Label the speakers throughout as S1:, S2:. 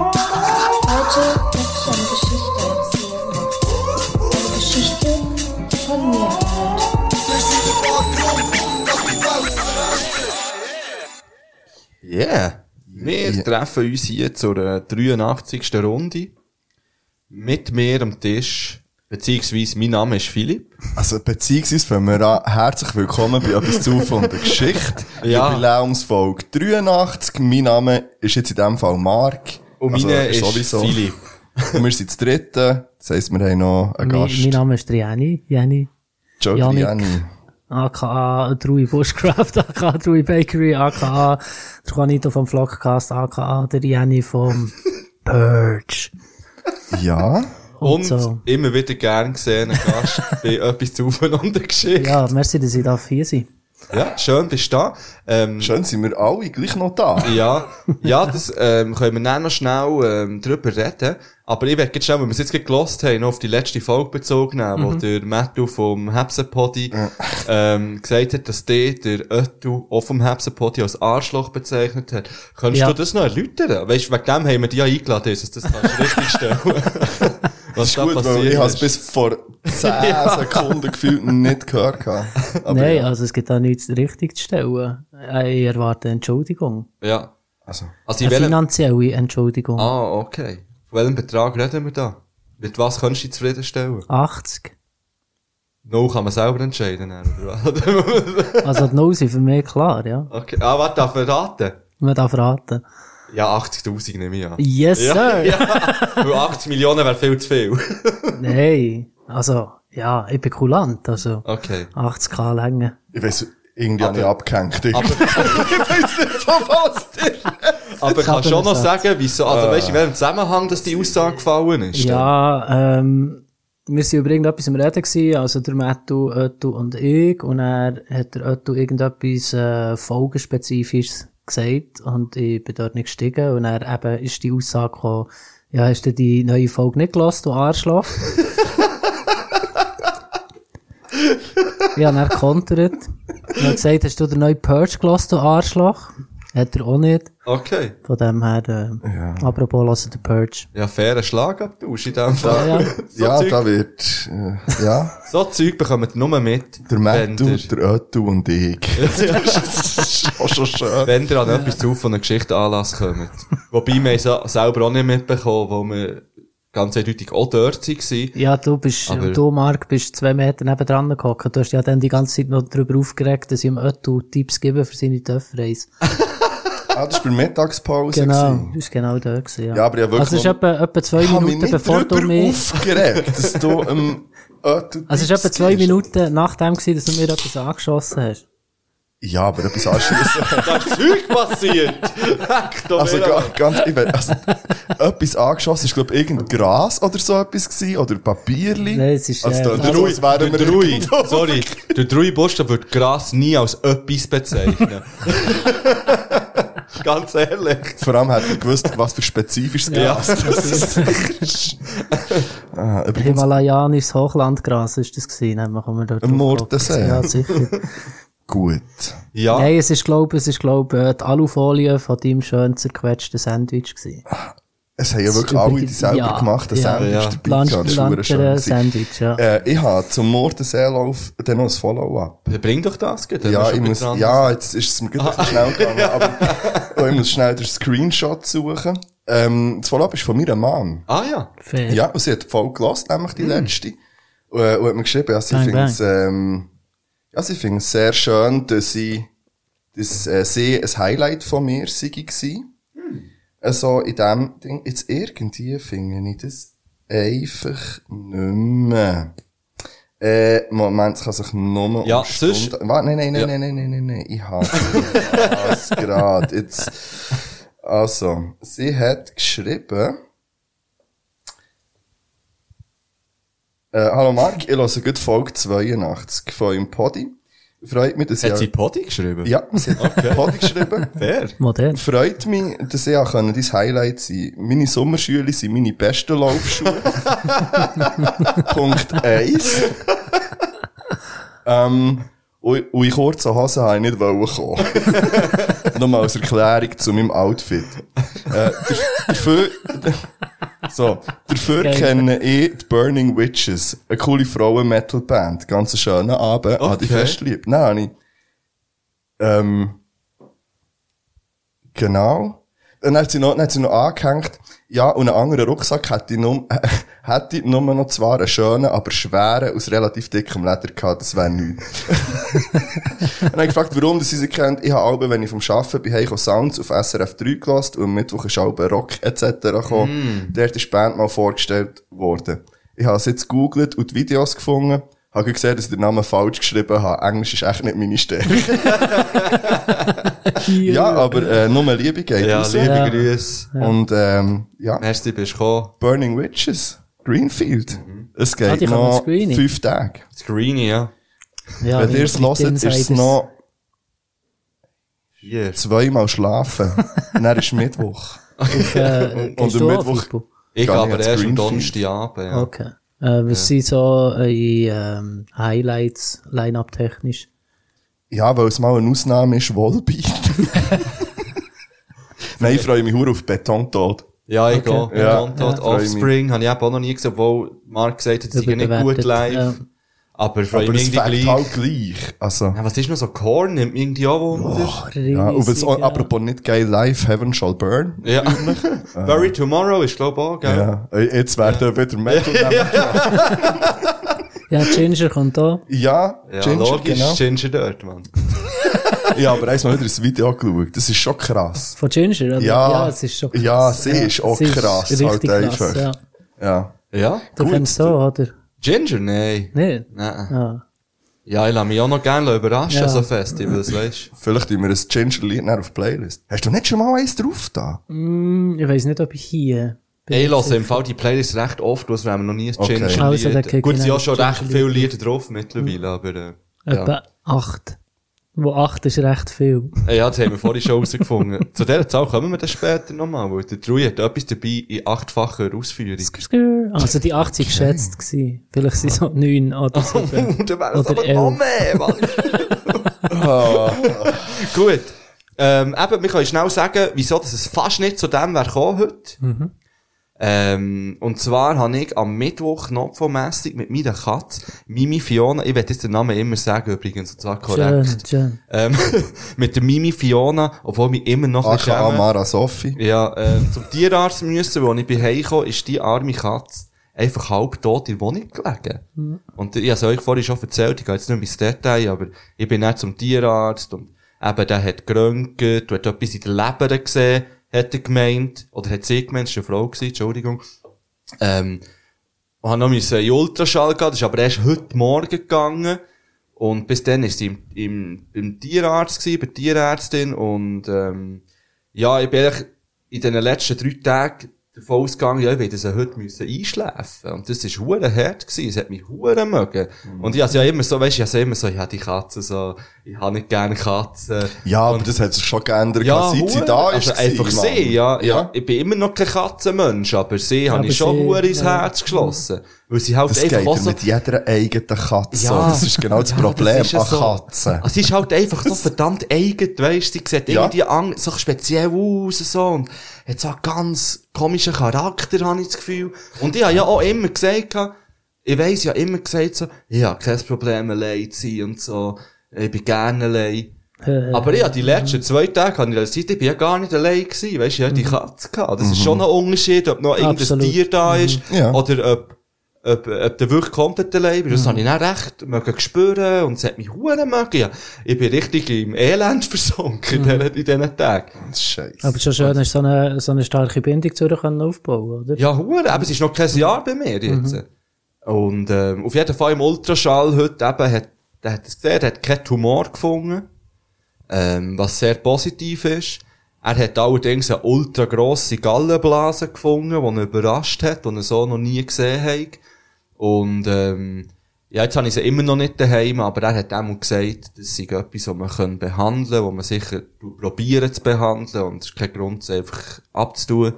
S1: Heute möchte ich eine Geschichte erzählen. Eine Geschichte, die von mir handelt.
S2: Yeah. Wir treffen uns hier zur äh, 83. Runde. Mit mir am Tisch, beziehungsweise mein Name ist Philipp.
S3: Also, beziehungsweise fangen wir an. Herzlich willkommen bei etwas zu von der Geschichte.
S2: Ja.
S3: Jubiläumsfolge 83. Mein Name ist jetzt in dem Fall Marc.
S2: Und
S3: Also,
S2: meine ist Philipp.
S3: Und wir sind das dritte. Das heisst, wir haben noch einen
S4: Mein,
S3: Gast.
S4: mein Name ist Triani, Jenny,
S3: Joe
S4: Janik.
S3: Triani.
S4: aka Trui Bushcraft, aka Trui Bakery, aka der Juanito vom Vlogcast, aka der Jenny vom Purge.
S3: Ja.
S2: Und
S4: so.
S2: immer wieder gern gesehener Gast bei etwas zu und der Geschichte. Ja.
S4: Ja, merci, dass ich da hier sein
S2: schön bist du da. Ähm,
S3: Schön sind wir alle gleich noch da.
S2: Ja, ja, das ähm, können wir dann noch schnell ähm, drüber reden. Aber ich werde jetzt schnell, weil wir es jetzt gerade gelost haben, noch auf die letzte Folge bezogen nehmen,
S3: Mhm.
S2: wo der Mattu vom Hepsepodi ähm, gesagt hat, dass der, der Öttu auch vom Hepsepodi als Arschloch bezeichnet hat. Könntest
S4: Ja.
S2: du das noch erläutern? Weißt du, wegen dem haben wir dich ja eingeladen, dass du das kannst du richtig stellen. Was da
S3: Gut, weil
S2: passiert
S3: ich habe
S2: ist.
S3: es bis vor 10 Sekunden gefühlt nicht gehört. gehabt. Aber
S4: Nein,
S3: ja,
S4: also es gibt da nichts richtig zu stellen. Äh, Ich erwarte eine Entschuldigung.
S2: Ja.
S3: also.
S2: Also in
S4: Eine
S2: welchem...
S4: finanzielle Entschuldigung.
S2: Ah, okay. Von welchem Betrag reden wir da? Mit was kannst du dich zufriedenstellen?
S4: 80.
S2: No kann man selber entscheiden. dann, Oder was?
S4: Also die Null sind für mich klar, ja.
S2: Okay, ah, warte, darf ich raten?
S4: Man darf raten.
S2: Ja, 80.000 nehme ich an.
S4: Yes,
S2: Ja,
S4: sir!
S2: ja, weil 80 Millionen wäre viel zu viel.
S4: Nein, also, ja, ich bin kulant, also
S2: Okay.
S4: 80k Länge.
S3: Ich weiß, irgendwie habe ich abgehängt. Ich
S2: Aber-
S3: weiß nicht, von was das ist.
S2: Aber ich kann
S4: Kappen
S2: schon noch
S4: ist
S2: sagen, wieso, also weißt
S3: Äh.
S2: du, in welchem Zusammenhang dass die Aussage gefallen ist?
S4: Ja, ähm, wir waren über irgendetwas im Reden, gewesen, also der Mattu, Öttu und ich. Und er hat der Öttu irgendetwas äh, folgenspezifisches gesagt und ich bin dort nicht gestiegen. Und er eben ist die Aussage gekommen, ja, hast du die neue Folge nicht gelassen, du Arschloch? ja, und er kontert. Und er gesagt, hast du den neuen Purge gelassen, du Arschloch? Hat er auch nicht.
S2: Okay.
S4: Von dem her, äh, apropos, lassen den Purge.
S2: Ja, fairer Schlagabtausch in dem Fall. So,
S4: Ja, ja.
S3: Ja,
S2: Zeug,
S3: da wird, äh, ja,
S2: so Zeug bekommt ihr nur mit,
S3: der
S2: wenn
S3: Mattu,
S2: ihr,
S3: der Öttu und ich. das ist auch schon schön.
S2: wenn ihr an etwas zu von einer Geschichte Anlass kommt. Wobei wir es ja selber auch nicht mitbekommen, wo wir ganz eindeutig auch dort waren.
S4: Ja, du bist,
S2: Aber-
S4: du, Marc, bist zwei Meter neben dran gehockt. Du hast ja dann die ganze Zeit noch darüber aufgeregt, dass ich ihm Otto Tipps gebe für seine Töpfreise.
S3: Ah, das war bei der Mittagspause.
S4: Genau,
S3: gewesen.
S4: das war genau da. Gewesen, ja.
S3: Ja, aber ich hab wirklich
S4: Also, es ist
S3: noch-
S4: etwa, etwa zwei
S3: Ich habe mich
S4: Minuten
S3: nicht
S4: bevor du
S3: drüber
S4: mich,
S3: aufgeregt, dass du im Öttu
S4: also, es ist
S3: Tipps
S4: etwa zwei
S3: gibst.
S4: Minuten nach dem gewesen, dass du mir etwas angeschossen hast.
S3: Ja, aber etwas anschliessen.
S2: Da ist Zeug passiert! Leck doch
S3: Also,
S2: mir
S3: ga-
S2: an.
S3: ganz, ich weiß, also, etwas angeschossen ist, glaube ich, irgendein Gras oder so etwas gewesen, oder Papierli.
S4: Nein, es ist,
S3: also,
S4: äh,
S3: da,
S4: also-
S3: also,
S2: Drui,
S3: als wären
S2: der
S3: wir
S2: Drui, sorry, der Drui Buster wird Gras nie als etwas bezeichnen. Ganz ehrlich.
S3: Vor allem hat er gewusst, was für spezifisches
S2: Ja.
S3: Gras das ist. ah, übrigens,
S4: Himalayanisches Hochlandgras ist das gewesen, dann machen wir dort.
S3: Ein
S4: drauf gucken.
S3: Mordensee.
S4: Ja, sicher.
S3: gut.
S2: Ja,
S4: Nein, es ist, glaube ich, es ist, glaube ich, äh, die Alufolie von deinem schön zerquetschten Sandwich gewesen.
S3: Es haben ja wirklich
S4: Übrigens-
S3: alle die selber
S4: ja,
S3: gemacht, ein
S4: ja.
S3: Sandwich
S2: Ja.
S3: dabei gehabt,
S4: Lunch,
S3: das war verdammt schön
S4: Luncher,
S3: gewesen.
S4: Sandwich, ja.
S3: Äh, ich habe zum Mordenseelauf dann noch ein Follow-up.
S2: dann bring doch das, gell, dann
S3: Ja,
S2: bist du
S3: ich
S2: schon
S3: muss,
S2: dran.
S3: ja, jetzt ist es mir gerade ein bisschen schnell gegangen, aber Oh, ich muss schnell den Screenshot suchen. Ähm, das Follow-up ist von meiner Mom.
S2: Ah, ja.
S4: Fair.
S3: Ja, und sie hat voll gelassen, nämlich die letzte. Äh, Und hat mir geschrieben, ja, sie
S4: Bang,
S3: findet es, ähm, ja, sie findet es sehr schön, dass sie, dass äh, sie ein Highlight von mir sei gsi. Also in dem Ding, jetzt irgendwie finde ich das einfach nimmer. Äh, Moment, es kann sich nur
S2: Ja,
S3: um Stunden-
S2: sonst-
S3: Warte, nein, nein, nein,
S2: Ja.
S3: nein, nein, nein, nein, nein, ich hasse gerade. Jetzt, also, sie hat geschrieben, Äh, hallo Marc, ich höre gut Folge 82 von im Podi. Freut mich, dass
S2: Hat
S3: ich...
S2: sie Podi geschrieben?
S3: ja, sie hat Podi geschrieben.
S2: Fair.
S4: Modern.
S3: Freut mich, dass ich auch dein Highlight sein konnte. Meine Sommerschüle sind meine besten Laufschuhe. Punkt eins. ähm, Und und in kurzen Hosen wollte ich nicht kommen. Nochmal als Erklärung zu meinem Outfit. Äh, daf- dafür, so, dafür
S4: Geil.
S3: kenne ich die Burning Witches, eine coole Frauen-Metal-Band. Ganz einen schönen Abend, okay. hatte ich
S2: Okay.
S3: fest lieb. Nein, habe ich, ähm, genau. Dann hat sie noch, dann hat sie noch angehängt, ja, und einen anderen Rucksack hätte ich nur, hätte ich nur noch zwar einen schönen, aber schweren, aus relativ dickem Leder gehabt, das wäre nichts. Und dann gefragt, warum das sie sie kennt. Ich habe Alben, wenn ich vom Arbeiten bin, Heiko Sounds auf SRF 3 gelassen und am Mittwoch ist Alben Rock etc. gekommen.
S2: Mm.
S3: Dort ist die Band mal vorgestellt worden. Ich habe es jetzt gegoogelt und die Videos gefunden. Habe gesehen, dass ich den Namen falsch geschrieben habe. Englisch ist echt nicht meine Stärke. ja, aber äh, nur Liebe geht
S2: Ja,
S3: raus.
S2: liebe
S4: Ja.
S2: Grüße.
S3: Und ähm, ja,
S2: Merci, bist du gekommen.
S3: Burning Witches, Greenfield.
S2: Mhm.
S3: Es
S4: Ah,
S3: geht
S4: die kommen
S3: noch
S4: ins Greenie.
S3: fünf Tage.
S2: Screeny, ja.
S4: ja,
S3: Wenn ihr es hört, ist es noch
S2: Hier.
S3: zweimal schlafen. Und dann ist Mittwoch.
S4: Und
S3: am Mittwoch-
S2: Ich
S3: Gar
S2: aber
S3: nicht
S2: erst am
S3: Greenfield.
S2: Donnerstagabend, ja.
S4: Okay. Äh, was sind so eure ähm, Highlights, Line-Up-technisch?
S3: Ja, weil es mal eine Ausnahme ist, Wolbein. Nein, ich freue mich hure auf Betontod.
S2: Ja, ich
S4: Okay.
S2: okay. gehe.
S3: Ja.
S2: Ja. Tontot,
S3: Ja.
S2: Offspring, habe ich eben auch noch nie gesehen, obwohl Mark gesagt hat, sie sind nicht
S4: Überbewertet,
S2: gut live.
S4: ja.
S2: Aber freue
S3: Aber
S2: mich
S3: es fängt
S2: irgendwie gleich.
S3: halt gleich. Also,
S2: Ja, was ist noch so? Korn nimmt mich irgendwie auch wunder.
S3: ja, und wenn es auch- apropos nicht geil live, Heaven Shall Burn.
S2: Ja. Bury Tomorrow ist, glaube ich, auch, gell?
S3: Ja, äh, jetzt werden wieder Metal. Ja,
S4: Ja, Ginger kommt da.
S3: ja,
S2: Ja,
S3: Ginger,
S2: logisch,
S3: genau.
S2: Ginger dort, Mann.
S3: Ja, aber eins mal wieder ein Video geschaut. Das ist schon krass.
S4: Von Ginger, oder?
S3: Ja.
S4: es ist schon
S3: Ja, sie ist auch krass, halt einfach.
S4: ja.
S3: Ja.
S2: Ja?
S4: Du
S3: Gut.
S4: kennst so, oder?
S2: Ginger? Nein.
S4: Nein.
S2: Nein.
S4: Ah.
S2: Ja, ich lasse mich auch noch gerne überraschen,
S4: Ja.
S2: so Festivals, weißt
S3: Vielleicht tun wir ein Ginger-Lied nachher auf die Playlist. Hast du nicht schon mal eins drauf da?
S4: Hm, ich weiß nicht, ob ich hier
S2: du? Ich höre im Fall die Playlist recht oft, aus, weil wir noch nie ein
S3: Okay.
S2: Ginger-Lied.
S4: Also, dann krieg ich
S2: Gut, es sind ja
S4: ein
S2: schon recht
S4: Ginger-Lied.
S2: viele Lieder drauf mittlerweile, aber, äh, ja.
S4: etwa acht. Wo acht ist recht viel.
S2: Ey, Ja, das haben wir vorhin schon rausgefunden. Zu dieser Zahl kommen wir dann später nochmal, weil der Trui hat etwas dabei in achtfacher Ausführung.
S4: Also die 80 geschätzt gewesen. Vielleicht sind so neun oder so.
S2: Und dann wären es
S4: Oder
S2: aber
S4: elf.
S2: noch
S4: Ah.
S2: mehr, Mann. Gut. Ähm, eben, wir können schnell sagen, wieso dass es fast nicht zu dem wäre gekommen heute.
S4: Mhm.
S2: Ähm, und zwar habe ich am Mittwoch Knopfvermessung mit meiner Katze, Mimi Fiona, ich werde jetzt den Namen immer sagen übrigens, und zwar korrekt,
S4: Schön, schön.
S2: ähm, mit der Mimi Fiona, obwohl mich immer noch ein bisschen
S3: AKA
S2: schäme.
S3: Mara Sophie.
S2: Ja, ähm, zum Tierarzt müssen, wo ich bin heimgekommen, ist die arme Katze einfach halb tot in der Wohnung gelegen. Und ich habe es euch vorhin schon erzählt, ich gehe jetzt nicht mehr ins Detail, aber ich bin dann zum Tierarzt und eben der hat geröntgt, du hat etwas in der Leber gesehen, hat er gemeint, oder hat sie gemeint, es war eine Frau, gewesen, Entschuldigung. Ähm, und habe noch müssen in Ultraschall gehen, das ist aber erst heute Morgen gegangen. Und bis dann ist sie im, im, im Tierarzt gewesen, bei der Tierärztin und, ähm, ja, ich bin eigentlich in den letzten drei Tagen davon ausgegangen, ja, ich werde sie heute müssen einschläfen. Und das ist hure hart gewesen. Es hat mich hure mögen.
S3: Mhm.
S2: Und ich hab's ja immer so, weißt du, ich hab's immer so, ich habe die Katze so, ich habe nicht gerne Katzen.
S3: Ja, aber das hat sich schon geändert.
S2: Ja,
S3: seit sie
S2: hure.
S3: da ist.
S2: also einfach
S3: gewesen, Mann.
S2: sie, ja, ja. Ich bin immer noch kein Katzenmensch, aber sie habe
S4: Aber
S2: ich schon
S4: sie-
S2: hure ins
S4: ja.
S2: Herz geschlossen. Weil sie halt
S3: Das geht
S2: einfach auch
S3: ja
S2: so,
S3: mit jeder eigenen Katze.
S2: Ja.
S3: so. Das ist genau das
S2: Ja,
S3: Problem
S2: das ist ja
S3: an
S2: so.
S3: Katzen.
S2: also sie ist halt einfach so verdammt eigen, weißt, sie sieht
S3: Ja.
S2: irgendwie an, so speziell aus und so und hat so einen ganz komischen Charakter, habe ich das Gefühl. Und ich habe ja auch immer gesagt, gehabt, ich weiss, ich habe immer gesagt so, ich habe kein Problem allein zu sein und so, ich bin gerne allein.
S4: Äh,
S2: Aber ich hab die letzten zwei Tage habe ich realisiert, ich bin ja gar nicht allein gewesen, weißt du, ich hab die Katze gehabt. Das ist schon ein Unterschied, ob noch irgendein
S4: Absolut.
S2: Tier da ist,
S3: Ja.
S2: oder ob, ob, ob der wirklich komplett allein bist. Das habe ich dann recht mögen spüren und es hat mich hure mögen. Ja, Ich bin richtig im Elend versunken in diesen- in diesen Tagen.
S3: Scheiße.
S4: aber schon schön, hast du so eine, so eine starke Bindung zu dir können aufbauen oder?
S2: Ja, hure, aber es ist noch kein Jahr bei mir jetzt. Und ähm, auf jeden Fall im Ultraschall heute eben hat, der hat es gesehen, der hat keinen Tumor gefunden, ähm, was sehr positiv ist. Er hat allerdings eine ultra grosse Gallenblase gefunden, die ihn überrascht hat, die er so noch nie gesehen hat. Und ähm, ja, jetzt habe ich sie immer noch nicht daheim, aber er hat dem gesagt, das sei etwas, was man können behandeln kann, was man sicher probieren zu behandeln und es ist kein Grund, es einfach abzutun.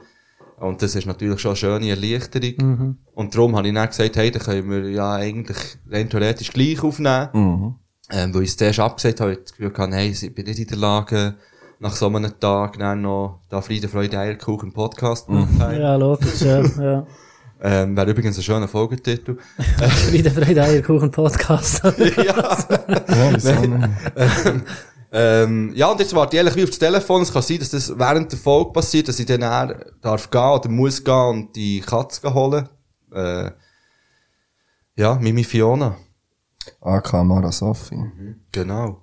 S2: Und das ist natürlich schon eine schöne Erleichterung. Und darum habe ich dann gesagt, hey, dann können wir ja eigentlich rein theoretisch gleich aufnehmen. Ähm, weil ich es zuerst abgesagt habe, ich das Gefühl hatte, nein, ich bin nicht in der Lage, nach so einem Tag dann noch da Friede, Freude, Eierkuchen Podcast machen.
S4: Ja, logisch, ja. ja.
S2: Ähm, wäre übrigens ein schöner Folgetitel.
S4: Wie der Freude Eierkuchen Podcast.
S2: ja.
S3: Ja, wieso nicht?
S2: Ähm, ja, und jetzt warte ich ehrlich wie auf das Telefon. Es kann sein, dass das während der Folge passiert, dass ich dann eher darf gehen oder muss gehen und die Katze gehen holen. Äh, ja, Mimi Fiona.
S3: AK Mara Ah, Sophie.
S2: Genau.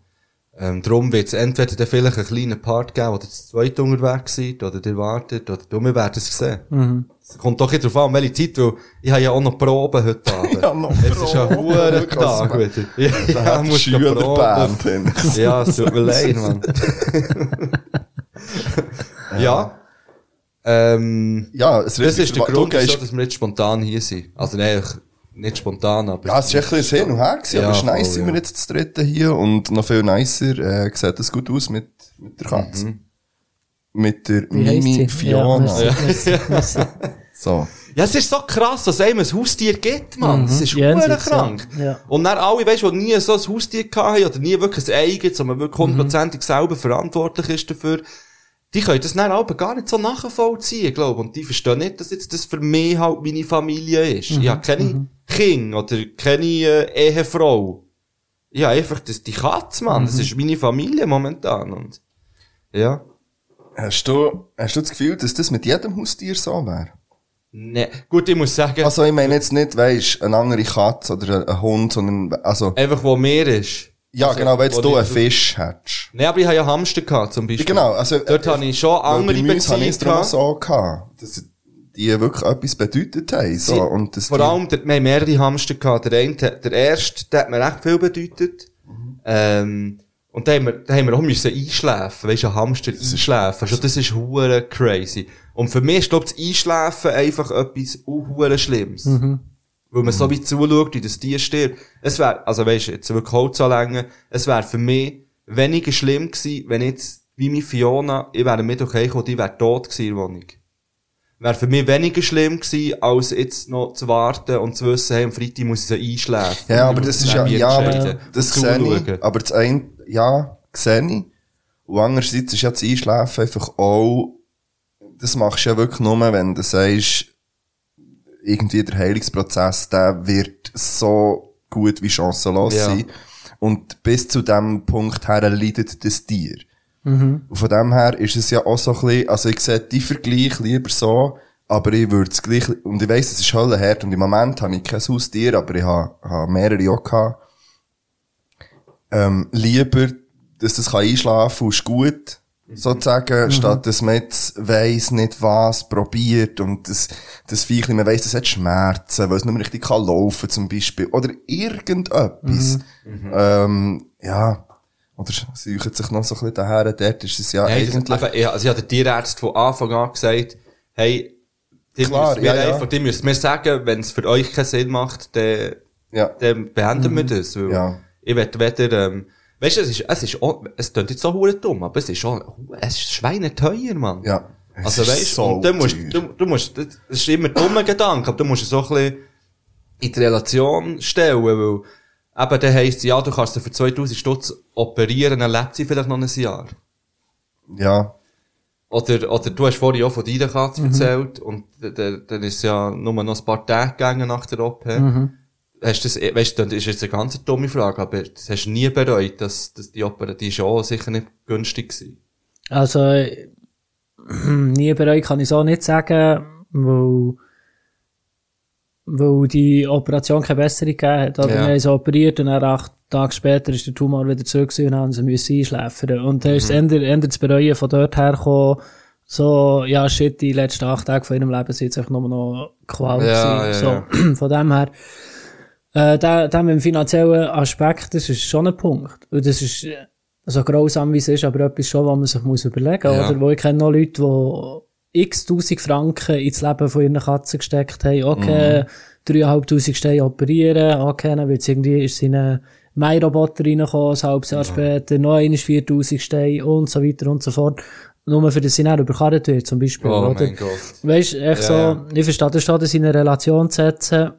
S2: Ähm, darum wird es entweder dann vielleicht einen kleinen Part geben, wo ihr zu zweit unterwegs seid, oder ihr wartet, oder du, wir werden es sehen. Es kommt doch ein bisschen darauf an, welche Zeit, weil ich habe ja auch noch Proben heute Abend.
S3: Ja, noch
S2: Es ist ein
S3: Proben.
S2: hoher Tag
S3: Krass,
S2: wieder. Ja,
S3: Da
S2: ja,
S3: hat die
S2: musst noch Proben.
S3: Schülerband hin.
S2: Ja, es tut mir leid, Mann. ja. Ähm,
S3: Ja, es
S2: das ist der
S3: du
S2: Grund,
S3: gehst-
S2: wieso, dass wir nicht spontan hier sind. Also nein, ich- nicht spontan, aber...
S3: Ja, es ist echt ein bisschen hin und her gewesen, aber
S2: Ja,
S3: es ist nice,
S2: voll,
S3: sind
S2: ja.
S3: wir jetzt das dritte hier und noch viel nicer, äh, sieht es gut aus mit, mit der Katze.
S2: Mhm.
S3: Mit der
S4: Wie heisst
S3: Mimi
S4: sie?
S3: Fiona.
S4: Ja, merci, merci, merci.
S3: So.
S2: Ja, es ist so krass, dass einem ein Haustier gibt, Mann. Das ist
S4: Jenseits,
S2: hure krank.
S4: Mhm. ja. Ja.
S2: Und dann alle, weißt du, die nie so ein Haustier hatten oder nie wirklich ein eigenes, sondern
S4: Mhm.
S2: wirklich hundertprozentig selber verantwortlich ist dafür, die können das dann aber gar nicht so nachvollziehen, glaube ich. Und die verstehen nicht, dass jetzt das für mich halt meine Familie ist.
S4: Mhm.
S2: Ich habe keine Kinder oder keine äh, Ehefrau. Ich habe einfach das, die Katze, Mann.
S4: Mhm.
S2: Das ist meine Familie momentan. Und, ja.
S3: Hast du, hast du das Gefühl, dass das mit jedem Haustier so wäre?
S2: Nee. Ne, Gut, ich muss sagen,
S3: Also, ich meine jetzt nicht, weisst, eine andere Katze oder ein- ein Hund, sondern, also,
S2: einfach wo mehr ist.
S3: ja,
S2: also,
S3: genau, wenn jetzt
S2: wo
S3: du
S2: die-
S3: einen Fisch hättest.
S2: Nein, aber ich habe ja Hamster gehabt, zum Beispiel.
S3: Genau, also,
S2: Dort habe ich schon
S3: weil
S2: andere
S3: bei Mäusen habe ich
S2: Beziehungen
S3: es drum
S2: gehabt.
S3: auch so gehabt, dass die wirklich etwas bedeutet haben, so,
S2: Sie-
S3: und dass
S2: Vor
S3: die-
S2: allem, der, wir haben mehrere Hamster gehabt. Der, eine, der erste, der hat mir echt viel bedeutet. Ähm, und da haben wir, da haben wir auch müssen einschläfen. Weisst du, ein Hamster einschläfen. Schon das ist hure crazy. Und für mich ist, glaube ich, das Einschläfen einfach etwas hure Schlimmes. Weil man
S3: Mhm.
S2: so weit zuschaut, wie das Tier stirbt. Es wäre, also weisst du, jetzt wirklich Holz anlängen, es wäre für mich weniger schlimm gewesen, wenn jetzt, wie meine Fiona, ich wäre mit gekommen, die wäre tot gewesen in der Wohnung. Wäre für mich weniger schlimm gewesen, als jetzt noch zu warten und zu wissen, hey, am Freitag muss ich sie einschläfen.
S3: Ja, aber das ist ja, ja, aber das
S2: zu
S3: sehe ich. Aber das ein, ja, sehe ich. Und andererseits ist ja das Einschlafen einfach auch, das machst du ja wirklich nur, wenn du sagst, irgendwie der Heilungsprozess, der wird so gut wie chancenlos
S2: Ja.
S3: sein. Und bis zu dem Punkt her leidet das Tier. Und von dem her ist es ja auch so ein bisschen, also ich sehe die Vergleich lieber so, aber ich würde es gleich, und ich weiss, es ist höllenhart, und im Moment habe ich kein Haustier, aber ich habe, habe mehrere auch gehabt. Ähm, lieber, dass das kann einschlafen und ist gut, sozusagen, statt dass man jetzt weiss nicht was, probiert, und das, das Viechli, man weiss, das hat Schmerzen, weil es nicht mehr richtig kann laufen, zum Beispiel, oder irgendetwas.
S2: Mhm.
S3: Ähm, ja. Oder sie suchen sich noch so ein bisschen daher, dort ist es ja
S2: Nein, das,
S3: eigentlich...
S2: eben, ich, also ich habe den Tierärzt von Anfang an gesagt, hey, die
S3: Klar,
S2: müsst mir
S3: ja, ja.
S2: einfach, die müsst mir sagen, wenn es für euch keinen Sinn macht, dann,
S3: Ja.
S2: dann beenden wir das. Weil
S3: Mhm. Ja.
S2: Ich will weder, ähm, weißt du, es ist, es ist auch, es klingt jetzt so hure dumm, aber es ist schon, es ist schweineteuer, Mann.
S3: Ja. Es
S2: Also
S3: ist
S2: weißt
S3: so
S2: und du, musst,
S3: teuer.
S2: du, du musst, das ist immer ein dummer Gedanke, aber du musst es so ein bisschen in die Relation stellen, weil eben dann heisst es, ja, du kannst sie für 2000 Stutz operieren, dann lebt sie vielleicht noch ein Jahr.
S3: Ja.
S2: Oder, oder du hast vorhin auch von deiner
S3: Mhm.
S2: Katze erzählt und d- d- dann ist ja nur noch ein paar Tage gegangen nach der OP.
S3: Mhm.
S2: Hast das, eh, weißt du, das ist jetzt eine ganz dumme Frage, aber das hast du nie bereut, dass, dass die Oper, die ist auch sicher nicht günstig gewesen.
S4: Also, äh, nie bereut kann ich so nicht sagen, weil, weil die Operation keine Besserung gegeben hat. Aber
S2: Ja.
S4: wir haben sie operiert und dann acht Tage später ist der Tumor wieder zurück gewesen und haben sie müssen einschläfern. Und dann ist mhm. ändert das Bereuen von dort her gekommen, so, ja, shit, die letzten acht Tage von ihrem Leben sind jetzt einfach nur noch Qual.
S2: Ja,
S4: gewesen.
S2: ja,
S4: so, Von dem her, äh, der, der mit dem finanziellen Aspekt, das ist schon ein Punkt. Und das ist äh, so grausam wie es ist, aber etwas schon, was man sich muss überlegen muss.
S2: Ja.
S4: Oder wo ich kenne noch Leute, die x tausend Franken ins Leben von ihren Katzen gesteckt haben.
S2: Mhm.
S4: Okay, dreieinhalbtausend Steine operieren. Okay, dann wird's irgendwie, ist in einen Mai-Roboter reingekommen, ein halbes Jahr später, noch einmal 4000 Steine und so weiter und so fort. Nur für das sie dann überkarrt wird, zum Beispiel.
S2: Oh
S4: oder?
S2: mein Gott.
S4: Weißt du, echt
S2: Ja,
S4: so,
S2: ja.
S4: ich verstehe das schon, das in eine Relation zu setzen.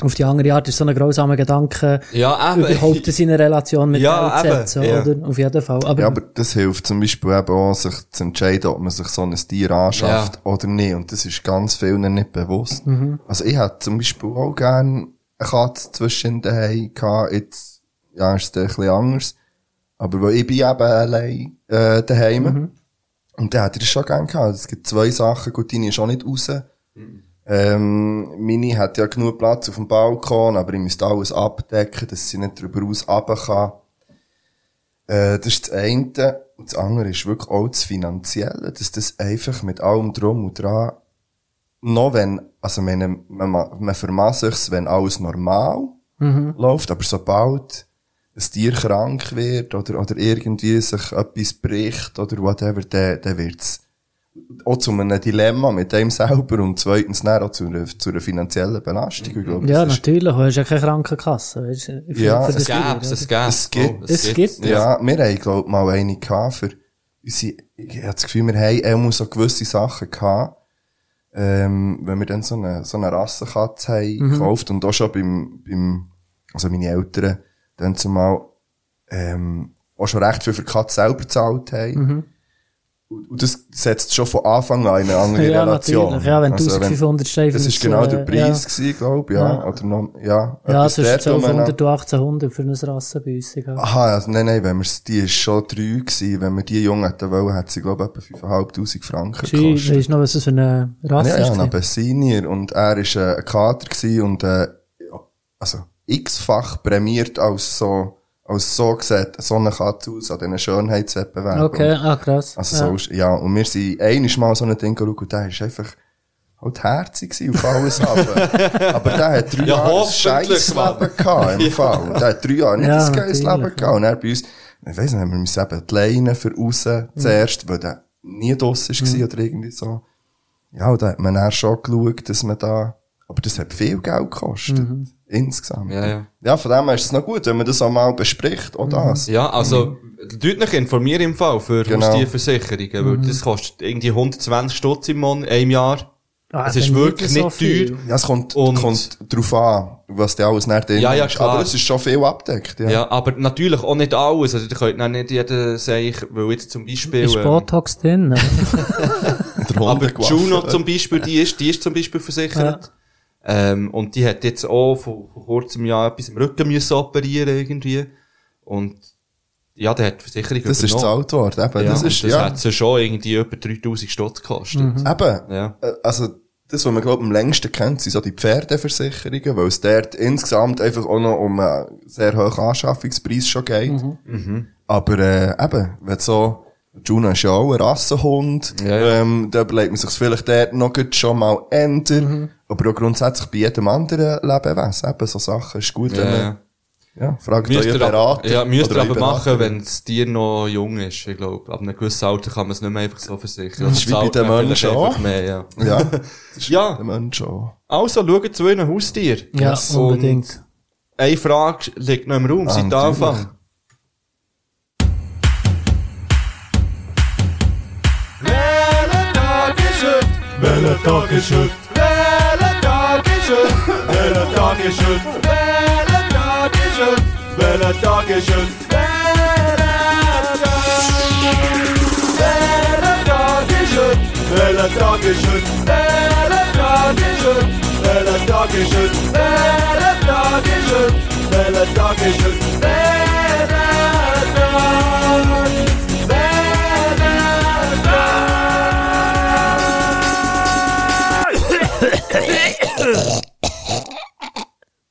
S4: auf die andere Art ist so ein grausamer Gedanke,
S2: Ja, eben.
S4: überhaupt in seiner Relation mit
S2: Ja,
S4: der Welt zu
S2: eben,
S4: setzen, oder? Auf jeden Fall. Aber,
S3: Ja, aber das hilft zum Beispiel eben auch, sich zu entscheiden, ob man sich so ein Tier anschafft oder nicht. Und das ist ganz vielen nicht bewusst. Also ich hätte zum Beispiel auch gerne eine Katze zwischen daheim gehabt. Jetzt, ja, ist es ein bisschen anders. Aber weil ich bin eben allein, äh, daheim. Und da hätte ich das schon gerne gehabt. Es gibt zwei Sachen. Gut, deine ist auch nicht raus. Ähm, meine hat ja genug Platz auf dem Balkon, aber ich müsste alles abdecken, dass sie nicht drüber raus runter kann. Äh, das ist das eine. Und das andere ist wirklich auch das Finanzielle, dass das einfach mit allem Drum und Dran, noch wenn, also man, man, ma- man vermass sich's, wenn alles normal läuft, aber sobald ein Tier krank wird oder, oder irgendwie sich etwas bricht oder whatever, dann, dann wird's auch zu einem Dilemma mit dem selber und zweitens dann auch zu einer, zu einer finanziellen Belastung. Ich glaube,
S4: ja,
S3: das ist-
S4: natürlich, du hast ja keine Krankenkasse. Weißt, du, für-
S3: Ja,
S4: für
S3: es
S4: das
S2: Es
S4: Tier,
S2: gäb's,
S4: oder?
S2: es gäb's.
S3: Es gibt-
S2: Oh,
S4: Es
S2: gibt's.
S4: gibt-
S3: Ja, wir haben, glaub ich, mal eine gehabt für unsere, ich habe das Gefühl, wir haben auch mal so gewisse Sachen gehabt, ähm, wenn wir dann so eine, so eine Rassenkatze haben
S4: Mhm.
S3: gekauft und auch schon beim, beim, also meine Eltern dann zumal, ähm, auch schon recht viel für die Katze selber gezahlt haben.
S4: Mhm.
S3: Und, und das setzt schon von Anfang an in eine andere
S4: Ja,
S3: Relation. Also,
S4: natürlich. Ja, wenn 1500 Steine
S3: Das ist
S4: für
S3: genau
S4: das,
S3: der
S4: äh,
S3: Preis gewesen, glaub ich, ja.
S4: Ja.
S3: Oder noch, ja.
S4: Ja,
S3: etwas
S4: zwischen
S3: dort umeinander.
S4: 1200 und 1800 für ein Rassenbüssig. halt.
S3: Aha, also nein, nein, wenn wir's, die ist schon drei gewesen. Wenn wir die jung hätten wollen, hätte sie, glaube ich, etwa 5'500 Franken
S4: Schön,
S3: gekostet.
S4: Weißt du noch, was das für eine Rasse
S3: Ja, ja,
S4: ist?
S3: ein Bessinier. Und er ist äh, ein Kater gewesen und, äh, ja, also, x-fach prämiert als so, als so gesagt, so eine Katze aus an diesen Schönheitswettbewerben.
S4: okay, ah, krass.
S3: Und, also,
S4: ja.
S3: so ist, ja, und wir sind einiges Mal so ein Ding geschaut und der ist einfach, Halt herzig gewesen auf alles haben. Aber der hat drei
S2: Ja,
S3: Jahre ein
S2: hoffentlich,
S3: scheiß
S2: Mann.
S3: Leben gehabt, im Fall. Der hat drei Jahre nicht
S4: Ja,
S3: ein geiles
S4: natürlich,
S3: Leben gehabt. Und er bei uns, ich weiss nicht, wir müssen eben die Leine für raus,
S4: Mhm.
S3: zuerst, weil der nie draussen war oder irgendwie so. Ja, und da hat man dann schon geschaut, dass man da, aber das hat viel Geld gekostet.
S4: Mhm.
S3: Insgesamt.
S2: Ja, ja.
S3: ja, von dem her ist es noch gut, wenn man das auch mal bespricht,
S4: Mhm.
S3: auch das.
S2: Ja, also, deutlich informieren im Fall für
S3: Mhm. Genau. Mhm.
S2: Haustierversicherungen, weil das kostet irgendwie 120 Stutz im Monat, im Jahr.
S4: Ah,
S2: es ist
S4: dann
S2: wirklich
S4: so
S2: nicht
S4: viel.
S2: teuer.
S3: Ja, es kommt,
S2: Und-
S3: kommt drauf an, was da alles nicht drin
S2: Ja, ja,
S3: ist.
S2: klar.
S3: Aber es ist schon viel abdeckt, ja.
S2: Ja, aber natürlich auch nicht alles. Also, ihr könnt auch nicht jeder sagen, weil jetzt zum Beispiel...
S4: Ist
S2: ähm,
S4: Botox drin? oder?
S3: Der
S2: Aber die
S3: Hundegewaffe.
S2: Juno zum Beispiel, die ist, die ist zum Beispiel versichert. Ähm, und die hat jetzt auch vor, vor kurzem Jahr etwas im Rücken müssen operieren irgendwie. Und, ja, der hat die Versicherung
S3: Das ist das
S2: übernommen.
S3: Altwort, eben.
S2: Genau. ja,
S3: das ist,
S2: das
S3: ja. Mhm.
S2: hat sie schon irgendwie etwa 3000 Stutz gekostet.
S3: Eben.
S2: Ja.
S3: Äh, Also, das, was man, glaube am längsten kennt, sind so die Pferdeversicherungen, weil es dort insgesamt einfach auch noch um einen sehr hohen Anschaffungspreis schon geht.
S2: Mhm.
S3: Aber, äh, eben, wenn so, Juno ist ja auch ein Rassenhund,
S2: Ja, ja.
S3: Ähm, da überlegt man sich vielleicht dort noch gut schon mal ändern. Aber auch grundsätzlich bei jedem anderen Lebewesen, eben, so Sachen ist gut, wenn
S2: Ja,
S3: man,
S2: ja.
S3: ja, fragt
S2: Äh, Müsst
S3: euren
S2: ihr aber,
S3: Berater.
S2: ja, müsst ihr
S3: oder eure
S2: aber machen,
S3: Beraterin.
S2: wenn das Tier noch jung ist, ich glaube. Ab einem gewissen Alter kann man es nicht mehr einfach so versichern.
S3: Das ist wie bei
S2: zahlt
S3: den
S2: man
S3: Menschen
S2: vielleicht einfach
S3: auch.
S2: Mehr, ja.
S3: Ja, das ist
S2: Ja.
S3: der Mensch auch.
S2: Also, schaut zu euren Haustier.
S4: Ja,
S2: Und
S4: unbedingt.
S2: Eine Frage liegt noch im Raum, seit
S3: Ah, natürlich.
S2: Anfang.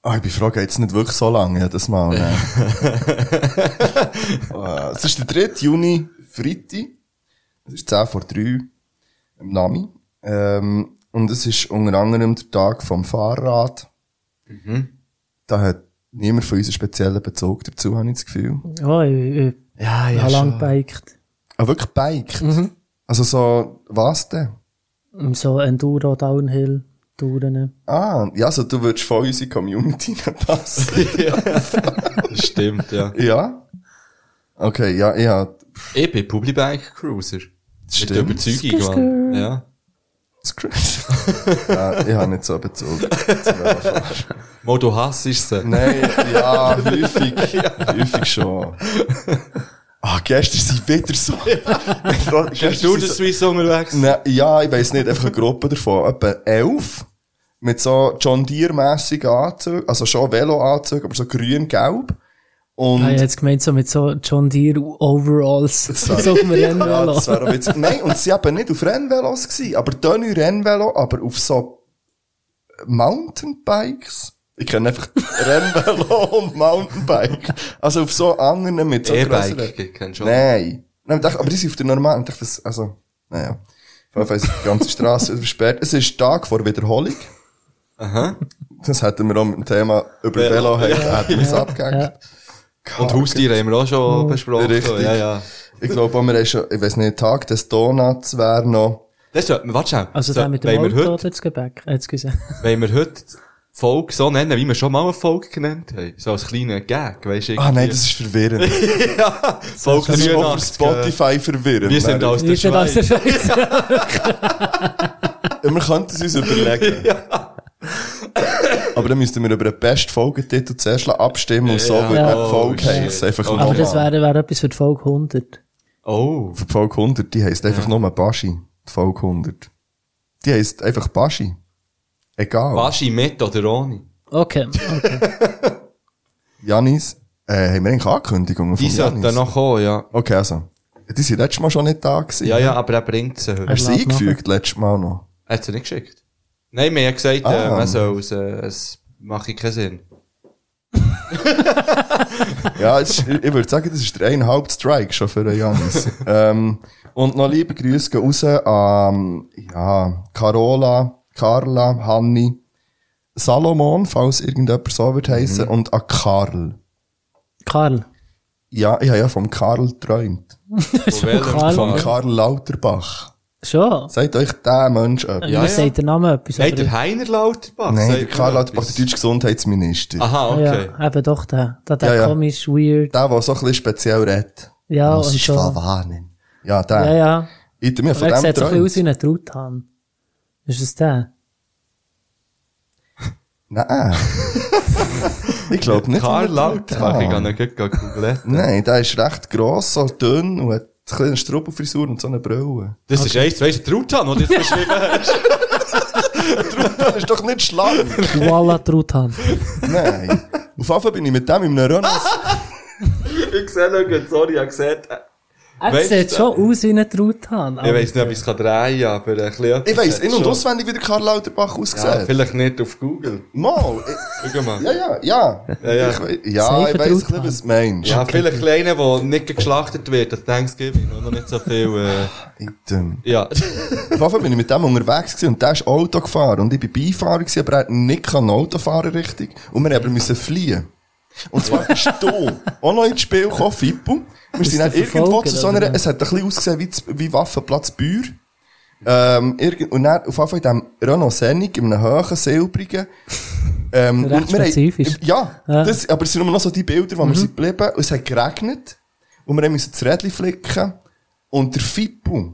S3: Ah, ich bin froh, geht's nicht wirklich so lange, ja, das Mal, ne? Ah, Es ist der 3. Juni, Freitag. Es ist 10 vor 3 im Nami. Ähm, und es ist unter anderem der Tag vom Fahrrad. Da hat niemand von uns einen speziellen Bezug dazu, habe ich das Gefühl.
S4: Oh, ich, ich,
S3: Ja,
S4: ich habe lang gebiked.
S3: Ah, wirklich biked? Also so, was denn?
S4: So Enduro, Downhill, Touren.
S3: Ah, ja, also du würdest voll in unsere Community passen.
S2: Stimmt, ja.
S3: ja? Okay, ja, ich habe
S2: Ich bin Publibike Cruiser. Das ist die
S3: Stimmt.
S2: Überzeugung, Mann. Ja.
S3: Das Chris. ja, Äh, ich habe nicht so Bezug zum Velofahren.
S2: Mo, du hasst sie.
S3: Nein, ja, häufig, häufig schon. Ah, gestern sind wieder so. gestern
S2: Bist du
S3: sind
S2: der
S3: so-
S2: Swiss unterwegs?
S3: Nein, ja, ich weiss nicht, einfach eine Gruppe davon, etwa elf, mit so John Deere-mässigen Anzügen, also schon Velo-Anzügen, aber so grün-gelb. Und,
S4: Ah, ich hätte gemeint, so mit so John Deere Overalls. so auf dem
S3: ja,
S4: Rennvelo.
S3: das wäre auch witzig. Nein, und sie eben nicht auf Rennvelos gewesen, aber Tönny Rennvelo, aber auf so Mountainbikes. Ich kenne einfach Rennvelo und Mountainbike. Also auf so anderen mit so grösseren-
S2: E-Bike, kennst du schon.
S3: Nein. Nein, ich dachte, aber die sind auf der normalen. Ich dachte, das, also, naja. Auf jeden Fall ist die ganze Straße versperrt. Es ist Tag vor Wiederholung.
S2: Aha.
S3: Das hätten wir auch mit dem Thema über
S2: Velo,
S3: Velo, hätten- hätten wir es abgehängt.
S4: Ja.
S2: Und Haustiere haben wir auch schon besprochen.
S3: Hm, Richtig.
S2: Ja, ja.
S3: Ich glaube, wir haben schon, ich weiß nicht, Tag des Donuts wäre noch,
S2: Das sollte man, warte schnell.
S4: Also
S2: So,
S4: der mit dem
S2: wollen wir
S4: Auto
S2: heute,
S4: oder das Gebäck? Äh, Entschuldigung.
S2: wollen wir heute die Folge so nennen, wie wir schon mal eine Folge genannt haben. So als kleiner Gag, weisst du?
S3: ah nein, das ist verwirrend.
S2: irgendwie. ja, Folge
S3: Das ist auch für
S2: 83.
S3: Spotify verwirrend.
S2: Wir sind aus der
S4: Wie sind aus der
S2: Schweiz.
S4: Schweiz?
S3: Ja, wir könnten es uns überlegen. Aber dann müssten wir über den besten Folgetitel zuerst abstimmen und so
S2: Ja.
S3: würde
S4: Ja.
S3: die Folge
S2: Oh,
S3: heissen. Einfach
S2: shit.
S4: Aber das
S3: nur.
S4: wäre wäre etwas für die Folge 100.
S2: Oh.
S3: Für die Folge 100, die heisst einfach nur Baschi. Die Folge 100. Die heisst einfach Baschi. Egal.
S2: Waschi mit oder ohne?
S4: Okay, okay.
S3: Janis, äh, haben wir eigentlich Ankündigungen
S2: Die sollten noch kommen, ja.
S3: Okay, also. Die sind letztes Mal schon nicht da gewesen.
S2: Ja, ja, aber er bringt sie heute.
S4: Er
S3: Hast du sie
S4: lädt nachher.
S3: eingefügt letztes Mal noch?
S2: Er hat sie nicht geschickt. Nein, mir hat gesagt,
S3: Ah.
S2: äh, man soll es, äh, es mache keinen Sinn.
S3: Ja, es ist, ich würde sagen, das ist der eineinhalb Strike schon für den Janis. ähm, und noch liebe Grüße gehen raus an ja, Carola, Carla, Hanni, Salomon, falls irgendjemand so wird
S2: Mhm.
S3: heissen, und an Karl.
S4: Karl.
S3: Ja, ich habe ja vom Karl geträumt.
S2: Von welchem
S4: Karl.
S3: Vom
S2: Karl?
S3: Karl Lauterbach.
S4: Schon?
S3: Sagt euch der Mensch etwas?
S4: Ja,
S2: ja.
S4: Mir sagt der Name etwas.
S2: Nein,
S4: aber-
S2: der Heiner Lauterbach.
S3: Nein,
S2: sagt
S3: der Karl
S2: mir
S3: Lauterbach,
S2: etwas.
S3: der deutsche Gesundheitsminister.
S2: Aha, okay.
S4: Ja, eben doch der. Der, der
S3: Ja, ja.
S4: komisch, weird.
S3: Der, der so ein bisschen speziell redet.
S4: Ja,
S3: das
S4: und
S3: ist
S4: so.
S3: Favanen. Ja, der.
S4: Ja, ja.
S3: Ich, mir von
S4: Er
S3: dem
S4: sieht so ein bisschen aus
S3: geträumt.
S4: wie ein Truthahn. Ist es der?
S3: Nein. ich glaube nicht.
S2: Karl Lauterbach, ich
S3: Ah.
S2: kann ihn gleich googeln.
S3: Nein, der ist recht gross, so dünn und hat ein bisschen eine Struppelfrisur und so eine Brille.
S2: Das ist eins, weisst du, der Truthahn, den du jetzt beschrieben hast.
S3: Das ist doch nicht schlank.
S4: Voila Truthahn.
S3: Nein. Auf jeden Fall bin ich mit dem in einem Renault.
S2: ich sehe noch, sorry, ich habe gesehen.
S4: Er
S2: Weißt
S4: sieht
S2: du-
S4: schon aus wie ein Truthahn.
S2: Ich
S4: aber-
S2: weiss nicht, ob ich es drehen kann, aber ein bisschen etwas
S3: Ich weiss
S2: hat
S3: in- und
S2: schon.
S3: auswendig, wie der Karl Lauterbach aussieht.
S2: Ja, vielleicht nicht auf Google.
S3: Mal.
S2: Schau mal.
S3: Ich, ja, ja, ja.
S2: Ja, ja.
S3: Ich, wei- ja,
S4: Safe
S3: ich weiss ein
S4: Truthahn.
S3: bisschen, was du meinst.
S2: Ja, vielleicht einer, der nicht geschlachtet wird, an Thanksgiving, und noch nicht so viel, äh,
S3: Item.
S2: ja.
S3: Auf jeden Fall bin ich mit dem unterwegs gewesen und der ist Auto gefahren und ich bin Beifahrer gewesen, aber er hat nicht kann Auto fahren richtig und wir haben müssen fliehen. Und zwar bist du auch noch ins Spiel gekommen, Fippo. Wir sind
S4: der
S3: dann irgendwo
S4: Verfolger,
S3: zu so einer,
S4: oder?
S3: es hat ein bisschen ausgesehen wie, das- wie Waffenplatz Bür. Ähm, irgend, und dann auf jeden Fall in diesem Renault Scenic, in einem hohen, silbrigen, ähm,
S4: Recht
S3: und wir haben-
S4: spezifisch.
S3: Ja,
S4: Ja.
S3: Das, aber es sind immer noch so die Bilder, wo wir sind geblieben, und es hat geregnet, und wir haben müssen das Rädchen flicken, und der Fippo,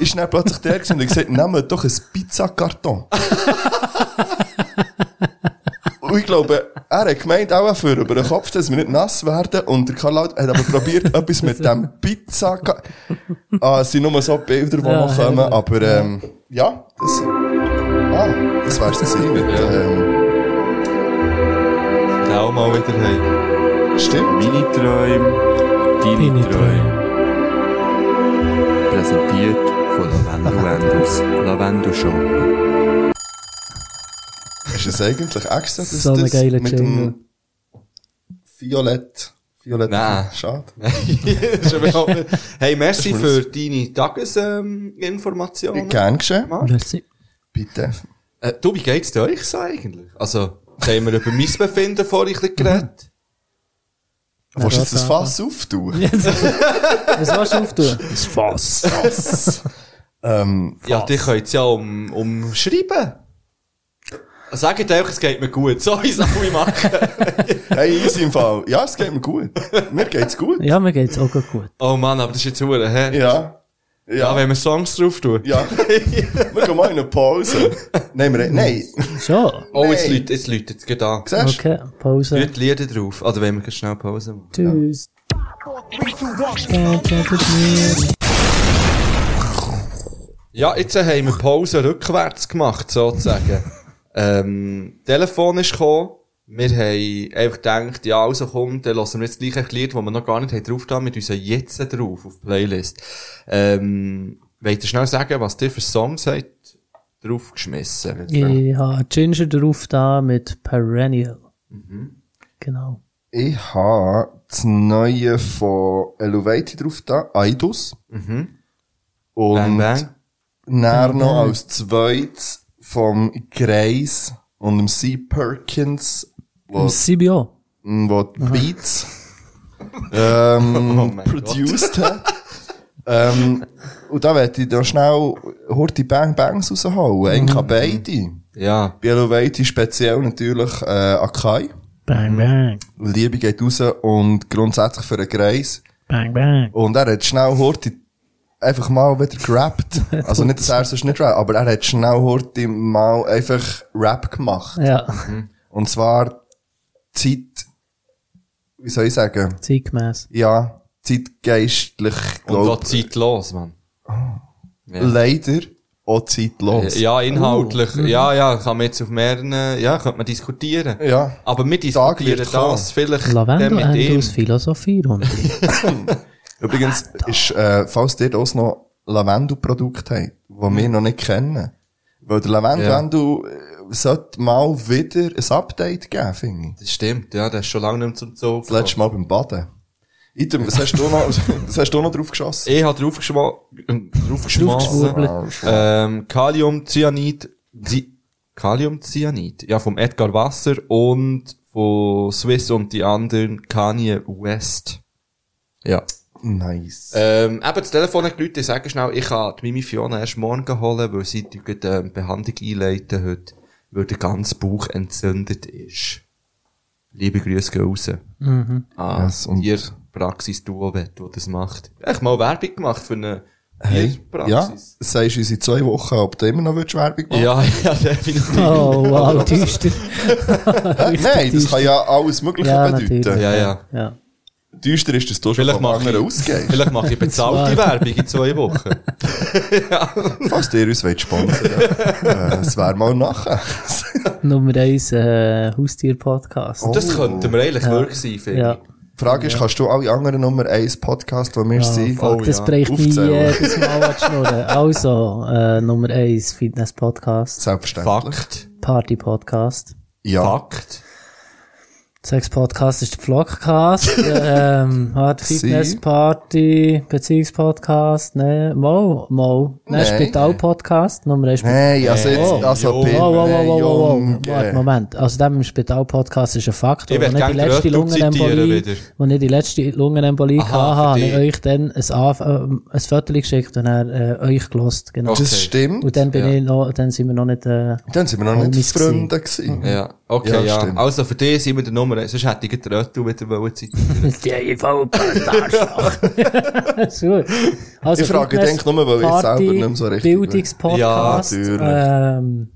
S3: ist dann plötzlich der gewesen und hat gesagt, nehmen wir doch einen Pizzakarton. und ich glaube, er hat gemeint, auch für über den Kopf, dass wir nicht nass werden. Und der Karl Laut hat aber probiert, etwas mit dem Pizza. Ah, es sind nur so Bilder, die
S4: Ja,
S3: noch kommen,
S4: herrlich.
S3: aber ähm, ja, das, ah, das wär's gewesen mit, ähm,
S2: Auch mal wieder heim.
S3: stimmt.
S5: Meine Träume, deine
S4: Deine
S5: Träume. Präsentiert von Lavendel Wendels. Lavendel Shop.
S3: Ist es eigentlich extra, dass
S4: So eine
S3: das
S4: geile
S3: mit
S4: Jingle.
S3: dem Violett, Violett,
S2: Nein.
S3: schade.
S2: Ist aber auch- hey, merci
S3: Das
S2: für
S3: ist
S2: deine Tagesinformationen.
S3: Gern geschehen.
S4: Merci.
S3: Bitte.
S2: Äh, du, wie geht's dir euch so eigentlich? Also, da haben wir über mein Befinden vorhin ein bisschen geredet.
S3: Willst du jetzt
S4: das
S3: das Fass auftun?
S4: Was willst du auftun? Das Fass.
S3: Ähm,
S2: Ja, die könnt's ja um, umschreiben. Sagt euch, es geht mir gut. So ist es alle machen.
S3: hey, easy im Fall. Ja, es geht mir gut. Mir geht's gut.
S4: Ja, mir geht's auch gut.
S2: Oh Mann, aber das ist jetzt hure, hä?
S3: Ja.
S2: Ja, wenn wir Songs drauf tun.
S3: Ja. wir gehen mal in eine Pause. Nein, wir, nein.
S4: Schon?
S2: Oh, jetzt
S3: Nein.
S2: läutet, jetzt läutet es gerade an.
S3: Siehst du?
S4: Okay, Pause.
S2: Leute die Lieder drauf. Oder wenn wir gerade schnell Pause machen.
S4: Tschüss.
S2: Ja, jetzt äh, haben wir Pause rückwärts gemacht, sozusagen. ähm, Telefon ist gekommen. Wir haben einfach gedacht, ja, also komm, dann lassen wir jetzt gleich ein Lied, das wir noch gar nicht haben drauf haben, mit uns jetzt drauf auf die Playlist. Ähm, wollt ihr schnell sagen, was ihr für Songs habt draufgeschmissen?
S4: Ich habe Ginger drauf da mit Perennial. Genau.
S3: Ich habe das neue von Eluvati drauf da, Eidos. Mhm. Und
S2: Bang Bang.
S3: dann noch als zweites vom Grace und dem C. Perkins, wo,
S4: CBO.
S3: wo die Beats ähm,
S2: Mhm. Oh mein
S3: produced hat. ähm, und da werde ich da schnell Horti Bang Bangs raushauen.
S2: Mhm.
S3: Eigentlich an beide.
S2: Ja.
S3: Bei Eluvati speziell natürlich äh, Akai.
S4: Bang, bang.
S3: Liebe geht raus und grundsätzlich für einen Kreis.
S4: Bang, bang.
S3: Und er hat schnell Horti einfach mal wieder gerappt. Also nicht, dass er sonst nicht rappt, aber er hat schnell Horti mal einfach Rap gemacht.
S4: Ja,
S3: Und zwar Zeit, wie soll ich sagen?
S4: zeitgemäss.
S3: Ja, zeitgeistlich,
S2: Und auch
S3: glaub
S2: zeitlos, Mann.
S3: Leider auch zeitlos.
S2: Ja, inhaltlich.
S3: Oh.
S2: Ja, ja, kann man jetzt auf mehreren, ja, könnte man diskutieren.
S3: Ja.
S2: Aber wir
S3: Tag wird
S2: diskutieren
S3: kommen.
S2: das vielleicht dann
S4: Lavendel
S2: mit ihm.
S4: Endus Philosophie runter.
S3: Übrigens ist, äh, falls ihr auch noch Lavendelprodukte habt, die wir noch nicht kennen. Weil der Lavendel,
S2: Hm. Ja.
S3: wenn du, äh, sollte mal wieder ein Update geben, finde ich.
S2: Das stimmt, ja, der ist schon lange nicht mehr zum Zug.
S3: Das letzte Mal beim Baden. Item, was hast du noch, was hast du noch drauf geschossen? Ah,
S2: Ich habe draufgeschmissen, draufgeschmissen, ähm, Kaliumcyanid, Zi- Kaliumcyanid, ja, vom Edgar Wasser und von Swiss und die anderen Kanye West. Ja.
S3: Nice.
S2: Ähm, eben, das Telefon hat geläutet, ich sage schnell, ich kann die Mimi Fiona erst morgen holen, weil sie die ähm, Behandlung einleiten heute, weil der ganze Bauch entzündet ist. Liebe Grüße gehen raus.
S4: Mhm.
S2: Ah,
S3: Yes, und-
S2: und ihr Praxis-Duo, die das macht. Echt mal Werbung gemacht für eine
S3: ja,
S2: Tierpraxis.
S3: sagst du uns in zwei Wochen, ob du immer noch willst Werbung machen
S2: Ja, ja, definitiv.
S4: Oh, wow,
S3: willst?
S4: düster.
S3: Äh, Nein, das kann ja alles Mögliche
S4: Ja,
S3: bedeuten.
S4: natürlich.
S2: Ja, ja.
S4: Ja.
S3: Düster ist das doch schon
S2: Vielleicht
S3: vom
S2: mache,
S3: anderen
S2: ich,
S3: ausgehen.
S2: vielleicht mache ich bezahlte Werbung in zwei Wochen.
S3: Falls ihr uns wollt sponsern äh, es wäre mal nachher.
S4: Nummer 1 äh, Haustier-Podcast.
S2: Das könnten wir eigentlich wirklich sein, finde
S4: ja. Ah,
S2: ich.
S3: Die Frage ist, kannst du alle anderen Nummer 1 Podcasts, die wir sind,
S4: Fuck, das
S2: ja.
S4: bricht mich
S3: Oh Aufzählen.
S4: jedes Mal an die Schnurren. Also, äh, Nummer 1 Fitness-Podcast,
S3: selbstverständlich.
S2: Fakt.
S4: Party-Podcast.
S3: Ja.
S2: Fakt.
S4: Sex-Podcast ist der Vlogcast, ähm, Hard
S3: Sie?
S4: Fitness-Party, Beziehungspodcast, ne, mal, mal, ne,
S3: Nein.
S4: Spital-Podcast, Nummer 1 Spital.
S3: Nein, also jetzt, also,
S2: Wow,
S3: Pim,
S4: Wow, wow,
S3: hey,
S4: wow, wow, wow,
S3: Junge.
S4: Warte, Moment. Also, dem im Spital-Podcast ist ein Fakt,
S2: Ich
S4: wo
S2: werd
S4: nicht die
S2: gerne
S4: letzte
S2: den Röttl zitieren
S4: Lungenembolie,
S2: wieder.
S4: wo nicht die letzte Lungenembolie
S2: Aha,
S4: hatte, habe
S2: für
S4: ich
S2: dich.
S4: euch dann ein, Af- äh, ein Foto geschickt und er, äh, euch gelost, genau.
S2: Okay.
S3: Das stimmt.
S4: Und dann bin ich noch, dann sind wir noch nicht, äh,
S3: Dann sind wir noch nicht
S4: Homies
S3: Freunde gewesen.
S2: Ja, okay,
S3: Ja,
S2: ja.
S3: stimmt.
S2: Also für dich sind wir der Nummer eins. sonst hätte ich den Röttl wieder wollen zitieren.
S4: Super. Also,
S3: Ich frage, ich
S4: Fitness,
S3: denke nur, weil ich
S4: Party,
S3: selber nicht mehr so richtig
S4: Bildungspodcast,
S3: bin. Ja,
S4: ähm,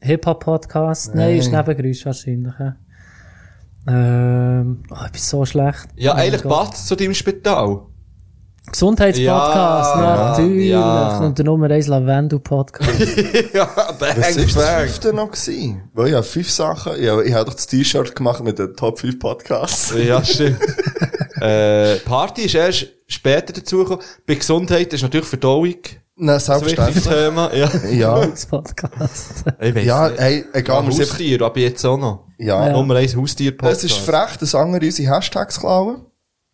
S4: Hip-Hop-Podcast, nein, ist Nebengeräusch wahrscheinlich. hä? Ähm, oh, ich bin so schlecht.
S2: Ja,
S4: Oh
S2: eigentlich
S4: mein Gott.
S2: passt zu deinem Spital.
S4: Gesundheitspodcast,
S2: Ja,
S4: natürlich.
S2: ja.
S4: Und der Nummer 1 Lavendel-Podcast.
S2: ja, bang,
S3: Was ist das
S2: bang.
S3: fünfte noch gewesen? Weil ich habe fünf Sachen, ich habe, ich habe doch das T-Shirt gemacht mit den Top 5 Podcasts.
S2: Ja, stimmt. äh, Party ist erst später dazugekommen. Bei Gesundheit ist natürlich Verdauung
S3: Nein,
S2: ein wichtiges
S3: selbstverständlich.
S2: Thema. Ja,
S3: Ja,
S4: Podcast.
S2: ich weiss
S3: ja, äh,
S2: nicht.
S3: hey, egal, wir sind,
S2: Haustier, aber jetzt auch noch.
S3: ja.
S4: Ja.
S2: Nummer eins haustier
S3: Es ist frech, dass andere unsere Hashtags klauen.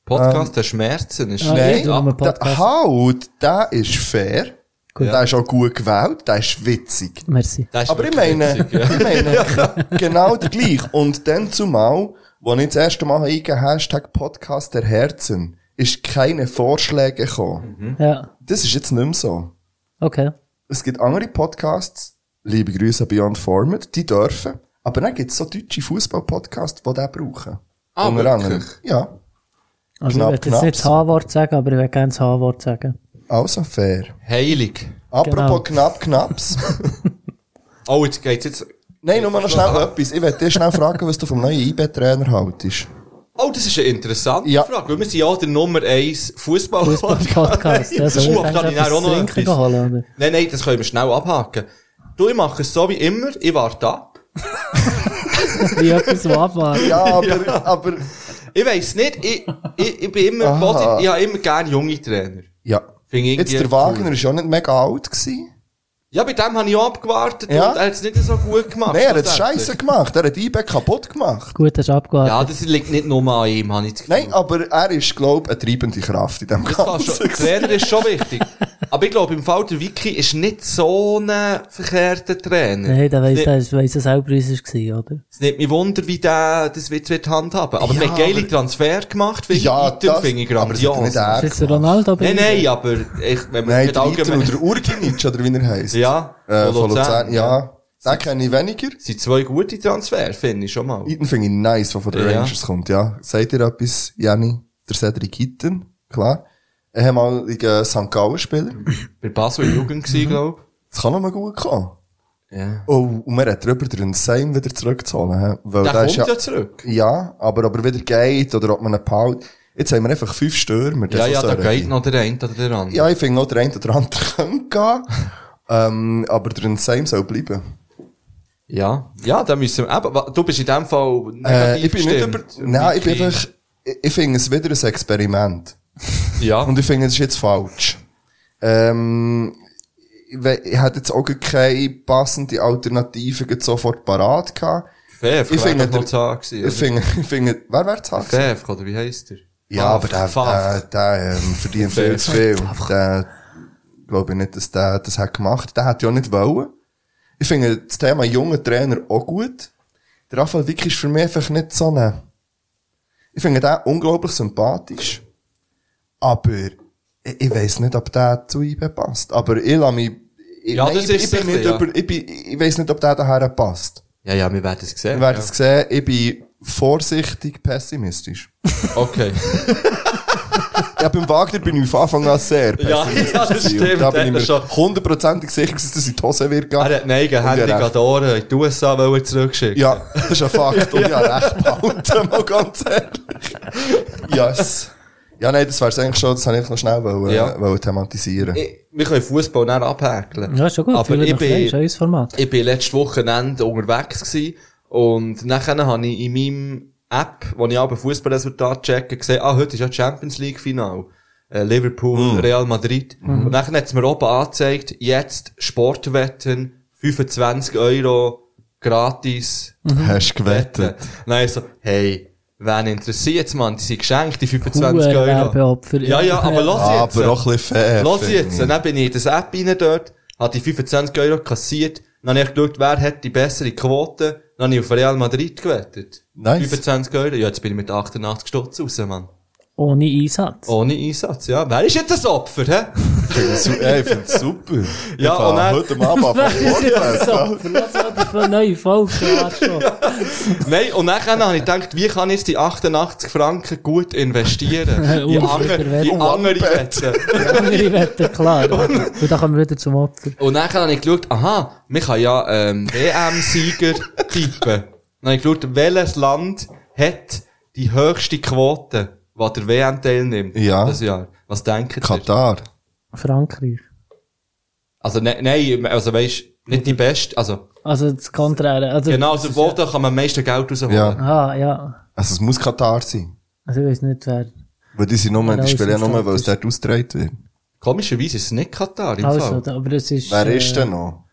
S2: Podcast der Schmerzen ist Ah,
S4: Ja,
S3: Nein,
S4: ich tue einen
S3: der
S4: Podcast.
S3: Haut, der ist fair.
S4: Gut.
S3: Der ist auch gut gewählt, der ist witzig.
S4: Merci.
S2: Das ist
S3: Aber ich
S2: wirklich
S3: meine,
S2: witzig, ja.
S3: ich meine, genau der gleiche. Und dann zumal, wo ich das erste Mal eingegeben habe, Hashtag Podcast der Herzen, ist keine Vorschläge gekommen.
S2: Mhm.
S4: Ja,
S3: Das ist jetzt nicht mehr so.
S4: okay.
S3: es gibt andere Podcasts, liebe Grüße an Beyond Format, die dürfen. Aber dann gibt es so deutsche Fußball-Podcasts, die den brauchen.
S2: Ah, wirklich?
S3: Ja.
S4: Also,
S3: Knapp,
S4: ich werde jetzt
S3: knapp.
S4: nicht das H-Wort sagen, aber ich werde gerne das H-Wort sagen.
S3: Also
S2: Genau.
S3: fair.
S2: Heilig.
S3: Apropos knapp, knapps.
S2: Oh, jetzt geht's jetzt.
S3: Nein, nur noch schnell etwas. Ich werde dich schnell fragen, was du vom neuen IB-Trainer haltest.
S2: Oh, das ist eine interessante
S3: Ja.
S2: Frage. Weil wir sind ja der Nummer 1 Fußball-Podcast.
S4: Podcast. Also, ich
S2: Uh,
S4: kann
S2: kann ich
S4: etwas
S2: dann auch noch
S4: trinken
S2: etwas?
S4: holen. Oder?
S2: Nein, nein, das können wir schnell abhaken. Du, ich mache es so wie immer, ich warte ab.
S4: Wie etwas, was abwarten.
S3: Ja, aber, aber,
S2: Ich weiss nicht, ich, ich, ich bin immer
S3: Aha.
S2: positiv, ich habe immer gerne junge Trainer.
S3: ja.
S2: Finde ich
S3: Ah. Jetzt,
S2: irgendwie
S3: der Wagner
S2: cool.
S3: ist ja nicht mega alt gewesen.
S2: Ja, bei dem habe ich auch abgewartet
S3: Ja.
S2: und er hat es nicht so gut gemacht.
S3: Nein, er hat
S2: schlussendlich.
S3: Scheiße gemacht. Er hat IB kaputt gemacht.
S4: Gut, hast du abgewartet.
S2: Ja, das liegt nicht nur an ihm, habe ich das Gefühl.
S3: Nein, aber er ist, glaube ich, eine treibende Kraft in dem
S2: Das kann schon,
S3: Ganzen.
S2: Trainer ist schon wichtig. Aber ich glaube, im Fall der Wiki ist nicht so ein verkehrter Trainer.
S4: Nein, da weiss,
S2: Es
S4: da
S2: nimmt-
S4: ist- weiss er selber, wie es war, oder?
S2: Es nimmt mich Wunder, wie der das wird, wird handhaben. Aber
S3: Ja,
S2: der hat geile
S3: aber-
S2: Transfer gemacht, finde
S3: Ja,
S2: ich, Item
S3: das,
S2: finde ich
S3: aber das hat
S2: grandios.
S3: nicht er
S4: Ist jetzt der Ronaldo bei
S2: Nein,
S4: ihm?
S2: nein, aber ich, wenn man
S3: Nein,
S2: mit
S3: der Item
S2: allgemein...
S3: oder Urgenic, oder wie er heisst.
S2: Ja,
S3: Äh, von Luzern, ja. Den kenne ich weniger.
S2: Das sind zwei gute Transfer, finde ich schon mal.
S3: Iten finde ich nice, was von den
S2: Ja.
S3: Rangers kommt, ja. Seid ihr etwas, Jenny? Der Cedric Iten, klar. Ein ehemaliger St. äh, Gallen-Spieler.
S2: Bei Basel in Jugend
S3: Mhm.
S2: gewesen, glaube
S3: Das kann nochmal gut kommen.
S2: ich. Ja.
S3: Oh, und wir reden darüber, den Seim wieder zurückzuholen. hä? Weil
S2: Der
S3: der ist
S2: kommt
S3: ja,
S2: ja zurück.
S3: ja, aber ob er wieder geht oder ob man ihn behält. Jetzt haben wir einfach fünf Stürmer. das
S2: Ja,
S3: ist
S2: ja,
S3: so
S2: da
S3: eine
S2: geht noch der eine oder der andere.
S3: Ja, ich finde noch, der eine oder andere könnte gehen. ähm, aber der Seim soll bleiben.
S2: Ja, ja, da müssen wir, eben, wa- du bist in dem Fall
S3: Äh,
S2: negativ
S3: ich bin nicht über,
S2: gestimmt.
S3: nein, ich bin einfach, ich, ich finde es wieder ein Experiment.
S2: Ja.
S3: Und ich finde, es ist jetzt falsch. Ähm, ich, we- ich hätte jetzt auch gar keine passende Alternative gerade sofort parat gehabt.
S2: Fef,
S3: Ich
S2: ich
S3: finde,
S2: finde noch
S3: der-
S2: zart gewesen,
S3: Ich
S2: oder?
S3: finde, ich finde, wer wär's halt?
S2: Fef, oder wie heisst er? Ah,
S3: Ja, aber der,
S2: Faf.
S3: der, der ähm, verdient viel zu viel. Der, glaube ich nicht, dass der das hat gemacht. Der hat ja auch nicht wollen. Ich finde das Thema junge Trainer auch gut. Der Raphael Wick ist für mich einfach nicht so ein, ich finde den unglaublich sympathisch. Aber, ich, ich weiss nicht, ob der zu ihm passt. Aber ich lasse mich, ich,
S2: Ja,
S3: nein,
S2: das
S3: ich,
S2: ist
S3: ich bin
S2: sicher,
S3: nicht
S2: ja.
S3: über, ich bin, ich weiss nicht, ob der daher passt.
S2: Ja, ja, wir werden es sehen.
S3: Wir werden es sehen. Ich bin vorsichtig pessimistisch.
S2: Okay.
S3: Ja, beim Wagner bin ich von Anfang an sehr
S2: Ja,
S3: pessimistisch
S2: ja, das
S3: gewesen.
S2: stimmt,
S3: Und Da bin
S2: hat
S3: ich
S2: er
S3: mir
S2: schon.
S3: hundertprozentig sicher, gewesen, dass ich die Hose wird
S2: Er
S3: gehen.
S2: Ah, hat nein,
S3: Und
S2: Handy
S3: ja, recht.
S2: gerade Ohren in die USA wollen zurückgeschickt.
S3: Ja, das ist ein Fakt. Und ja, recht behalten, mal ganz ehrlich. Yes. Ja, nein, das wär's eigentlich schon, das habe ich noch schnell wollen,
S2: Ja. Äh,
S3: wollen thematisieren.
S2: Ich, wir können Fußball nicht abhäkeln.
S4: Ja, ist schon gut.
S2: Aber
S4: weil
S2: ich
S4: noch frei ist,
S2: bin,
S4: ein neues Format.
S2: ich bin letztes Wochenende unterwegs gewesen und nachher habe ich in meinem App, wo ich auch Fußballresultat checke, gesehen, ah, heute ist ja Champions League Final. Äh, Liverpool,
S3: Mhm.
S2: Real Madrid.
S4: Mhm.
S2: Und nachher hat es mir oben angezeigt, jetzt Sportwetten, 25 Euro gratis.
S3: Hast gewettet.
S2: mhm. Wetten. Nein, so, hey, wen interessiert's, man? Die sind geschenkt, die 25
S4: Huere
S2: Euro.
S4: Werbeopfer.
S2: Ja, ja, aber los jetzt.
S3: Ah, Aber auch ein bisschen fair.
S2: Los
S3: finde
S2: jetzt.
S3: ich.
S2: Dann bin ich in das App rein dort, hab die 25 Euro kassiert, dann hab ich geschaut, wer hat die bessere Quote, dann hab ich auf Real Madrid gewettet.
S3: Nice.
S2: 25 Euro. Ja, jetzt bin ich mit 88 Stutz raus, Mann.
S4: Ohne Einsatz.
S2: Ohne Einsatz, ja. Wer ist jetzt das Opfer, hä?
S3: Ich finde es su- ey, ich finde es super.
S2: Ja,
S3: ich
S2: und
S3: fahre
S2: dann-
S3: heute am Abend
S4: Das ist
S2: Oh,
S3: von
S4: jetzt so. Lass mal die neue Folge. warte schon.
S2: Nein, und nachher habe ich gedacht, wie kann ich jetzt die 88 Franken gut investieren? die
S4: Auf
S2: andere,
S4: Wetten.
S2: die
S4: Auf
S2: andere Wetten.
S4: Andere Wetten, klar.
S2: Oh,
S4: Und dann kommen wir wieder zum Opfer.
S2: Und dann habe ich geschaut, aha, man kann ja ähm, WM-Sieger tippen. Dann habe ich geschaut, welches Land hat die höchste Quote, die der WM teilnimmt
S3: Ja.
S2: das Jahr. Was denkt ihr?
S3: Katar.
S4: Frankreich.
S2: Also ne, nein, also weisst, nicht die beste, also
S4: Also das Konträre. Also,
S2: genau, also wo da kann man am meisten Geld rausholen.
S3: Ja.
S4: Ah, ja.
S3: Also, es muss Katar sein.
S4: Also ich weiß nicht, wer...
S3: Weil die sind nur,
S4: Genau,
S3: die spielen ja nur,
S4: ist
S3: weil es dort ausgetragen wird.
S2: Komischerweise ist es nicht Katar im
S4: Also,
S2: Fall.
S4: da- aber es ist...
S3: Wer
S4: äh,
S3: ist denn noch?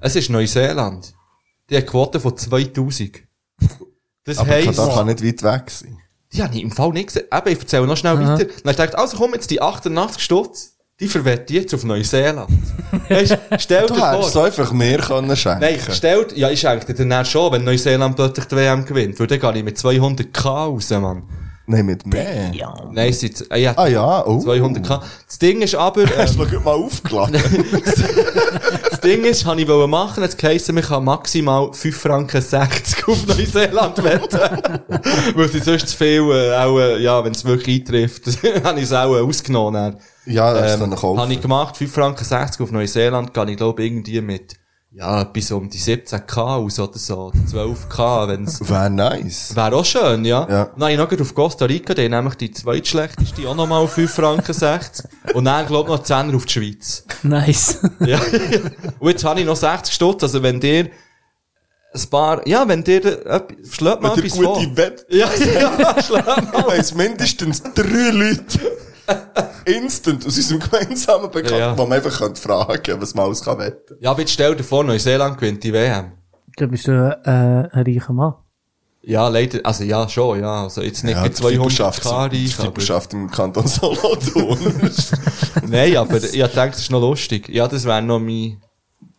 S2: Es ist Neuseeland. Die hat eine Quote von 2000. Das
S3: Aber
S2: heisst...
S3: Katar kann nicht weit weg sein.
S2: Die habe ich im Fall nicht gesehen. Eben, ich erzähle noch schnell weiter. Dann habe ich gedacht, also komm, jetzt die 88 Stutz, die verwette ich jetzt auf Neuseeland. Weisst, stell dir
S3: Du hättest so
S2: vor.
S3: einfach mehr können schenken.
S2: Nein, stell dir, ja, ich schenke dir dann schon, wenn Neuseeland plötzlich die WM gewinnt. Weil dann gehe ich mit 200k raus, Mann.
S3: Nein, mit mehr.
S2: Nein, es sind, ich
S3: Ah
S2: hätte
S3: ja, oh.
S2: 200k. Das Ding ist aber, ähm,
S3: Hast du noch gut mal aufgeladen?
S2: das Ding ist, habe ich wollen machen, jetzt geheissen, man kann maximal 5 Franken 60 auf Neuseeland wetten. Weil sie sonst zu viel, äh, auch, äh, ja, wenn es wirklich eintrifft, habe ich es auch äh, ausgenommen. dann.
S3: Ja, das ist dann noch
S2: Habe Ähm, ich
S3: kaufen.
S2: gemacht, 5 Franken 60 auf Neuseeland, kann ich glaube irgendwie mit, ja, bis um die 17k aus oder so, 12k, wenn's,
S3: Wäre nice.
S2: Wäre auch schön, ja.
S3: Ja.
S2: Nein, ich noch gerade auf Costa Rica, die haben nämlich die zweitschlechteste auch nochmal 5 Franken 60. Und dann, glaub ich, noch 10 auf die Schweiz.
S4: Nice.
S2: Ja. Und jetzt habe ich noch 60 Stutz, also wenn dir ein paar, ja, wenn dir, etwas- schlägt mal
S3: Mit der
S2: etwas vor.
S3: guten Wett.
S2: Ja, ja, schlägt
S3: Ich weiss mindestens drei Leute instant aus unserem gemeinsamen Bekannten,
S2: Ja, ja.
S3: wo man einfach könnte fragen könnte, was man alles kann wetten
S2: Ja, aber jetzt stell dir vor, Neuseeland gewinnt die WM.
S4: Da bist du äh, ein reicher Mann.
S2: Ja, leider, also ja, schon, ja. Also jetzt nicht
S3: Ja,
S2: mit 200 Kari.
S3: Stippelschaft im Kanton Solothurn.
S2: Nein, aber ich hab gedacht, das ist noch lustig. Ja, das wär noch mein...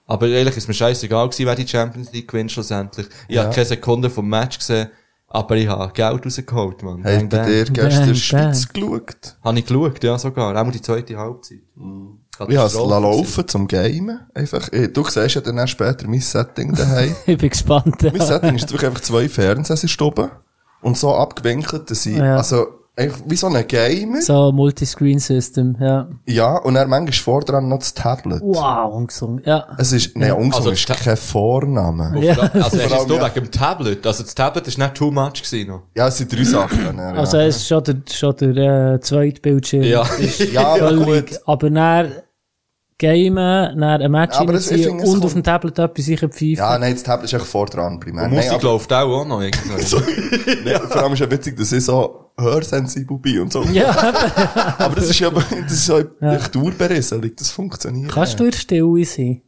S2: Aber ehrlich, ist mir scheißegal gewesen, wer die Champions League gewinnt schlussendlich. Ich hab keine Sekunde vom Match gesehen, aber ich hab Geld rausgeholt, Mann.
S3: Habt ihr dir
S4: Bang,
S3: gestern
S4: bang.
S3: Spitz geschaut?
S2: Habe ich geschaut, ja, sogar. Auch mal die zweite Halbzeit.
S3: Mhm. Ich habe es
S2: Katastrophe
S3: laufen zum Gamen. Einfach. Eh, Du siehst ja dann erst später mein Setting daheim.
S4: Ich bin gespannt.
S3: mein
S4: Ja.
S3: Setting ist wirklich einfach zwei Fernseher sind oben und so abgewinkelt, dass ich,
S4: Ja.
S3: also, eigentlich wie so ein Gamer.
S4: So, Multiscreen-System, ja.
S3: Ja, und dann manchmal vordran noch das Tablet.
S4: Wow, ungesungen, ja.
S3: Es ist, nein,
S2: Also
S3: ungesund
S2: das
S3: ist
S2: Ta-
S3: kein Vorname.
S4: Ja.
S2: Also, hast du es
S3: allem,
S2: nur
S3: ja.
S2: wegen dem Tablet. Also, das Tablet ist nicht too much gewesen noch.
S3: Ja, es sind drei Sachen. Dann,
S4: Also,
S3: ja.
S4: es ist schon der, schon der äh, zweite Bildschirm.
S2: Ja.
S3: ja, aber
S4: Völlig.
S3: gut.
S4: Aber dann gamen, dann ein Match
S3: Ja, aber das- ich
S4: reinziehen
S3: finde, es
S4: und auf
S3: kommt-
S4: dem Tablet etwas sicher pfeifen.
S3: Ja, nein, das Tablet ist echt vordran primär.
S2: Und
S3: Nein,
S2: Musik
S3: aber-
S2: läuft auch, auch noch irgendwie.
S3: Nein, Vor allem ist ja witzig, dass ich so hörsensibel bin und so.
S4: Ja,
S3: Aber das ist ja, das ist ja, echt Dauerberisselung, das funktioniert.
S4: kannst du in der Stille sein?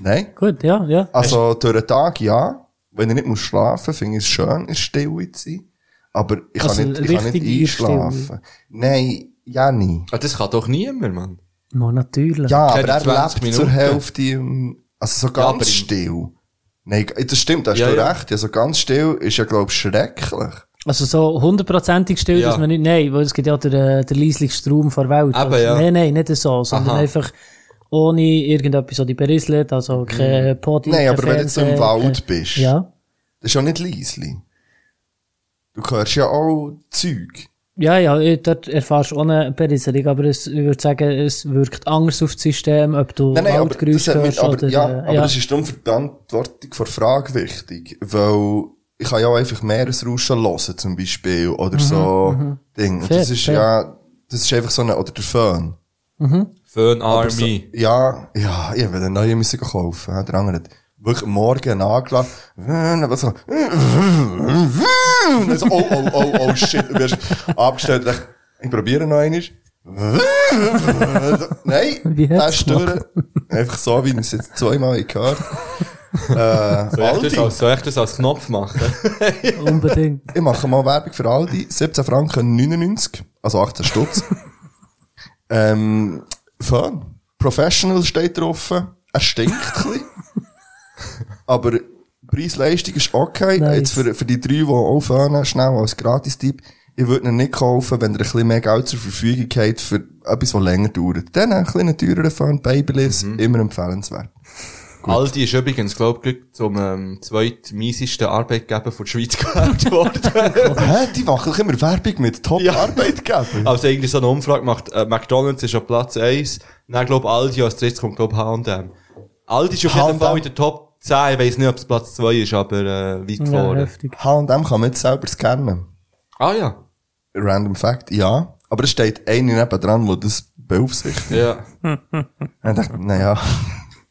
S3: Nein.
S4: Gut, ja, ja.
S3: Also, durch den Tag ja. Wenn ich nicht muss schlafen, finde ich es schön, in Stille zu sein. Aber ich
S4: Also,
S3: kann nicht, ich kann
S4: richtig in
S3: nicht einschlafen.
S4: Stille.
S3: Nein, ja nie.
S2: Ah, Das kann doch niemand, Mann.
S4: No, natürlich.
S3: Ja,
S2: Keine
S3: aber er
S2: 20
S3: lebt zur
S2: Minuten.
S3: Hälfte im, also so
S2: aber im-
S3: ganz still. Nein, das stimmt, da hast
S2: Ja,
S3: du
S2: ja.
S3: recht. Ja, so ganz still ist ja, glaube ich, schrecklich.
S4: Also so hundertprozentig still,
S2: Ja.
S4: dass man nicht, nein, weil es gibt ja den, äh, den leislichsten Raum der Welt.
S2: Eben,
S4: Also,
S2: ja.
S4: Nein, nein, nicht so, sondern
S2: Aha.
S4: einfach ohne irgendetwas, so die berisselt,
S2: Mhm.
S4: also kein äh, Podium,
S3: Nein,
S4: kein
S3: aber wenn du jetzt so im
S4: Fernsehen, kein-
S2: äh,
S3: Wald bist,
S4: Ja.
S3: das ist ja nicht leisli. Du hörst ja auch Zeug.
S4: Ja, ja, eh, dort erfährst du ohne Berisselung, aber es, ich würde sagen, es wirkt anders auf das System, ob du
S3: Nein, nein, aber,
S4: Waldgeräusche
S3: das hat
S4: hörst
S3: mit, aber,
S4: oder...
S3: eh, ja,
S4: äh,
S3: aber es ist darum für die Beantwortung der Frage wichtig, weil ich kann ja auch einfach Meeresrauschen hören, zum Beispiel, oder so Ding. Und
S4: Mhm, Fair,
S3: das ist
S4: fair.
S3: ja, das ist einfach so eine, oder der Föhn.
S2: Fön Army.
S3: So, ja, ja, ich habe den neuen müssen kaufen. hä? Der andere hat wirklich am morgen Hm, angelassen. Aber so, hm, und dann so, oh, oh, oh, oh, shit. Und wirst abgestellt. Ich, dachte, ich probiere noch einmal. Nein,
S4: Wie hat's
S3: das stören. Einfach so, wie wir es jetzt zweimal gehört haben. Äh,
S2: Soll ich, das
S3: Aldi.
S2: als, soll ich das als Knopf machen?
S4: Unbedingt.
S3: Ich mache mal Werbung für Aldi. 17 Franken 99, also 18 Stutz. ähm, Fun. Professional steht drauf. Er stinkt ein bisschen. Aber Preis-Leistung ist okay.
S4: Nice.
S3: Jetzt für, für die drei, die auch fahren, schnell als Gratis-Tipp. Ich würde ihn nicht kaufen, wenn ihr ein bisschen mehr Geld zur Verfügung habt für etwas, was länger dauert. Dann ein bisschen teurer Fun, Babyliss, immer empfehlenswert.
S2: Aldi ist übrigens, glaub ich, zum ähm, zweitmiesesten Arbeitgeber von der Schweiz gewählt worden.
S3: Hä? Die machen doch immer Werbung mit Top-Arbeitgebern.
S2: also irgendwie so eine Umfrage macht, äh, McDonalds ist auf Platz 1, dann glaub Aldi als drittes kommt glaub H&M. Aldi ist auf jeden
S3: H&M.
S2: Fall in der Top 10, ich weiss nicht, ob es Platz 2 ist, aber äh, weit
S4: ja,
S2: vorne.
S4: heftig.
S3: H&M kann man jetzt selber scannen.
S2: Ah ja,
S3: Random Fact, ja. Aber es steht einer nebendran, der das beaufsichtigt.
S2: ja.
S3: Und ich dachte, naja.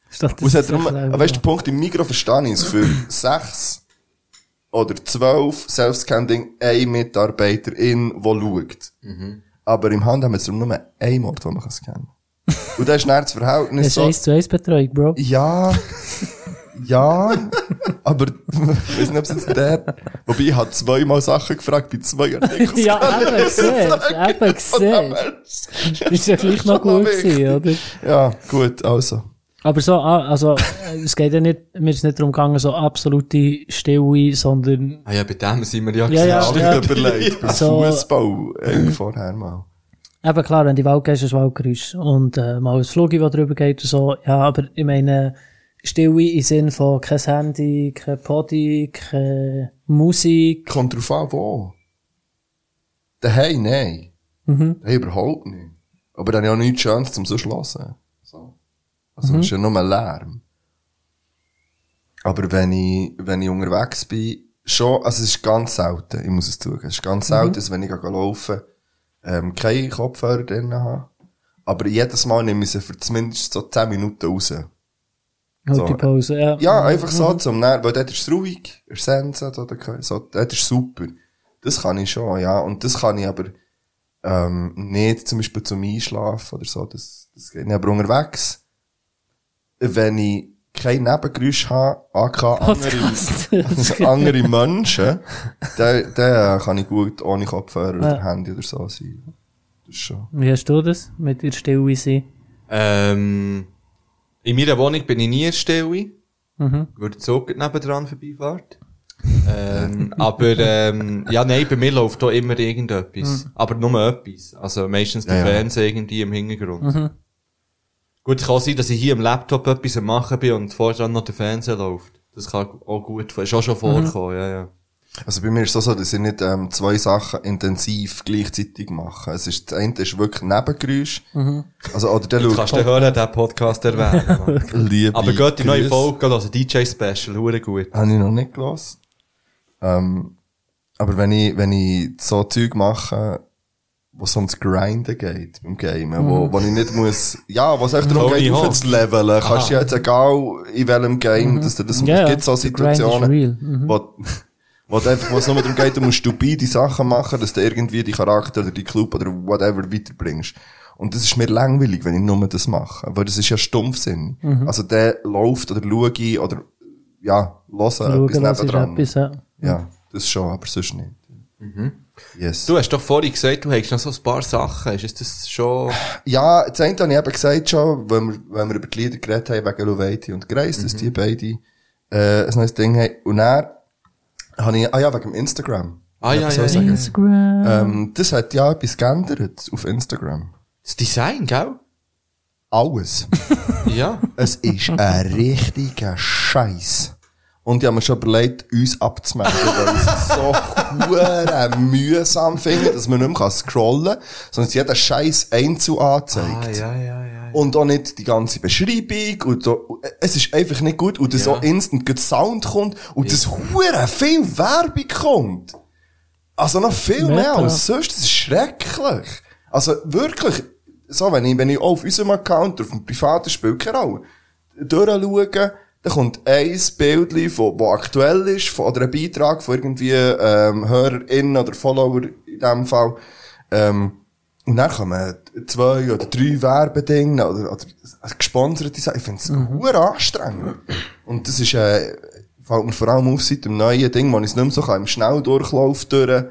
S4: Statt
S3: Und es hat darum, weißt du, den Punkt im Mikro verstehe ich es. Für sechs oder zwölf Self-Scanning ein Mitarbeiterin, der schaut. Aber im Hand haben wir jetzt darum nur einen Mord, den man kann scannen kann. Und das ist dann das
S4: Es
S3: Verhältnis
S4: ist
S3: so,
S4: 1 zu 1 Betreuung, Bro.
S3: ja, ja, aber ich weiß nicht, ob es jetzt der... Wobei, ich habe zweimal Sachen gefragt, bei zwei Artikeln.
S4: Ja, eben gesehen, eben gesehen. Ist ja gleich noch
S3: Schon noch
S4: gut gewesen, oder?
S3: Ja, gut, also.
S4: Aber so, ah, also, äh, es geht ja nicht, mir ist nicht darum gegangen, so absolute Stille, sondern,
S2: Ah ja, bei dem sind wir ja,
S4: Ja, ja,
S2: gesehen.
S3: Habe ich
S4: ja.
S3: mir überlegt, beim
S4: So-
S3: Fußball äh, vorher mal.
S4: Eben klar, wenn du in den Wald gehst, ist es Waldgeräusch. Und äh, mal ein Flugzeug, das drüber geht und so. Ja, aber ich meine, Stille im Sinn von kein Handy, kein Podi, keine Musik.
S3: Kommt drauf an, wo. Daheim, nein. Mhm. Daheim überhaupt nicht. Aber dann ja nichts Schönes zum sonst hören. So. Also, es ist ja nur Lärm. Aber wenn ich, wenn ich unterwegs bin, schon, also es ist ganz selten, ich muss es zugeben, es ist ganz selten, dass wenn ich gehe laufen, ähm, keine Kopfhörer drin habe. Aber jedes Mal nehme ich sie für zumindest so 10 Minuten raus.
S4: Halt
S3: So.
S4: die Pause, ja.
S3: Ja, einfach so zum Nerven, weil dort ist es ruhig, er sensen, da, da, so, dort ist super. Das kann ich schon, ja, und das kann ich aber, ähm, nicht zum Beispiel zum Einschlafen oder so, das, das geht nicht, aber unterwegs, wenn ich kein Nebengeräusch habe, aka
S4: Podcast.
S3: andere, andere Menschen, dann, dann kann ich gut ohne Kopfhörer oder Handy oder so sein. Das ist schon.
S4: Wie hast du das mit der Stille sein?
S2: Ähm, in meiner Wohnung bin ich nie still, weil der Zug gerade nebendran vorbeifährt. ähm, aber ähm, ja, nein, bei mir läuft da immer irgendetwas. Aber nur etwas. Also meistens der
S3: Ja, ja.
S2: Fernseher irgendwie im Hintergrund. Gut, kann auch sein, dass ich hier am Laptop etwas am machen bin und vorher noch der Fernseher läuft. Das kann auch gut, ist auch schon vorgekommen, ja, ja.
S3: Also bei mir ist es auch so, dass ich nicht ähm, zwei Sachen intensiv gleichzeitig mache. Es ist, das eine ist wirklich Nebengeräusch.
S4: Mhm.
S3: Also, oder der
S2: Kannst du hören, den Podcast erwähnen. Mann.
S3: Liebe
S2: Aber geht die neue
S3: Grüße.
S2: Folge, also DJ Special, hure gut.
S3: Habe ich noch nicht gelesen. Ähm, aber wenn ich, wenn ich so Zeug mache, was ums Grinden geht beim Gamen,
S4: Mhm.
S3: wo, wo ich nicht muss, ja, was echt darum
S2: Tony
S3: geht,
S2: Hawk.
S3: aufzuleveln, kannst du jetzt egal in welchem Game, dass du das,
S4: Mhm. Ja,
S3: es
S4: ja.
S3: gibt so
S4: The grind is real.
S3: Situationen,
S4: Mhm.
S3: wo, wo du einfach, wo es nur darum geht, du musst stupide Sachen machen, dass du irgendwie die Charakter oder die Club oder whatever weiterbringst. Und das ist mir langweilig, wenn ich nur das mache, weil das ist ja Stumpfsinn.
S4: Mhm.
S3: Also der läuft oder schaue ich oder, ja, höre
S4: Schauen, was
S3: etwas
S4: ist
S3: nebendran.
S4: etwas, ja.
S3: Ja, das schon, aber sonst nicht. Yes.
S2: Du hast doch vorhin gesagt, du hättest noch so ein paar Sachen. Ist es das schon...
S3: Ja, das eine habe ich eben gesagt schon, wenn wir, wenn wir über die Lieder geredet haben, wegen Loveiti und Grace, dass die beide äh, ein neues Ding haben. Und dann habe ich, ah ja, wegen dem Instagram.
S2: Ah, ja, ja,
S3: Etwas soll ich
S2: ja.
S3: sagen?
S4: Instagram.
S3: Ähm, das hat ja etwas geändert auf Instagram.
S2: Das Design, gell?
S3: Alles.
S2: Ja.
S3: es ist ein richtiger Scheiß. Und ich habe mir schon überlegt, uns abzumelden, weil ich es so hure mühsam finde, dass man nicht mehr scrollen kann, sondern es jeden Scheiß einzeln anzeigt.
S2: Ah, ja, ja.
S3: Und auch nicht die ganze Beschreibung und so. Es ist einfach nicht gut und dass
S2: Ja.
S3: auch instant gut Sound kommt und dass hure viel Werbung kommt. Also noch viel
S4: Mega.
S3: mehr als sonst. Das ist schrecklich. Also wirklich, so wenn ich, wenn ich auch auf unserem Account, auf dem privaten spielt keine Rolle, durchschaue, dann kommt ein Bild, von, wo aktuell ist, von, oder ein Beitrag von irgendwie, ähm, HörerInnen oder Follower in dem Fall, ähm, und dann kommen zwei oder drei Werbedinge oder, oder gesponserte Sachen. Ich finde es anstrengend. Und das ist, äh, fällt mir vor allem auf seit dem neuen Ding, wo ich es nicht mehr so kann, im Schnelldurchlauf durch,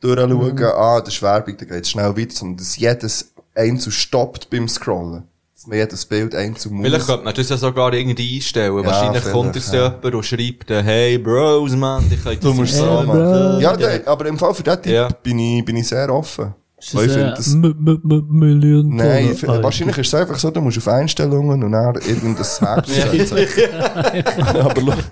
S3: durchschauen
S4: Mhm.
S3: Ah, das ist Werbung, da geht es schnell weiter, sondern dass jedes einzeln stoppt beim Scrollen. Dass man jedes Bild einzeln muss.
S2: Vielleicht könnte man das ja sogar irgendwie einstellen. Wahrscheinlich kommt
S3: vielleicht,
S2: jetzt
S3: ja.
S2: jemand und schreibt, äh, hey Bros, man, ich kann
S3: du musst
S4: Hey,
S3: so
S4: bro.
S3: machen. Ja, der- aber im Fall für diesen Tipp
S2: Ja.
S3: bin, ich, bin ich sehr offen.
S4: Ist
S3: Weil ich
S4: das,
S3: finde
S4: äh,
S3: das-
S4: M- M- M- Million
S3: Nein,
S4: Dollar? Oh,
S3: f-
S4: Alter.
S3: wahrscheinlich ist es einfach so, du musst auf Einstellungen und dann irgendein Herz setzen. Aber lo-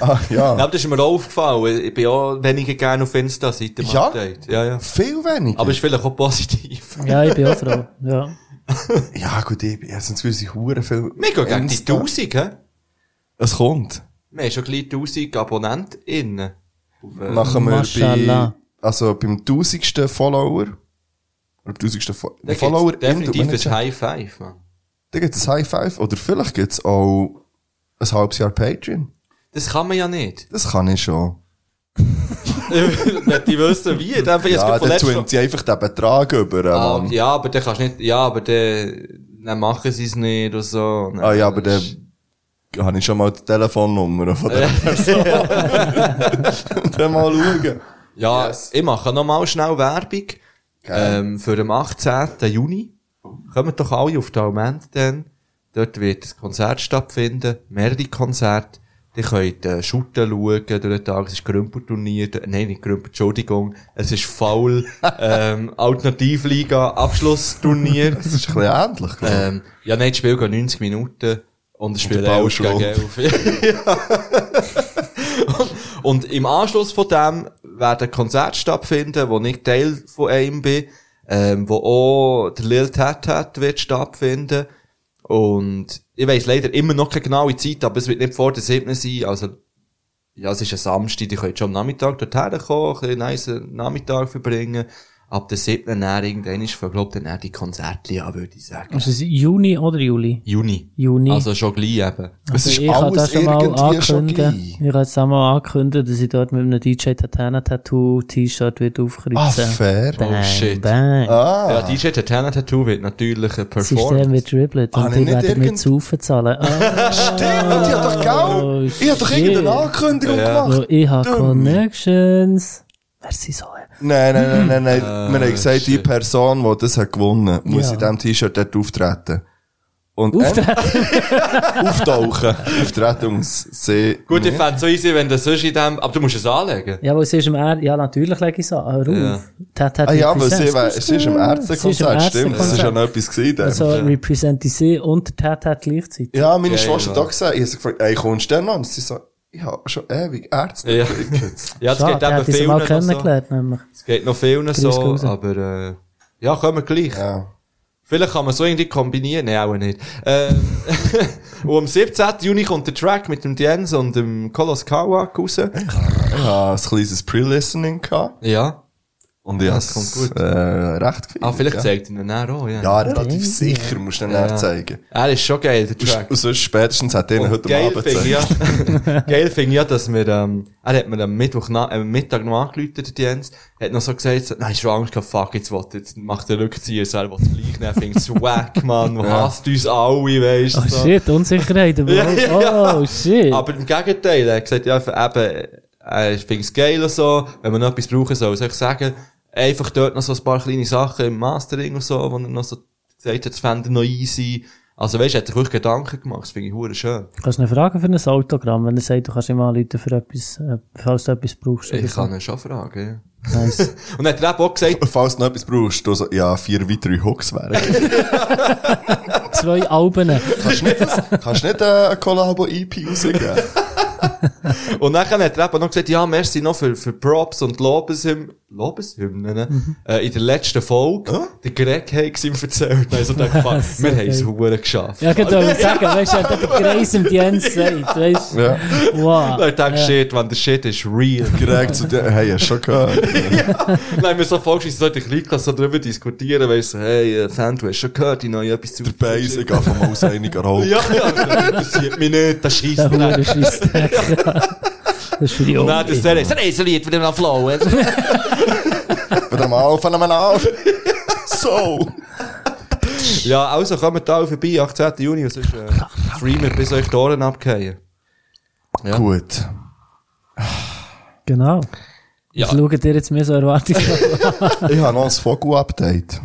S3: ah,
S2: Ja,
S3: ja.
S2: aber das ist mir auch aufgefallen. Ich bin auch weniger gerne auf Insta seit dem
S3: Ja?
S2: Update. Ja, ja.
S3: Viel weniger.
S2: Aber ist vielleicht auch positiv.
S4: Ja, ich bin auch froh. Ja.
S3: ja, gut, ich, ja, sonst würde ich hure viel.
S2: Mega gegen die
S3: Insta-
S2: 1000, hä?
S3: Es kommt.
S2: Wir haben schon gleich 1000 AbonnentInnen.
S3: Äh, Machen wir
S4: Mashallah.
S3: bei, also beim tausendsten Follower. Oder tausendsten Fo
S2: Da gibt's
S3: Follower.
S2: definitiv ein High Five, man.
S3: Da gibt es ein High Five. Oder vielleicht gibt es auch ein halbes Jahr Patreon.
S2: Das kann man ja nicht.
S3: Das kann ich schon.
S2: Wenn die wissen, wie. Dann bin ich
S3: Ja,
S2: jetzt
S3: dann
S2: gerade
S3: tun
S2: verletzt.
S3: sie einfach den Betrag über.
S2: Ah,
S3: Mann.
S2: ja, aber dann kannst du nicht, ja, aber dann, dann machen sie es nicht oder so.
S3: Ah ja, aber dann habe ich schon mal die Telefonnummer von der Person. dann mal schauen.
S2: Ja, ich mache nochmal schnell Werbung. Ähm, für den 18. Juni. Kommt doch alle auf den Moment dann. Dort wird das Konzert stattfinden. Mehrere Konzerte. Ihr könnt äh, Schutten schauen durch den Tag. Es ist Grümperturnier. d- Nein, nicht Grümper, Entschuldigung. Es ist faul. ähm, Alternativliga, Abschlussturnier.
S3: Das ist ein bisschen ähnlich, glaub ich.
S2: ähm, ja, nein, das Spiel geht 90 Minuten. Und das Spiel
S3: der Ball
S2: 11 gegen
S3: schlägt.
S2: 11. Ja. und im Anschluss von dem werden Konzerte stattfinden, wo ich Teil von einem bin, ähm, wo auch der Lil Tat Tat wird stattfinden. Und ich weiss leider immer noch keine genaue Zeit, aber es wird nicht vor der 7. sein, also ja, es ist ein Samstag, ihr könnt schon am Nachmittag dorthin kommen, ein bisschen nice Nachmittag verbringen. Ab der 7. dann irgendwann ist, glaub dann eher die Konzerte an, würde ich sagen.
S3: Also,
S4: Ist es Juni oder Juli?
S2: Juni.
S4: Juni.
S2: Also schon gleich eben.
S3: Es ist
S4: Also ich kann
S3: alles
S4: das schon mal
S3: irgendwie schon
S4: ankündigen.
S3: gleich.
S4: ich kann jetzt auch mal ankündigen, dass ich dort mit einem DJ Tatana Tattoo T-Shirt wird aufkritzen.
S3: Ah, fair.
S4: Bang,
S2: Oh, shit.
S4: bang.
S2: Ja,
S3: Ah,
S2: DJ Tatana Tattoo wird natürlich äh,
S4: Das System
S2: performt.
S4: wird dribbelt
S3: Ah,
S4: und
S3: nein,
S4: die
S3: nicht
S4: werden
S3: irgend-
S4: mit Saufen zahlen. Ah,
S3: stimmt, ich hab doch, gell? Ich hab doch
S4: shit.
S3: irgendeine Ankündigung
S2: Ja.
S3: gemacht.
S4: oh, ich habe
S3: Dumm.
S4: Connections. Merci so.
S3: Nein, nein, nein, nein, nein. Wir haben gesagt, die
S2: Ah, shit.
S3: Person, die das hat gewonnen, muss
S4: Ja.
S3: in diesem T-Shirt dort auftreten. Und
S4: Auftreten.
S3: Äh, auftauchen. Auftreten ums See.
S2: Gut, ich fände es so easy, wenn du sonst in dem, aber du musst es anlegen.
S4: Ja, weil sie ist im Erd... Ja, natürlich lege ich es an. Ruf.
S2: Ja.
S3: Ah ja, aber sie, wär- sie ist im Ärztekonzert, stimmt. Das ist ja noch etwas gewesen.
S4: Also
S3: Also,
S4: represente sie und der Tat gleichzeitig.
S3: ja, meine
S2: Geil,
S3: Schwester hat
S2: Mann.
S3: auch gesagt, ich habe gefragt, ey, kommst du denn noch? Und sie so, ich habe schon ewig Ärzte.
S2: Ja, ja es
S4: Schade,
S2: geht
S4: hätte
S2: eben
S4: ich sie
S2: vielen
S4: mal
S2: noch so.
S4: kennengelernt, nämlich.
S2: Es geht noch vielen
S4: Grüß
S2: so,
S4: raus.
S2: aber äh, ja, kommen wir gleich.
S3: Ja.
S2: Vielleicht kann man so irgendwie kombinieren, nein, auch nicht. Ähm, und am 17. Juni kommt der Track mit dem Jens und dem Kolos Kawak raus.
S3: Ich habe ein kleines Pre-Listening gehabt.
S2: Ja.
S3: Und ich habe
S2: das kommt
S3: es
S2: gut.
S3: äh, recht gefeiert.
S2: Ah, vielleicht
S3: ja.
S2: zeigt ihn dann auch, ja.
S3: Ja, relativ sicher, musst du dann
S2: Ja.
S3: ja. zeigen.
S2: Er ist schon geil, der Track.
S3: Und sonst spätestens hat er ihn
S2: Und
S3: heute
S2: geil
S3: Abend
S2: finde ich
S3: gezeigt.
S2: ja, geil finde ich ja, dass wir, ähm, er hat mir am Mittwoch, na, am Mittag noch angelütet, der Jens, hat noch so gesagt, so, nein, ich schon Angst gehabt, fuck, jetzt will, jetzt macht der Rückzieher, so, er will es gleich nehmen, finde ich wack, Mann, du hasst uns alle, weisst du.
S4: Oh
S2: so.
S4: shit, Unsicherheit. aber-
S2: Ja, ja.
S4: Oh shit.
S2: Aber im Gegenteil, er hat gesagt, ja, eben, äh, ich finde es geil und so, wenn wir noch etwas brauchen soll, soll ich sagen, einfach dort noch so ein paar kleine Sachen im Mastering und so, wo er noch so gesagt hat, das fände er noch easy. Also weisst, er hat sich wirklich Gedanken gemacht, das finde ich hure schön.
S4: Kannst du ihn fragen für ein Autogramm, wenn er sagt, du kannst ihm anrufen für etwas, äh, falls du etwas brauchst? oder
S2: Ich
S4: so.
S2: kann ihn schon fragen, ja.
S4: Nice.
S2: Und dann hat er eben auch gesagt,
S3: Falls du noch etwas brauchst, du so, ja, vier weitere Hooks wären.
S4: Zwei Alben.
S3: kannst du nicht, das- kannst du nicht äh, eine Collabo-EP rausgeben?
S2: und nachher hat er eben noch gesagt, ja, merci noch für, für Props und Lobeshymnen, Lobeshymnen,
S4: Mhm.
S2: äh, in der letzten Folge. Der Greg hat es ihm erzählt. Also, ich dachte, fuck, wir
S4: geil.
S2: haben es hure geschafft.
S4: Ja, genau, ich sagen, weißt du, der Kreis im Jens sagt, weißt du?
S3: Ja.
S4: Wow.
S2: Und ich dachte, shit, wenn der shit ist real.
S3: Direkt zu dir, hey, hast du schon gehört?
S2: Nein, wir so vorgeschrieben, sollte ich Leute so drüber diskutieren, weißt du, so, hey, äh, Fan, du hast schon gehört, ich neue etwas zu
S3: Der Beis, ich gehe vom Haus einiger hoch.
S2: Ja, ja, das interessiert mich nicht, das scheisst
S4: Der
S2: mir nicht.
S4: Huren schießt. Das ist für die
S2: Nein, das ist
S4: Ohren.
S2: das ist ein Lied, wir nehmen am Flow.
S3: Wieder mal, phänomenal. So.
S2: Ja, also kommt da vorbei, 18. Juni, und sonst äh, streamen, bis euch die Ohren abgehen. Ja.
S3: Gut.
S4: Genau. Dus Ich
S2: Ja.
S4: schaue dir jetzt mehr so erwartungsvoll
S3: Ich habe noch ein Vogel-Update.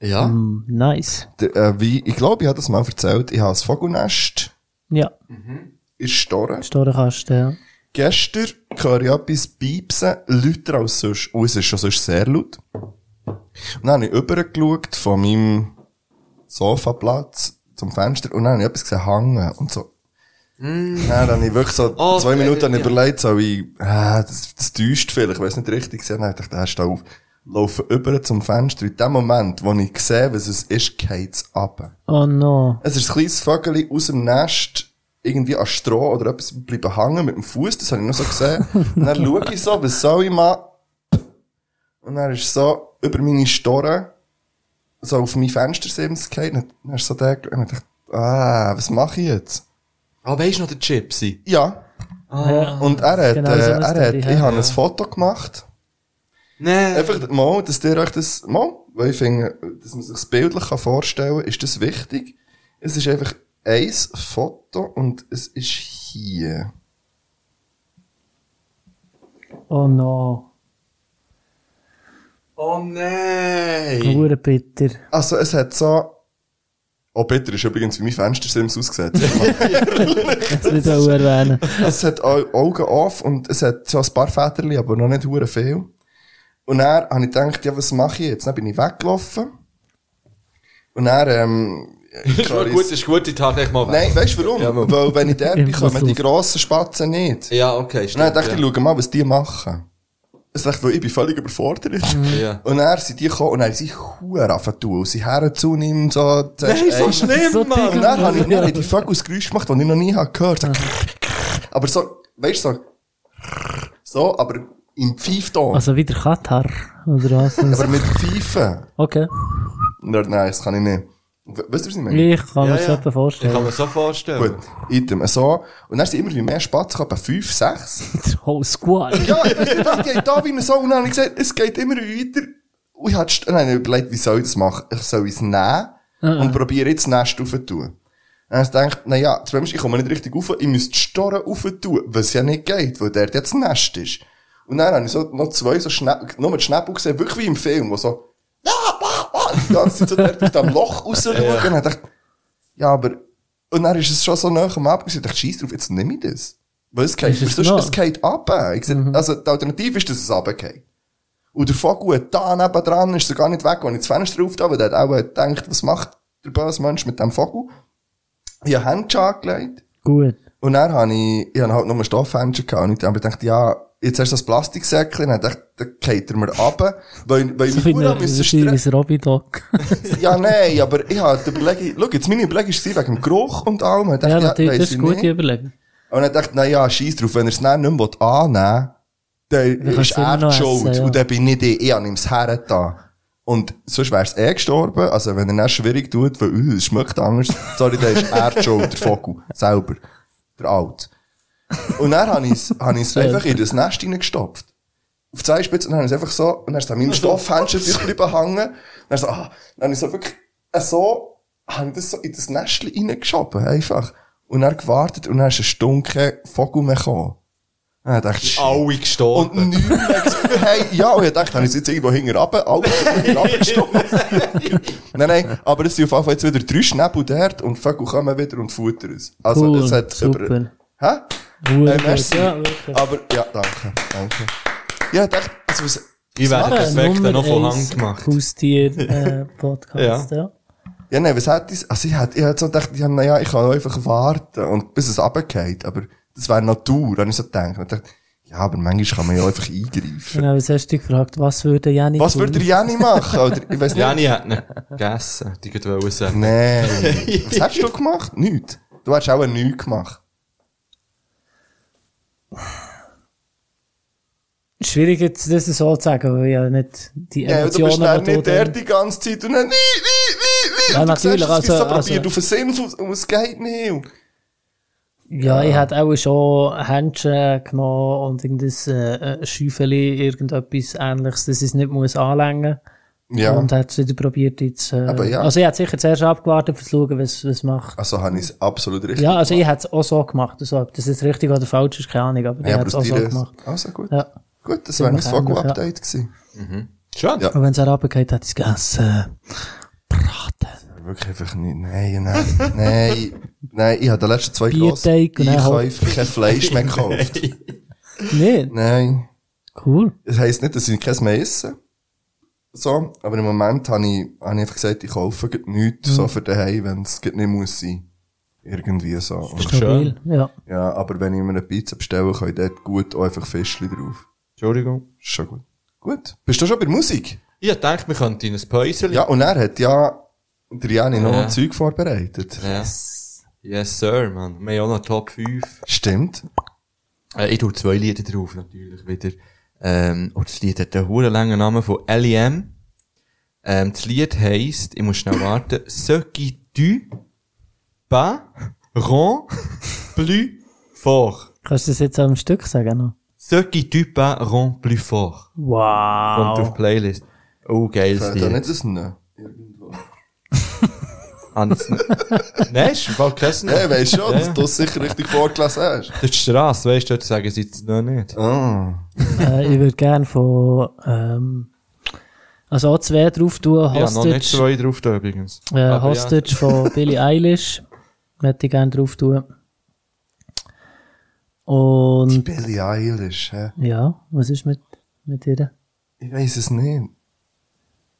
S2: Ja.
S4: an. Mm, Nice.
S3: D- Äh, wie, ich glaube, ich habe das mal erzählt. Ich habe ein Vogelnest
S4: Ja,
S3: in Storren.
S4: Storenkasten, ja.
S3: Gestern höre ich etwas piepsen, lauter als sonst. Und es ist schon sonst sehr laut. Und dann habe ich rübergeschaut von meinem Sofaplatz zum Fenster und dann habe ich etwas gesehen hängen und so. Mm. Dann habe ich wirklich so
S2: Oh,
S3: zwei
S2: äh,
S3: Minuten
S2: ja.
S3: überlegt, so wie, ah, das, das täuscht vielleicht, ich weiß nicht richtig gesehen. Dann habe ich gedacht, ah, steh auf. Laufe über zum Fenster. In dem Moment, wo ich sehe, was es ist, geht es runter.
S4: Oh no.
S3: Es ist ein kleines Vögel aus dem Nest, irgendwie an Stroh oder etwas bleiben hängen mit dem Fuß, das habe ich noch so gesehen. Und dann schaue ich so, was soll ich machen? Und dann ist so über meine Storen so auf mein Fenstersims gefallen. Und Dann ist so der geschaut und ich dachte, ah, was mache ich jetzt?
S2: Ah, weisst du noch der Gypsy?
S3: Ja.
S4: Ja.
S3: Und er hat,
S4: Genau so
S3: äh,
S4: eine
S3: er hat,
S4: Story,
S3: ich
S4: ja.
S3: habe ein Foto gemacht.
S2: Nein.
S3: Einfach mal, dass ihr euch das mal, weil ich finde, dass man sich das bildlich kann vorstellen kann, ist das wichtig. Es ist einfach ein Foto und es ist hier.
S4: Oh no.
S2: Oh nein.
S3: Mhm.
S4: Huren bitter.
S3: Also es hat so Auch bitter ist übrigens, wie mein Fenstersims ausgesetzt.
S4: Das nicht auch erwähnen.
S3: es hat au- Augen auf und es hat so ein paar Väterchen, aber noch nicht hure viel. Und dann habe ich gedacht, ja, was mache ich jetzt? Dann bin ich weggelaufen. Und dann, ähm,
S2: Ist mal gut, ist gut, ich tat echt mal weg.
S3: Nein, weißt du warum?
S2: warum?
S3: Weil wenn ich der bin,
S4: Im
S3: kommen die
S4: Kopf.
S3: grossen Spatzen nicht.
S2: Ja, okay,
S3: Und dann dachte ich,
S2: ja.
S3: ich schau mal, was die machen. Das dachte ich, weil ich bin völlig überfordert.
S2: Mhm. Ja.
S3: Und dann sind die gekommen und dann haben sie Huren angefangen. Sie Herren zunehmen, so,
S2: Nein, so schlimm,
S4: So
S2: Mann.
S4: dick.
S3: und dann habe ich, dann hab ich die Vögel Geräusch gemacht, das ich noch nie habe gehört habe. Aber so, weißt du, so, so, aber im Pfeifton.
S4: Also wieder Katar, oder was?
S3: aber mit Pfeifen.
S4: Okay.
S3: Nein, nein, das kann ich nicht. We- Weißt du, was ich meine?
S4: Ich kann
S2: Ja,
S4: mir das
S2: ja.
S4: etwa
S2: Ich kann
S4: vorstellen.
S2: mir so vorstellen.
S3: Gut, Item, so. Und dann sind immer wie mehr Spatzen, etwa fünf, sechs.
S4: Oh, Squad.
S3: Ja, ich weiss nicht, was die haben da wie ein Song. Und dann habe ich gesagt, es geht immer weiter. Und ich habe st- dann habe ich überlegt, wie soll ich das machen? Ich soll es nehmen und probiere jetzt das Nest aufzutun. Dann habe ich gedacht, na ja, zum Beispiel, ich komme nicht richtig rauf, ich muss die Storre aufzutun, was ja nicht geht, weil dort jetzt das Nest ist. Und dann habe ich so noch zwei so Schnäppel, nur mit Schnäppel gesehen, wirklich wie im Film, wo so, ja, bah, bah, die ganze Zeit so dort aus dem Loch rausschauen. Und dann dachte ich, ja, aber, und dann ist es schon so nah am Abend, ich dachte, scheiß drauf, jetzt nehme ich das. Weil es geht,
S4: Ist es Mhm.
S3: sonst,
S4: noch?
S3: es geht ab. Ich sag, Also, die Alternative ist, dass es runtergeht. Und der Vogel da nebendran ist sogar nicht weg, als ich das Fenster aufgetan habe, der hat auch gedacht, was macht der böse Mensch mit dem Vogel? Ich habe Händchen angelegt.
S4: Gut.
S3: Und dann habe ich, ich habe halt nur Stoffhändchen gehabt. Und ich habe gedacht, ja, jetzt hast du das Plastiksäckchen, dann dachte ich, dann geht er mir runter. Weil, weil
S4: So
S3: meine
S4: wie
S3: Uhr
S4: ein,
S3: müssen
S4: wie
S3: strecken.
S4: ein Robidog.
S3: Ja, nein, aber ich habe die Überlegung, schau, jetzt meine Überlegung war wegen dem Geruch und allem. Ich dachte,
S4: Ja, natürlich,
S3: weiss
S4: das ist
S3: ich
S4: eine gute
S3: nicht.
S4: Überlegung.
S3: Und dann dachte ich, naja, scheiß drauf, wenn nou er nou es dann nicht mehr annehmen will, dann
S4: Dann
S3: ist
S4: kannst du
S3: er
S4: immer
S3: die
S4: noch
S3: schuld.
S4: essen, ja.
S3: Und dann bin ich die, ich habe ihm das Herz da. Und sonst wär's eh gestorben. Also, wenn er es schwierig tut, weil, uh, es schmeckt anders. Sorry, dann ist er die schuld, der Vogel. Selber. Der Alt. Und dann habe ich es, habe ich es einfach in das Nest hineingestopft. Auf zwei Spitzen, und dann habe ich es einfach so, und dann ist es an meinem Stoffhändchen drüber hängen. Und dann so, ah, dann habe ich so wirklich, äh, so, habe ich das so in das Nest reingeschoben, einfach. Und dann gewartet, und dann ist ein stunke Vogel mehr gekommen. Und dann dachte ich,
S2: Alle
S3: und
S2: gestorben.
S3: nichts mehr gesehen. Hey, ja, und ich dachte, habe ich jetzt irgendwo hinten runter, alles hinten runtergestochen. Nein, nein, aber es sind auf jeden Fall jetzt wieder drei Schnäppel dort und Vögel kommen wieder und futtern es. Also,
S4: Cool,
S3: es hat
S4: super.
S3: Hä?
S4: Ruhe,
S3: Äh, merci.
S4: Ja, wirklich.
S3: Aber, ja, danke, danke. Ja, ich dachte, es muss,
S2: Ich werde
S4: Aber
S2: perfekt
S4: Nummer
S2: dann noch von
S4: eins
S2: Hand gemacht.
S4: Haustier-Podcast, ja.
S3: ja, nein, was hätte ich, also ich hätte, ich hätte so gedacht, ja, naja, ich kann einfach warten und bis es runtergeht, aber das wäre Natur, habe ich so gedacht. Und ich dachte, ja, aber manchmal kann man ja einfach eingreifen.
S4: Genau, was hast du dich gefragt? Was würde Janni
S3: Was
S4: tun?
S3: würde der Jenny machen? Oder, ich weiß nicht.
S2: Jani hat ihn gegessen. Die geht wollen sagen.
S3: Nein. Was hast du gemacht? Nichts. Du hast auch nichts gemacht.
S4: Schwierig jetzt das so zu sagen, weil ich ja nicht die
S3: Ja, du
S4: Emotionen...
S3: bist dann
S4: die
S3: nicht der die ganze Zeit und dann, wie, wie, wie, wie.
S4: Ja,
S3: und du
S4: natürlich,
S3: siehst, es wird
S4: also-
S3: so probiert,
S4: also-
S3: auf den Sinn, auf- und es geht nicht.
S4: Ja, ich hätte auch schon Händchen genommen und irgendein äh, äh, Schäufeli, irgendetwas ähnliches, dass ich es nicht muss anlängen muss.
S3: Ja.
S4: Und hätte es wieder probiert jetzt... Äh,
S3: Aber ja.
S4: Also ich hätte sicher zuerst abgewartet, um zu schauen, was was macht.
S3: Also habe ich es absolut richtig
S4: Ja, also ich hätte es auch so gemacht. Also, ob das jetzt richtig oder falsch ist, keine Ahnung, aber ich
S3: ja, aber
S4: hätte es
S3: aus
S4: auch so
S3: dir
S4: gemacht.
S3: Also gut.
S4: Ja.
S3: Gut, das wäre mein
S4: Ziemlich ähnlich,
S3: Fogo-Update gewesen.
S2: Schön.
S3: Ja.
S4: Und wenn es herabgeht, hätte ich es gegessen. Braten.
S3: Wirklich einfach nicht. Nein, nein, nein. Nein, ich habe die letzten zwei grossen
S4: Bierteig und dann halt-
S3: Einkäufe kein Fleisch mehr gekauft.
S4: Nicht?
S3: Nein.
S4: Cool.
S3: Das heisst nicht, dass ich kein mehr esse. So, aber im Moment habe ich, habe ich einfach gesagt, ich kaufe grad nichts
S4: Mhm.
S3: so für daheim, wenn es grad nicht muss sein. Irgendwie so. Und,
S4: Stabil. Ja.
S3: ja, aber wenn ich mir eine Pizza bestelle, kann ich dort gut auch einfach Fischli drauf.
S2: Entschuldigung.
S3: Ist schon gut. Gut. Bist du schon bei Musik?
S2: Ich dachte, wir könnten in ein Päuschen.
S3: Ja, und er hat ja der Jani noch
S2: Ja.
S3: Zeug vorbereitet.
S2: Yes. Yes, Sir, man. Wir haben auch noch Top 5.
S3: Stimmt.
S2: Äh, ich tue zwei Lieder drauf, natürlich wieder. Ähm, und das Lied hat einen hohen langen Namen von L.E.M. Ähm, das Lied heisst, ich muss schnell warten, nou Ce qui tue pas rend plus fort.
S4: Kannst du das jetzt am Stück sagen? Noch?
S2: Ce qui tue pas rend plus fort. Kommt auf
S4: Wow.
S2: die Playlist. Oh, geiles
S3: Fällt da
S2: Lied.
S3: nicht das ne?
S2: Hans- Nein, ist im Fall kein
S3: Ja,
S2: Nein.
S3: weisst schon, dass du es sicher richtig vorgelesen hast.
S2: Das ist die Strasse, weisst du, dort sagen sie es noch nicht.
S3: Ah.
S4: äh, ich würde gerne von ähm, Also auch zwei drauf tun,
S2: Ich habe noch nicht
S4: Hostage,
S2: zwei drauf da übrigens. Aber
S4: äh,
S2: ja.
S4: Hostage von Billie Eilish. Möchte ich gerne drauf tun.
S3: Die
S4: Und,
S3: Billie Eilish, hä?
S4: ja, was ist mit, mit ihr?
S3: Ich weiß es nicht.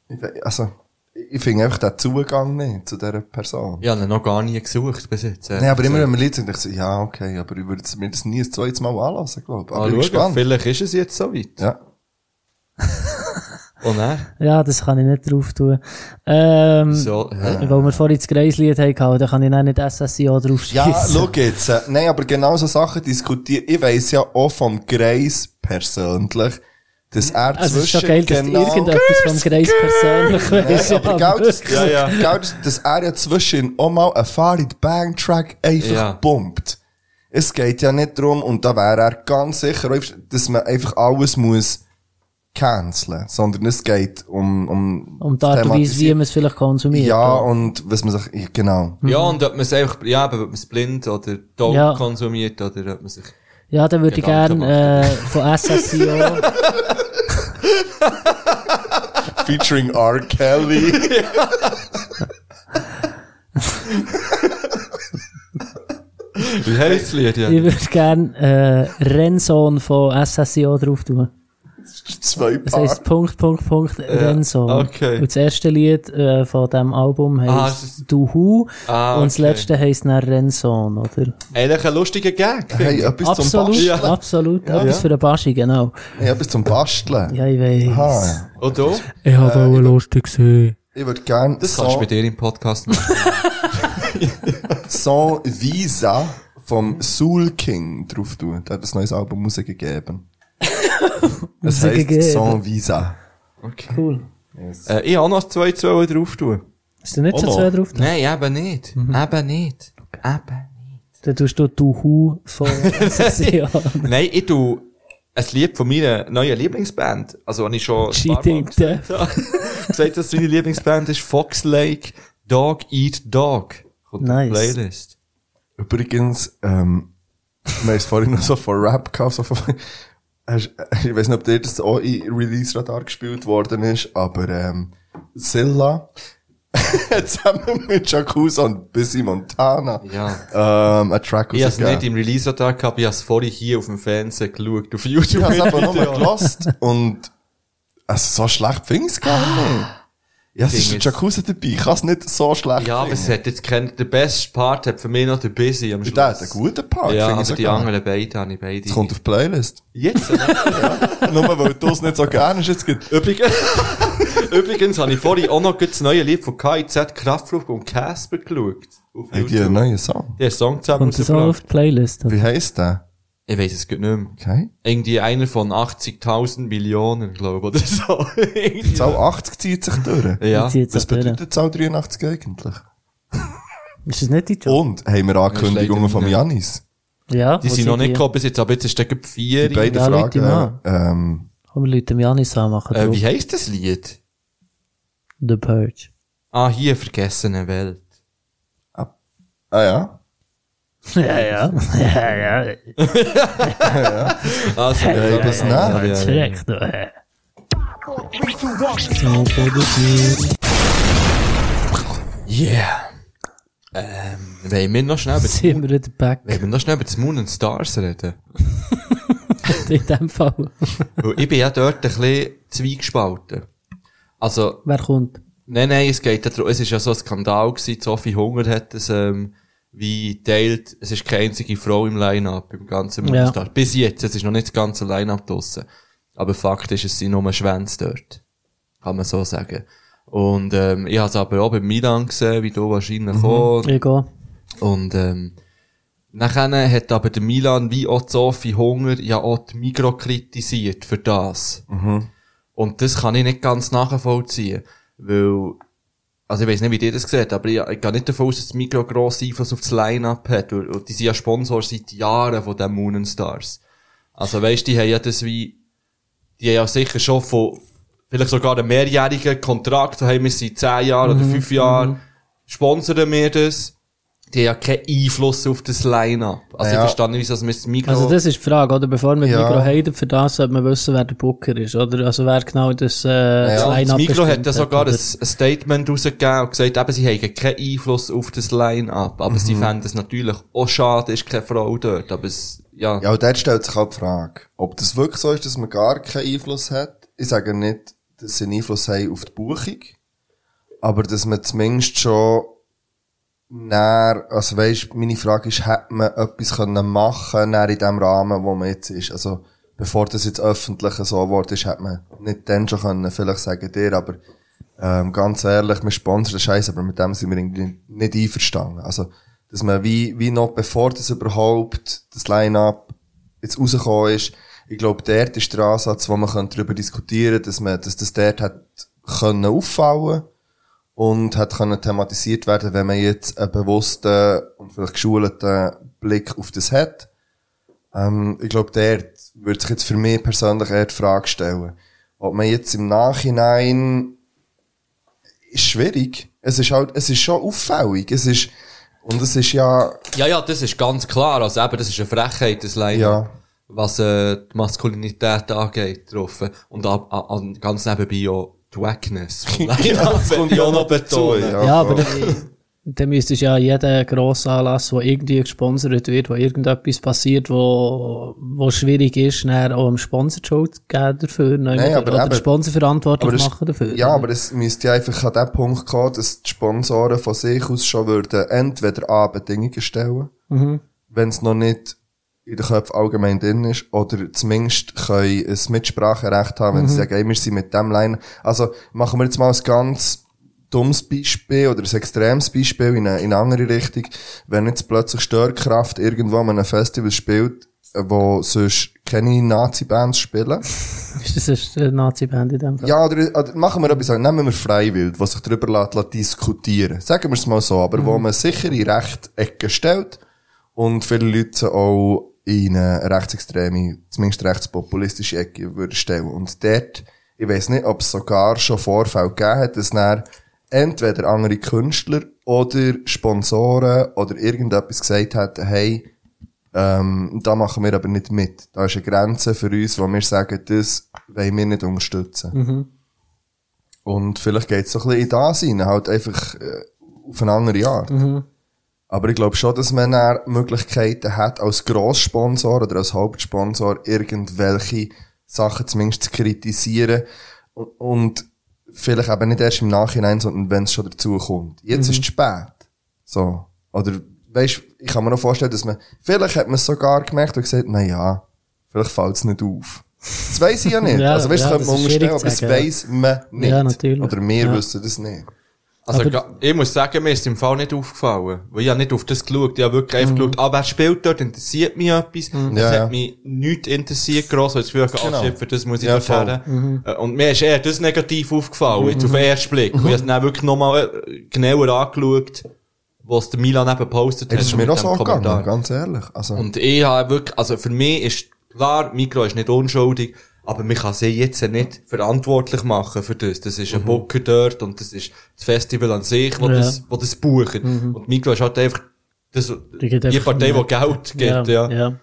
S3: Ich we also, ich finde einfach den Zugang nicht zu dieser Person.
S2: Ich habe ihn noch gar nie gesucht bis jetzt.
S3: Nein, aber immer wenn man Lied singt, denke ich so, ja, okay, aber ich würde mir das nie ein zweites Mal anlassen, glaube ich. Aber
S2: Mal
S3: ich bin
S2: schauen,
S3: gespannt.
S2: vielleicht ist es jetzt so weit.
S3: Ja.
S2: Und dann?
S4: Ja, das kann ich nicht drauf tun. Ähm,
S2: So, hä?
S4: Weil wir vorhin das Greislied hatten, da kann ich dann nicht SSIO draufschießen.
S3: Ja, schau jetzt. äh, Nein, aber genau so Sachen diskutieren. Ich weiss ja auch vom Greis persönlich, dass er
S4: Also, es ist schon
S3: zwischen
S4: geil, dass
S3: genau.
S4: du irgendetwas vom Greis persönlich weißt.
S3: Nein, aber gell, das,
S2: Ja, ja.
S3: Gell, das, dass er ja zwischen auch mal einen Farid Bang Track einfach
S2: Ja.
S3: pumpt. Es geht ja nicht darum, und da wäre er ganz sicher, auch, dass man einfach alles muss canceln, sondern es geht um, um,
S4: Um die Art und Weise, wie
S3: thematisieren.
S4: man es vielleicht konsumiert.
S3: Ja, und was man sich, ja, genau.
S2: Ja, und ob man es einfach, ja, eben, ob man es blind oder taub
S4: Mhm. Ja.
S2: konsumiert oder ob man sich...
S4: Ja, dann würde ich
S3: genau,
S2: Gedanken
S4: gerne äh, von SSIO.
S3: Featuring R. Kelly.
S2: Wie heisst das Lied? Ja.
S4: ich würde gerne äh, Renson von SSIO drauf tun.
S3: Zwei
S4: Das heisst
S3: Paar.
S4: Punkt, Punkt, Punkt, Renson.
S2: Ah. okay.
S4: Und das erste Lied äh, von diesem Album
S2: Ah, es
S4: heisst
S2: ist-
S4: Du Hu.
S2: Ah,
S4: und das
S2: okay.
S4: letzte heisst dann Renson, oder?
S2: Eigentlich ein lustiger Gag, finde
S3: Hey,
S2: ich.
S3: etwas zum
S4: absolut,
S3: Basteln.
S4: absolut. Ja, etwas
S2: Ja.
S4: für eine Baschi, genau.
S3: Hey, etwas zum Basteln.
S4: Ja, ich weiss.
S3: Ah,
S2: Und du?
S4: Ich habe
S2: Äh,
S4: auch lustig gesehen.
S3: ich würde gerne
S2: Das kannst du
S3: so,
S2: mit dir im Podcast machen.
S3: so Visa vom Soul King drauf tun. Der hat ein neues Album rausgegeben. Das
S4: Rausgegeben.
S3: heisst Sans Visa.
S2: Okay.
S4: Cool.
S2: Äh, ich habe noch zwei, zwei drauf tun.
S4: Hast du nicht so
S3: Ono.
S4: zwei drauf?
S2: Nein, eben nicht.
S4: Mhm.
S2: Eben nicht. Eben
S4: Dann tust du «Du Hu» von SSIO.
S2: nicht. Nein, ich tue ein Lied von meiner neuen Lieblingsband. Also, habe ich schon... ein paar Mal
S4: Cheating Death.
S2: gesagt, dass seine Lieblingsband ist Fox Lake Dog Eat Dog. Kommt
S4: Nice.
S2: auf die Playlist.
S3: Übrigens, ähm, wir haben es vorhin noch so von Rap gehabt, so von, Hast- ich weiß nicht, ob dir das auch in Release-Radar gespielt worden ist, aber, ähm, Silla, zusammen mit Jacuzzi und Busy Montana,
S2: Ja.
S3: ähm, einen Track
S2: Ich habe es
S3: rausgegeben.
S2: nicht im Release-Tag gehabt, ich habe es vorhin hier auf dem Fernsehen geschaut, auf YouTube.
S3: Ich hab's einfach nur
S2: Video.
S3: gelost und also so schlecht finde ich's gar nicht. Ja, es ist der
S2: Find's-
S3: Jacuzzi dabei, ich kann's nicht so schlecht
S2: Ah. Ja, aber es
S3: finden.
S2: hat jetzt keinen, der beste Part hat für mich noch der Busy am Schluss.
S3: Der hat einen guten Part,
S2: Ja,
S3: find ich
S2: aber die
S3: sogar.
S2: anderen beiden habe ich beide.
S3: Das kommt auf die Playlist.
S2: Jetzt? äh, oder?
S3: Nur weil du es nicht so gerne hast, jetzt gibt
S2: Übrigens, übrigens habe ich vorhin auch noch das neue Lied von KIZ, Kraftflug und Casper geschaut. Auf
S3: Hey, die
S2: YouTube.
S3: einen neuen Song.
S2: Der Song zusammen
S4: Und das auch auf
S2: rausgebracht.
S4: die Playlist.
S3: Wie heisst der?
S2: Ich weiß es geht nicht mehr.
S3: Okay.
S2: Irgendwie einer von 80.000 Millionen, glaube ich, oder so. Irgendwie.
S3: Die Zahl 80 zieht sich durch.
S2: ja.
S4: Die zieht
S3: Was
S4: sich durch.
S3: bedeutet die Zahl 83 eigentlich?
S4: Ist das nicht die Job?
S3: Und haben wir Ankündigungen
S2: leider
S3: von
S2: nicht.
S3: Janis?
S4: Ja,
S2: Oh, Die
S4: wo
S2: sind noch nicht
S4: die?
S2: gekommen bis jetzt, aber jetzt ist der gerade
S3: Die
S2: vier.
S3: beiden
S4: Ja, Leute,
S3: Fragen. Ähm,
S4: Komm, wir Leute, dem Janis an, machen
S2: Äh,
S4: drauf.
S2: wie heisst das Lied?
S4: The Purge.
S2: Ah, hier, vergessene Welt.
S3: ah ja.
S4: ja, ja. ja, ja.
S2: Also,
S3: Ja, ich weiß nicht.
S2: ja, ja.
S4: Direkt. äh. So,
S2: Yeah. Ähm, wollen wir noch schnell über das,
S4: sind wir wieder back
S2: wollen wir noch schnell über das Moon and Stars reden?
S4: in dem Fall.
S2: Weil ich bin ja dort ein bisschen zweigespalten. Also,
S4: Wer kommt?
S2: Nein, nein, es geht darum, es ist ja so ein Skandal gewesen, Sophie Hunger hat es, ähm, wie teilt, es ist keine einzige Frau im Line-Up, im ganzen
S4: Ja.
S2: Monster. Bis jetzt, es ist noch nicht das ganze Line-Up draussen. Aber Fakt ist, es sind nur Schwänze dort. Kann man so sagen. Und, ähm, ich habe es aber auch bei Milan gesehen, wie du wahrscheinlich auch.
S4: Ich gehe.
S2: Und ähm, nachher hat aber der Milan wie auch die Sophie Hunger ja auch die Migro kritisiert für das. Und das kann ich nicht ganz nachvollziehen, weil also ich weiß nicht, wie ihr das seht, aber ich, ich gehe nicht davon aus, dass das Migro grossen Einfluss auf das Line-Up hat. Und, und die sind ja Sponsor seit Jahren von den Moon and Stars. Also weißt du, die haben ja das wie, die haben ja sicher schon von, vielleicht sogar einen
S4: Mhm,
S2: mehrjährigen Kontrakt, so haben wir seit 10 Jahren oder 5 Jahren, sponsern wir das. die haben ja keinen Einfluss auf das Line-Up. Also
S3: Ja.
S2: ich verstehe nicht, wieso das mit dem Mikro...
S4: Also das ist die Frage, oder? Bevor wir
S3: Ja.
S4: ja. Mikro haben, für das sollte man wissen, wer der Booker ist, oder? Also wer genau das, äh, das
S2: ja, das
S4: Line-Up
S2: Mikro hat
S4: bestimmt
S2: ja sogar
S4: oder?
S2: ein Statement rausgegeben und gesagt, eben, sie haben keinen Einfluss auf das Line-Up. Aber
S3: Mhm.
S2: sie fänden es natürlich auch schade, ist keine Frau dort. Aber es, ja.
S3: Ja, und dort stellt sich auch die Frage, ob das wirklich so ist, dass man gar keinen Einfluss hat. Ich sage nicht, dass sie einen Einfluss haben auf die Buchung, aber dass man zumindest schon näher, also weisst, meine Frage ist, hätte man etwas können machen näher in dem Rahmen, wo man jetzt ist? Also, bevor das jetzt öffentlich so wurde, ist, hätte man nicht dann schon können, vielleicht sagen dir, aber ähm, ganz ehrlich, wir sponsern den Scheiß, aber mit dem sind wir irgendwie nicht einverstanden. Also, dass man wie, wie noch bevor das überhaupt das Line-Up jetzt rausgekommen ist, ich glaube, dort ist der Ansatz, wo man könnte darüber diskutieren könnte, dass man, dass das dort hat können auffallen und hat können thematisiert werden, wenn man jetzt einen bewussten und vielleicht geschulten Blick auf das hat. Ähm, ich glaube, der würde sich jetzt für mich persönlich eher die Frage stellen, ob man jetzt im Nachhinein ist schwierig. Es ist halt, es ist schon auffällig. Es ist, und es ist ja,
S2: Ja, ja, das ist ganz klar. Also eben, das ist eine Frechheit, das Line-Up.
S3: Ja.
S2: Was, äh, die Maskulinität angeht, getroffen. Und ab, a- an, ganz nebenbei auch die Wackness. vom Line-Up,
S3: das
S2: wenn
S3: kommt
S2: ich
S3: ja
S2: auch noch
S3: noch dazu,
S2: betone.
S3: ja.
S4: Ja, aber
S3: voll.
S4: dann- dann müsstest du ja jeden grossen Anlass, der irgendwie gesponsert wird, wo irgendetwas passiert, wo, wo schwierig ist, dann auch dem Sponsor die Schuld geben dafür. Nein,
S3: aber
S4: oder
S3: eben-
S4: den Sponsor
S3: aber
S4: verantwortlich
S3: es,
S4: machen dafür.
S3: ja, aber es müsste ja einfach an den Punkt kommen, dass die Sponsoren von sich aus schon würden entweder A, Bedingungen stellen, wenn es noch nicht in den Köpfen allgemein drin ist, oder zumindest können ein Mitspracherecht haben, wenn sie sagen, ey, wir sind mit dem Line. Also, machen wir jetzt mal ein ganz dummes Beispiel oder ein extremes Beispiel in eine, in eine andere Richtung. Wenn jetzt plötzlich Störkraft irgendwo an einem Festival spielt, äh, wo sonst keine Nazi-Bands spielen,
S4: Ist das erst eine Nazi-Band in dem Fall?
S3: ja, oder, oder machen wir etwas, anderes. nehmen wir Freiwild, was sich darüber lässt, lässt diskutieren. Sagen wir es mal so, aber wo man sichere Rechtecke stellt und viele Leute auch in eine rechtsextreme, zumindest rechtspopulistische Ecke würden stellen. Und dort, ich weiß nicht, ob es sogar schon Vorfälle gegeben hat, dass dann entweder andere Künstler oder Sponsoren oder irgendetwas gesagt hat, hey, ähm, da machen wir aber nicht mit. Da ist eine Grenze für uns, wo wir sagen, das wollen wir nicht unterstützen. Und vielleicht geht es so ein bisschen in das rein, halt einfach äh, auf eine andere Art.
S4: Mhm.
S3: Aber ich glaube schon, dass man dann Möglichkeiten hat, als Grosssponsor oder als Hauptsponsor irgendwelche Sachen zumindest zu kritisieren und, und vielleicht eben nicht erst im Nachhinein, sondern wenn es schon dazu kommt. Jetzt
S4: Mhm.
S3: ist es spät. So. Oder weißt ich kann mir noch vorstellen, dass man, vielleicht hat man es sogar gemerkt und gesagt, na ja, vielleicht fällt es nicht auf. Das weiß ich ja nicht.
S4: Ja,
S3: also weißt, das
S4: ja,
S3: könnte man
S4: das ist
S3: unterstellen,
S4: schwierig
S3: aber das
S4: zu sagen, ja.
S3: weiß man nicht.
S4: Ja, natürlich.
S3: Oder wir
S4: Ja.
S3: wissen das nicht.
S2: Also,
S4: Aber-
S2: ga- ich muss sagen, mir ist im Fall nicht aufgefallen. Weil ich habe nicht auf das geschaut. Ich habe wirklich einfach geschaut, ah, wer spielt dort, interessiert mich etwas. Das
S3: Mhm. Ja,
S2: hat
S3: ja.
S2: mich nicht interessiert, gross, weil ich das Gefühl
S3: Genau.
S2: genau. für das muss ich
S3: Ja,
S2: ja,
S3: voll. Mhm.
S2: dort mhm. Und mir ist eher das negativ aufgefallen, jetzt auf den ersten Blick. Und ich habe es dann wirklich nochmal äh, genauer angeschaut, was der Milan eben gepostet
S3: Das ist
S2: mit
S3: mir auch
S2: dem
S3: so
S2: Kommentar.
S3: gegangen, ganz ehrlich. Also,
S2: Und ich habe wirklich, also für mich ist klar, Mikro ist nicht unschuldig, aber man kann sie jetzt nicht verantwortlich machen für das. Das ist ein Booker dort und das ist das Festival an sich, wo
S4: Mhm. Ja. Mhm.
S2: das, wo das buchen. Und Mikro ist halt einfach das, die,
S4: Die geht einfach
S2: Partei, die
S4: nicht.
S2: Geld gibt, ja.
S4: ja. ja.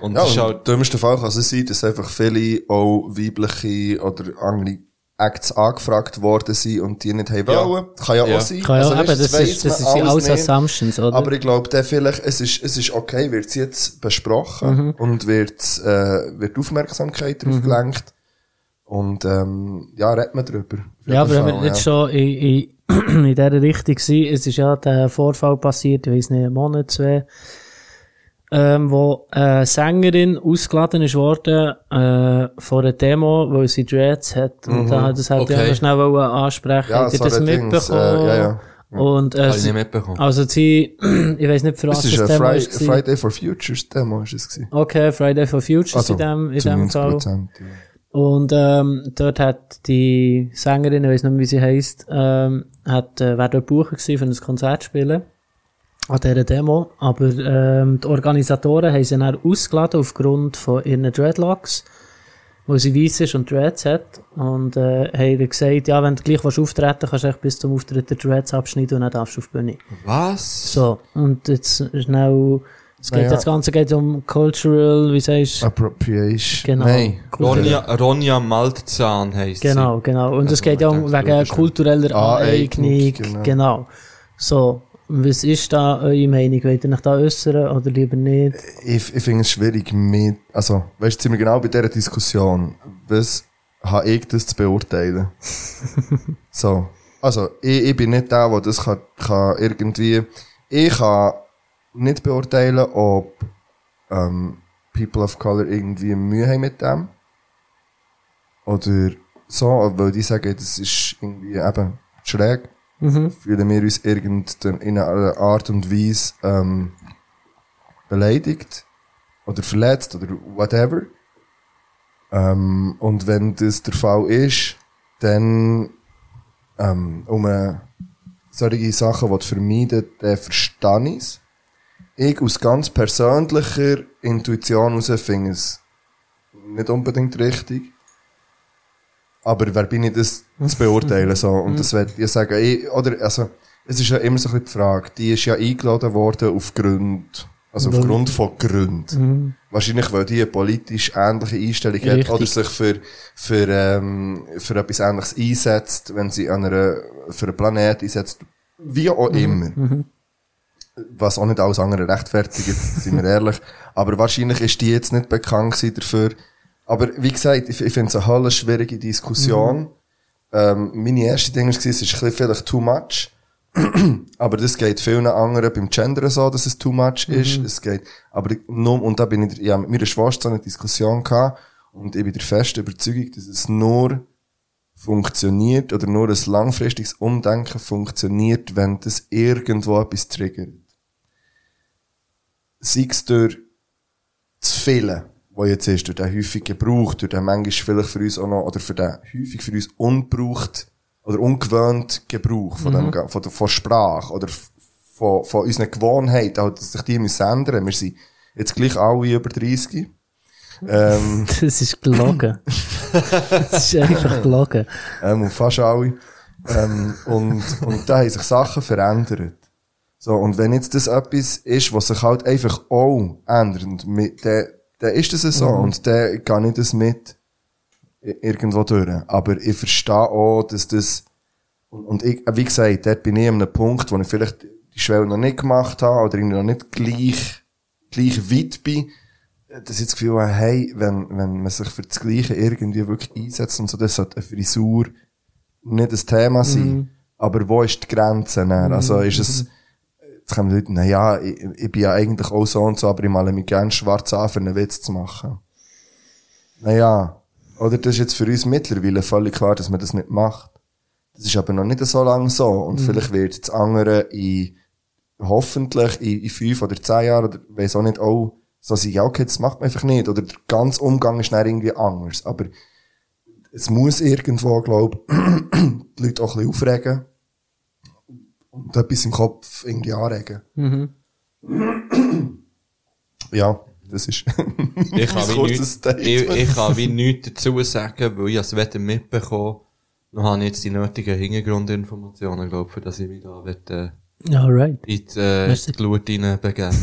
S2: Und
S3: ja,
S2: das ist
S3: und im
S2: halt,
S3: dümmsten Fall kann es sein, dass einfach viele auch weibliche oder andere Acts angefragt worden sind und die nicht haben
S2: Ja.
S3: wollen. Kann ja,
S2: Ja.
S3: auch sein.
S4: Kann ja,
S3: Also,
S4: eben,
S3: weißt,
S4: das,
S3: weiss
S4: ist, das
S3: man
S4: ist ja
S3: alles
S4: alles
S3: nicht.
S4: Assumptions, oder?
S3: Aber ich glaube, der vielleicht, es ist, es ist okay, wird es jetzt besprochen
S4: Mhm.
S3: und wird, äh, wird Aufmerksamkeit darauf gelenkt. Und, ähm, ja, redet man drüber. Auf jeden
S4: Ja, aber wenn
S3: Fall,
S4: wir jetzt
S3: ja.
S4: schon in, in, in dieser Richtung sind, es ist ja der Vorfall passiert, ich weiß nicht, einen Monat, zwei, ähm, wo eine Sängerin ausgeladen ist worden äh, von einer Demo, weil sie Dreads hat. Und da, das hätte ich
S2: Okay.
S4: auch noch schnell wollen ansprechen
S3: Mhm. Ja,
S4: Habt ihr
S3: so
S4: das
S3: ein Dings,
S4: mitbekommen?
S3: äh, ja, ja.
S4: Und, äh,
S2: Habe ich nicht
S4: sie,
S2: mitbekommen.
S4: also sie, ich weiß nicht, für was
S3: Das ist
S4: das
S3: ein
S4: Demo
S3: Fri-
S4: ist. gewesen.
S3: Friday for Futures Demo, ist es gewesen.
S4: Okay, Friday for Futures in dem, in
S3: Also, zu
S4: dem
S3: 90
S4: Fall.
S3: Prozent. Ja.
S4: Und ähm, dort hat die Sängerin, ich weiß nicht mehr, wie sie heisst, ähm, hat, äh, wäre dort buchen gewesen für ein Konzert zu spielen. An dieser Demo. Aber ähm, die Organisatoren haben sie dann ausgeladen aufgrund von ihren Dreadlocks. weil sie weiss ist und Dreads hat. Und äh, haben ihr gesagt, ja, wenn du gleich willst auftreten kannst du echt bis zum Auftritt der Dreads abschneiden und dann darfst du auf die Bühne.
S2: Was?
S4: So, und jetzt schnell, es geht,
S3: Naja.
S4: das Ganze geht um Cultural, wie sagst du?
S3: Appropriation.
S4: Genau.
S3: Nein.
S4: Kultur-
S2: Ronja, Ronja Maltzahn heisst
S4: Genau, genau. Und es geht ja um
S2: man denkt,
S4: wegen
S2: logisch, Ah, ne?
S4: kultureller
S3: Aneignung,
S4: Aneignung.
S3: genau.
S4: Genau. So, was ist da eure Meinung? Wollt ihr euch da äußern oder lieber nicht?
S3: Ich, ich finde es schwierig mit, also, weißt du, sind wir genau bei dieser Diskussion. Was habe ich das zu beurteilen? so. Also, ich, ich bin nicht der, der das kann, kann irgendwie, ich kann nicht beurteilen, ob, ähm, People of Color irgendwie Mühe haben mit dem. Oder so, weil die sagen, das ist irgendwie eben schräg. Fühlen wir uns irgendeiner Art und Weise, ähm, beleidigt oder verletzt oder whatever. Ähm, und wenn das der Fall ist, dann ähm, um äh, solche Sachen die vermeiden, dann verstehe ich es. Ich aus ganz persönlicher Intuition heraus finde es nicht unbedingt richtig. Aber wer bin ich, das zu beurteilen? So? Und das werde ich sagen. Ich, oder, also, es ist ja immer so ein bisschen die Frage. Die ist ja eingeladen worden aufgrund, also aufgrund von Gründen. Wahrscheinlich, weil die eine politisch ähnliche Einstellung
S4: Richtig.
S3: hat oder sich für, für, ähm, für etwas Ähnliches einsetzt, wenn sie an einer, für einen Planet einsetzt. Wie auch immer was auch nicht alles andere rechtfertigt, sind wir ehrlich. Aber wahrscheinlich ist die jetzt nicht bekannt gewesen dafür. Aber wie gesagt, ich, ich finde es eine höllisch schwierige Diskussion. Ähm, meine erste Ding war, es ist ein bisschen vielleicht too much. aber das geht vielen anderen beim Gender so, dass es too much ist. Es geht, aber nur, und da bin ich, ja, mit meiner Schwester so eine Diskussion gehabt. Und ich bin der festen Überzeugung, dass es nur funktioniert oder nur ein langfristiges Umdenken funktioniert, wenn das irgendwo etwas triggert. Sei es durch das Fehlen, was jetzt ist, durch den häufigen Gebrauch, durch den manchmal vielleicht für uns auch noch, oder für den häufig für uns unbraucht oder ungewöhnt Gebrauch von, dem, Ga- von, der, von Sprache oder f- von, von unseren Gewohnheiten, auch, dass sich die müssen ändern. Wir sind jetzt gleich alle über 30. Ähm,
S4: Das ist gelogen. das ist einfach gelogen.
S3: ähm, und fast alle. Ähm, und, und da haben sich Sachen verändert. So, und wenn jetzt das etwas ist, was sich halt einfach auch ändert, und mit- dann, dann ist das so, und dann kann ich das mit i- irgendwo durch. Aber ich verstehe auch, dass das, und, und ich, wie gesagt, dort bin ich an einem Punkt, wo ich vielleicht die Schwelle noch nicht gemacht habe, oder irgendwie noch nicht gleich, gleich weit bin, das ist das Gefühl, habe, hey, wenn, wenn man sich für das Gleiche irgendwie wirklich einsetzt und so, das sollte eine Frisur nicht ein Thema sein. Aber wo ist die Grenze? dann? Also ist es, jetzt kommen Leute, na ja, ich, ich bin ja eigentlich auch so und so, aber ich male mich gerne schwarz an, für einen Witz zu machen. Naja, oder das ist jetzt für uns mittlerweile völlig klar, dass man das nicht macht. Das ist aber noch nicht so lange so und vielleicht wird das andere in hoffentlich in, in fünf oder zehn Jahren oder weiß auch nicht, oh, so sein, ja, okay, das macht man einfach nicht. Oder der ganze Umgang ist dann irgendwie anders. Aber es muss irgendwo, glaube die Leute auch ein bisschen aufregen und etwas im Kopf irgendwie anregen. Ja, das ist
S2: Ich kann,
S3: Ein
S2: wie
S3: kurzes
S2: nichts,
S3: Statement.
S2: ich, ich kann wie nichts dazu sagen, weil ich es weder mitbekommen noch habe ich jetzt die nötigen Hintergrundinformationen, glaube für dass ich mich da will, äh,
S4: Alright.
S2: in die, äh,
S4: Merci.
S2: die Glut hineinbegebe.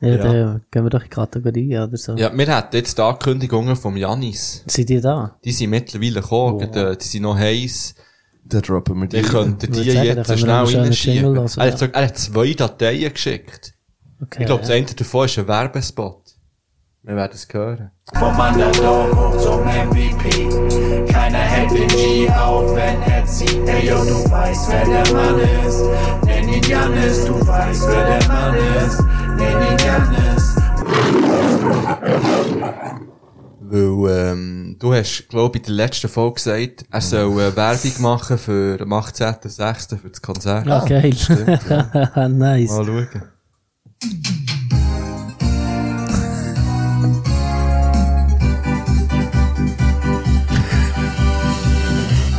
S4: Ja, dann gehen wir doch in die Kategorie oder so.
S2: ja, wir hatten jetzt die Ankündigungen vom Janis.
S4: Sind die da?
S2: Die sind mittlerweile gekommen, gerade, äh, die sind noch heiß.
S3: Da droppen wir
S2: Wir
S3: die.
S2: könnten die
S4: würde sagen, da
S2: jetzt
S4: können wir
S2: schnell
S4: noch einen schönen
S2: reinschieben.
S4: Jingle
S2: Er,
S4: hören, ja.
S2: hat sogar- er hat zwei Dateien geschickt.
S4: Okay.
S2: Ich glaube, das eine davon ist ein Werbespot. Wir werden es hören.
S6: Vom Underdog hoch zum MVP. Keiner hält den G auf, wenn er zieht. Hey yo, du weißt, wer der Mann ist. Nenn ihn Janis, du weißt, wer der Mann ist. Nenn ihn Janis.
S2: Weil, ähm, du hast, glaube ich, in der letzten Folge gesagt, er soll äh, Werbung machen für am 18.06. für das Konzert.
S4: Ah, geil. nice.
S2: Mal schauen.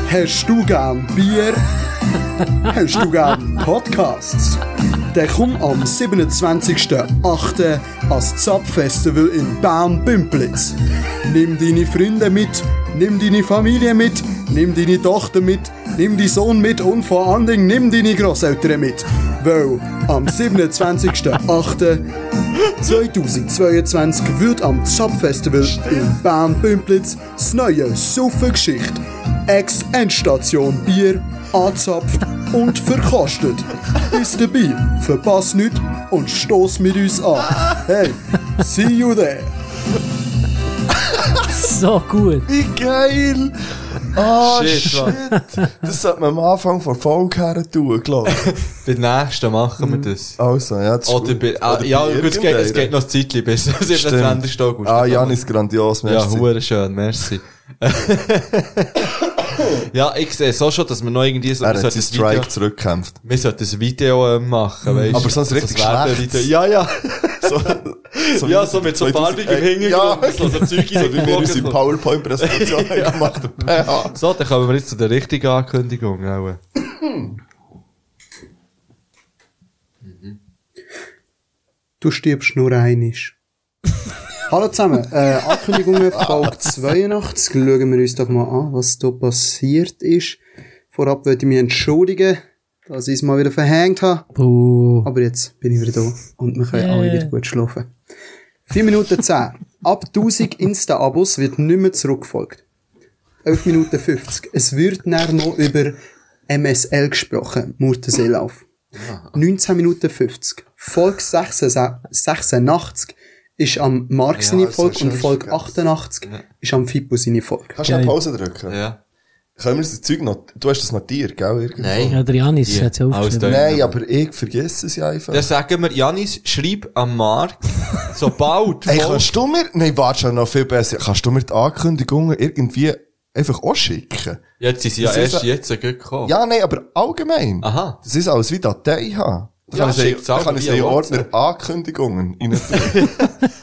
S7: Hast du gern Bier? Hast du gern Podcasts? dann komm am 27.08. ans Zapfestival in Bern-Bümplitz. Nimm deine Freunde mit, nimm deine Familie mit, nimm deine Tochter mit, nimm deinen Sohn mit und vor allen Dingen nimm deine Grosseltern mit. Weil am 27.08. 2022 wird am Zapfestival in Bern-Bümplitz das neue Suffengeschicht Ex-Endstation Bier anzapft und verkostet. Bis dabei, verpass nicht und stoß mit uns an. Hey, see you there.
S4: So gut.
S3: Wie geil! Ah,
S2: Shit,
S3: shit! Das sollte man am Anfang vor Folge her tun, glaub ich.
S2: Beim nächsten machen
S4: Mhm.
S2: wir das.
S3: Also, ja, das ist
S2: Oder
S3: gut.
S2: bei, ah,
S3: Oder
S2: ja,
S3: bei
S2: gut, es geht, es
S3: irgendeiner.
S2: geht noch ein Zeitchen bis zum 27. August.
S3: Ah, Janis, grandios,
S2: Ja,
S3: merci.
S2: hure schön, merci. ja, ich sehe so schon, dass wir noch irgendwie so,
S3: er
S2: wir
S3: hat
S2: sollten
S3: seinen
S2: ein Video,
S3: Strike zurückgekämpft.
S2: wir sollten ein Video äh, machen, weißt
S3: Aber sonst richtig schlechtes.
S2: Ja, ja.
S3: So,
S2: Ja, so mit so farbigem Hintergrund,
S3: Ja,
S2: so- so Zeug
S3: so wie wir
S2: reingeflogen
S3: unsere
S2: kommt.
S3: PowerPoint-Präsentation haben gemacht haben. Ja.
S2: So, dann kommen wir jetzt zu der richtigen Ankündigung, auch.
S7: Du stirbst nur einisch. Hallo zusammen, äh, Ankündigungen Folge 82. Schauen wir uns doch mal an, was da passiert ist. Vorab wollte ich mich entschuldigen, dass ich es mal wieder verhängt habe.
S4: Uh.
S7: Aber jetzt bin ich wieder da und wir können alle wieder gut schlafen. 4 Minuten 10. Ab 1000 Insta-Abos wird nicht mehr zurückgefolgt. 11 Minuten 50. Es wird nachher noch über MSL gesprochen, Murtenseelauf. 19 Minuten 50. Folge 86 ist am Mark seine
S3: das
S7: Folge
S3: hast du
S7: und
S3: schon
S7: Folge
S3: vergessen.
S7: 88 ist am Fippo seine Folge.
S3: Kannst du eine Pause drücken?
S2: Ja.
S3: Können wir das Zeug noch, du hast das notiert, gell? Irgendwo?
S4: Ja, der Janis hat's ja
S2: Alles
S4: aufgeschrieben.
S2: da.
S3: Nein, aber ich vergesse es ja einfach.
S2: Dann sagen wir, Janis, schreib am Markt, sobald
S3: Ey,
S2: Folge-
S3: kannst du mir, nein, warte schon noch viel besser, kannst du mir die Ankündigungen irgendwie einfach auch schicken?
S2: Jetzt sind sie ja
S3: Das ist
S2: erst
S3: ein-
S2: jetzt gut gekommen.
S3: Ja, nein, aber allgemein.
S2: Oh. Aha.
S3: Das ist alles wie Datei haben. Da
S2: Ja,
S3: kann
S2: schick
S3: ich,
S2: es
S3: da
S2: auch
S3: kann ich
S2: via
S3: in den Ordner
S2: WhatsApp.
S3: Ankündigungen rein tun.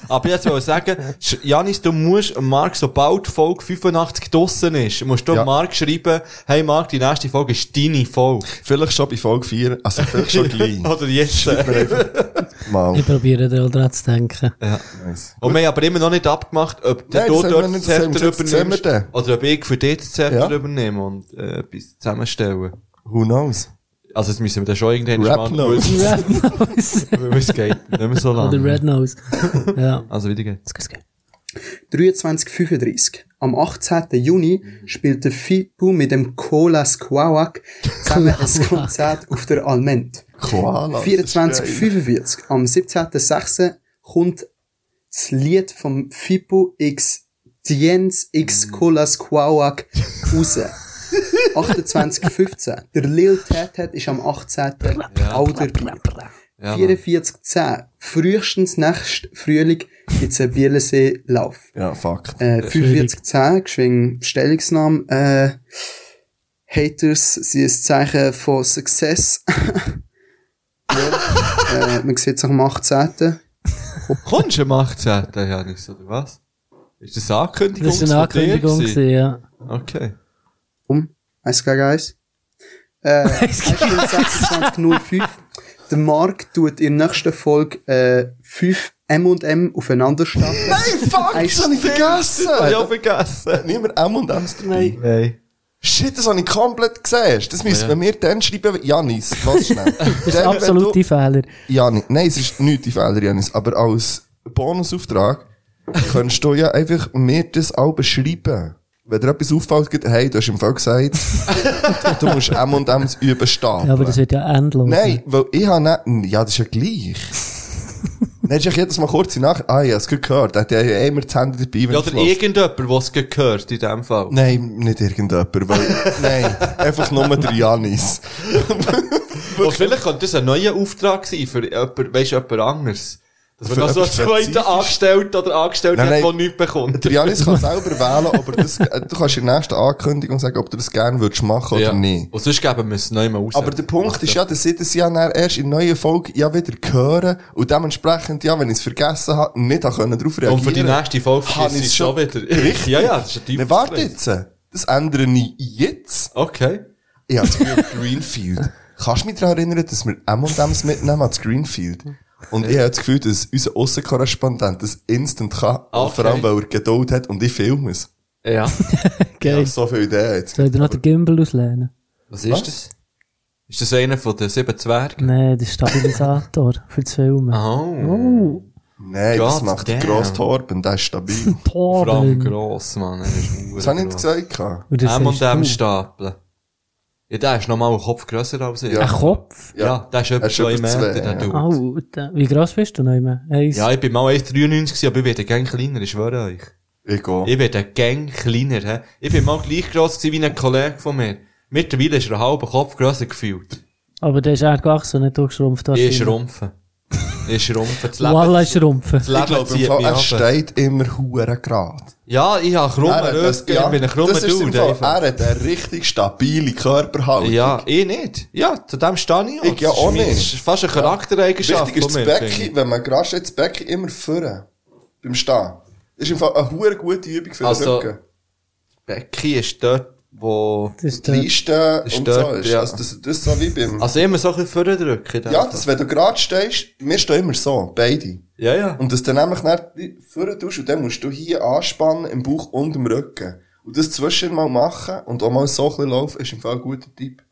S2: Aber jetzt wollte ich sagen, Sch- Janis, du musst am Marc, sobald Folge 85 draussen ist, musst du
S3: Ja.
S2: ja. Marc schreiben, hey Marc, die nächste Folge ist deine Folge.
S3: Vielleicht schon bei Folge 4, also vielleicht schon gleich.
S2: Oder jetzt.
S3: Mal.
S4: Ich probiere da auch dran zu denken.
S3: Nice.
S2: Und wir haben aber immer noch nicht abgemacht, ob
S3: Nein,
S2: du
S3: das haben wir
S2: dort das
S3: nicht, das haben
S2: Zepter
S3: wir gesagt, das sehen wir
S2: übernimmst,
S3: dann.
S2: oder ob ich für dich das Zepter
S3: Ja.
S2: übernehme und äh, etwas zusammenstellen.
S3: Who knows?
S2: Also das müssen wir dann schon irgendwann
S3: Rap
S2: machen,
S3: noch.
S2: weil es-
S4: Red Nose.
S2: weil es geht nicht mehr so
S4: Oder
S2: lange.
S4: Red Nose. Ja.
S2: Also wieder geht's.
S4: Jetzt geht's gehen.
S7: 23.35. Am 18. Juni spielt der Fipu mit dem Cola Squawak zusammen ein Konzert auf der Alment.
S3: Oh, Koala.
S7: 24.45. Am 17.06. kommt das Lied vom Fipu X Diens X Cola Squawak raus. 28.15. Der Lil Ted ist am 18. auch dabei.
S2: Ja, Mann.
S7: 44.10. Frühestens nächsten Frühling gibt's einen Bielensee-Lauf.
S3: Ja, fuck.
S7: Äh, 4510, geschwing Stellungsnahme. Äh, Haters sind ein Zeichen von Success. ja. äh, man sieht es am 18.
S2: Kommst du am 18. Janis, oder was? Ist das eine Ankündigung?
S4: Das war eine
S2: von dir
S4: Ankündigung,
S2: gewesen?
S4: gewesen, ja.
S2: Okay.
S7: Um, 1 gegen 1. Äh, 26.05. Der Mark tut in der nächsten Folge äh, 5 M&M aufeinander stapeln.
S3: Nein, fuck, das hab ich
S2: Ah, ja,
S3: vergessen!
S2: vergessen.
S3: Niemand M und M's dabei.
S2: Nein.
S3: Shit, das habe ich komplett gesehen. Das müssen wir mir dann schreiben, Janis, was schnell.
S4: Das
S3: Dann, wenn
S4: ist
S3: du-
S4: absolute Fehler.
S3: Janis, nein, es ist nicht die Fehler, Janis, aber als Bonusauftrag kannst du ja einfach mir das auch beschreiben. Wenn dir etwas auffällt, geht, hey, du hast im Fall gesagt, du musst M&M's überstehen.
S4: Ja, aber das wird ja endlos.
S3: Nein, weil ich habe nicht, ja, das ist ja gleich. Nein, das ist ja jedes Mal kurze Nacht, ah, ja, es gehört, der hat ja immer die Hände dabei, wenn
S2: Ja,
S3: er
S2: oder
S3: schläft.
S2: irgendjemand, der es gehört in dem Fall.
S3: Nein, nicht irgendjemand, weil, nein, einfach nur der Janis.
S2: Und vielleicht könnte das ein neuer Auftrag sein für jemand, weisst, jemand anderes. Dass man
S3: Für
S2: noch so einen
S3: jemand
S2: zweiten
S3: spezifisch?
S2: Angestellten oder Angestellten
S3: Nein,
S2: hat, der
S3: nein.
S2: nichts bekommt.
S3: Der Janis kann selber wählen, ob er das, äh, du kannst in der nächsten Ankündigung sagen, ob du das gerne würdest machen
S2: Ja.
S3: oder nicht.
S2: Und sonst geben wir es noch einmal raus.
S3: Aber der Punkt ist ja, dass ich das ja dann erst in neuen Folge ja wieder hören und dementsprechend, ja, wenn ich es vergessen habe, nicht darauf reagieren
S2: Und für die nächste Folge
S3: Habe
S2: vergisst
S3: ich
S2: ich
S3: es
S2: es
S3: schon-
S2: schon wieder.
S3: Richtig.
S2: Ja, ja, das ist ein Typ.
S3: Nein, warte jetzt. Das ändere ich jetzt.
S2: Okay.
S3: Ja, das Gefühl, Greenfield. Kannst du mich daran erinnern, dass wir M&M's mitnehmen ans Greenfield? Und ich habe das Gefühl, dass unser Aussenkorrespondent das instant kann. Und Vor allem, weil er Geduld hat und ich filme es.
S2: Ja.
S3: Ich
S4: Geil.
S3: habe so viel Ideen jetzt.
S4: Soll ich dir noch den Gimbal ausleihen?
S2: Was ist das? Ist das einer von den sieben Zwergen?
S4: Nein, der Stabilisator für das Filmen.
S2: Oh.
S3: Nein, das
S2: God
S3: macht der
S2: damn.
S3: grosse Torben, der ist stabil.
S2: Vor allem
S4: Torben.
S2: gross, Mann. Er ist
S3: Das habe ich nicht
S2: gross.
S3: gesagt. gehabt.
S4: Und das
S2: M
S4: sagst
S2: und M
S4: du.
S2: Stapel. Ja, der ist nochmal einen Kopf grösser als ich.
S3: Ja.
S4: Ein Kopf?
S2: Ja, der ist
S3: Er
S2: etwa
S3: ist
S2: zwei
S3: etwa
S2: Meter,
S3: zwei,
S2: der
S3: ja.
S4: Ah,
S2: Dude.
S4: Alter. Wie gross bist du noch immer? Eins.
S2: Ja, ich bin mal 1,93 gewesen, aber ich werde gern kleiner, ich schwöre euch.
S3: Ich gehe.
S2: Ich werde gern kleiner, hä? Ich bin mal gleich gross gewesen wie ein Kollege von mir. Mittlerweile ist er einen halben Kopf grösser gefühlt.
S4: Aber der ist eher gewachsen und nicht durchgeschrumpft.
S2: Ich
S4: wahrscheinlich.
S2: schrumpfe. Ich schrumpfe. Das Leben,
S4: Walla ist schrumpfen.
S2: das Leben
S3: Ich glaube, im
S2: zieht
S3: Fall,
S2: mich
S3: er
S2: ab.
S3: steht immer huren grad.
S2: Ja, ich habe
S3: Er hat
S2: krumme
S3: das-
S2: Rösgen, ich bin ein krummer
S3: das ist im
S2: Dude.
S3: Fall,
S2: einfach.
S3: er hat eine richtig stabile Körperhaltung.
S2: Ja, ich nicht. Ja, zu dem stehe ich. auch.
S3: Ich ja
S2: Das ist
S3: auch
S2: mein-
S3: nicht.
S2: Das ist fast eine Charaktereigenschaft
S3: Wichtig ist
S2: von
S3: das
S2: mir, finde ich.
S3: Becken, wenn man gerade steht, das Becken immer führen. Beim Stehen. Das ist im Fall eine hure gute Übung für
S2: Also,
S3: den Rücken.
S2: Becken ist dort, wo...
S4: Das ist
S3: Die Leiste
S4: der
S2: das
S3: und
S2: stört,
S3: so ist.
S2: ja.
S3: Also, das, das ist so wie beim...
S2: Also immer so ein bisschen vordrücken.
S3: ja, das, wenn du gerade stehst, wir stehen immer so, beide.
S2: ja, ja.
S3: Und dass du nämlich nicht führen tust und dann musst du hier anspannen, im Bauch und im Rücken. Und das zwischen mal machen und auch mal so ein bisschen laufen, ist im Fall ein guter Tipp.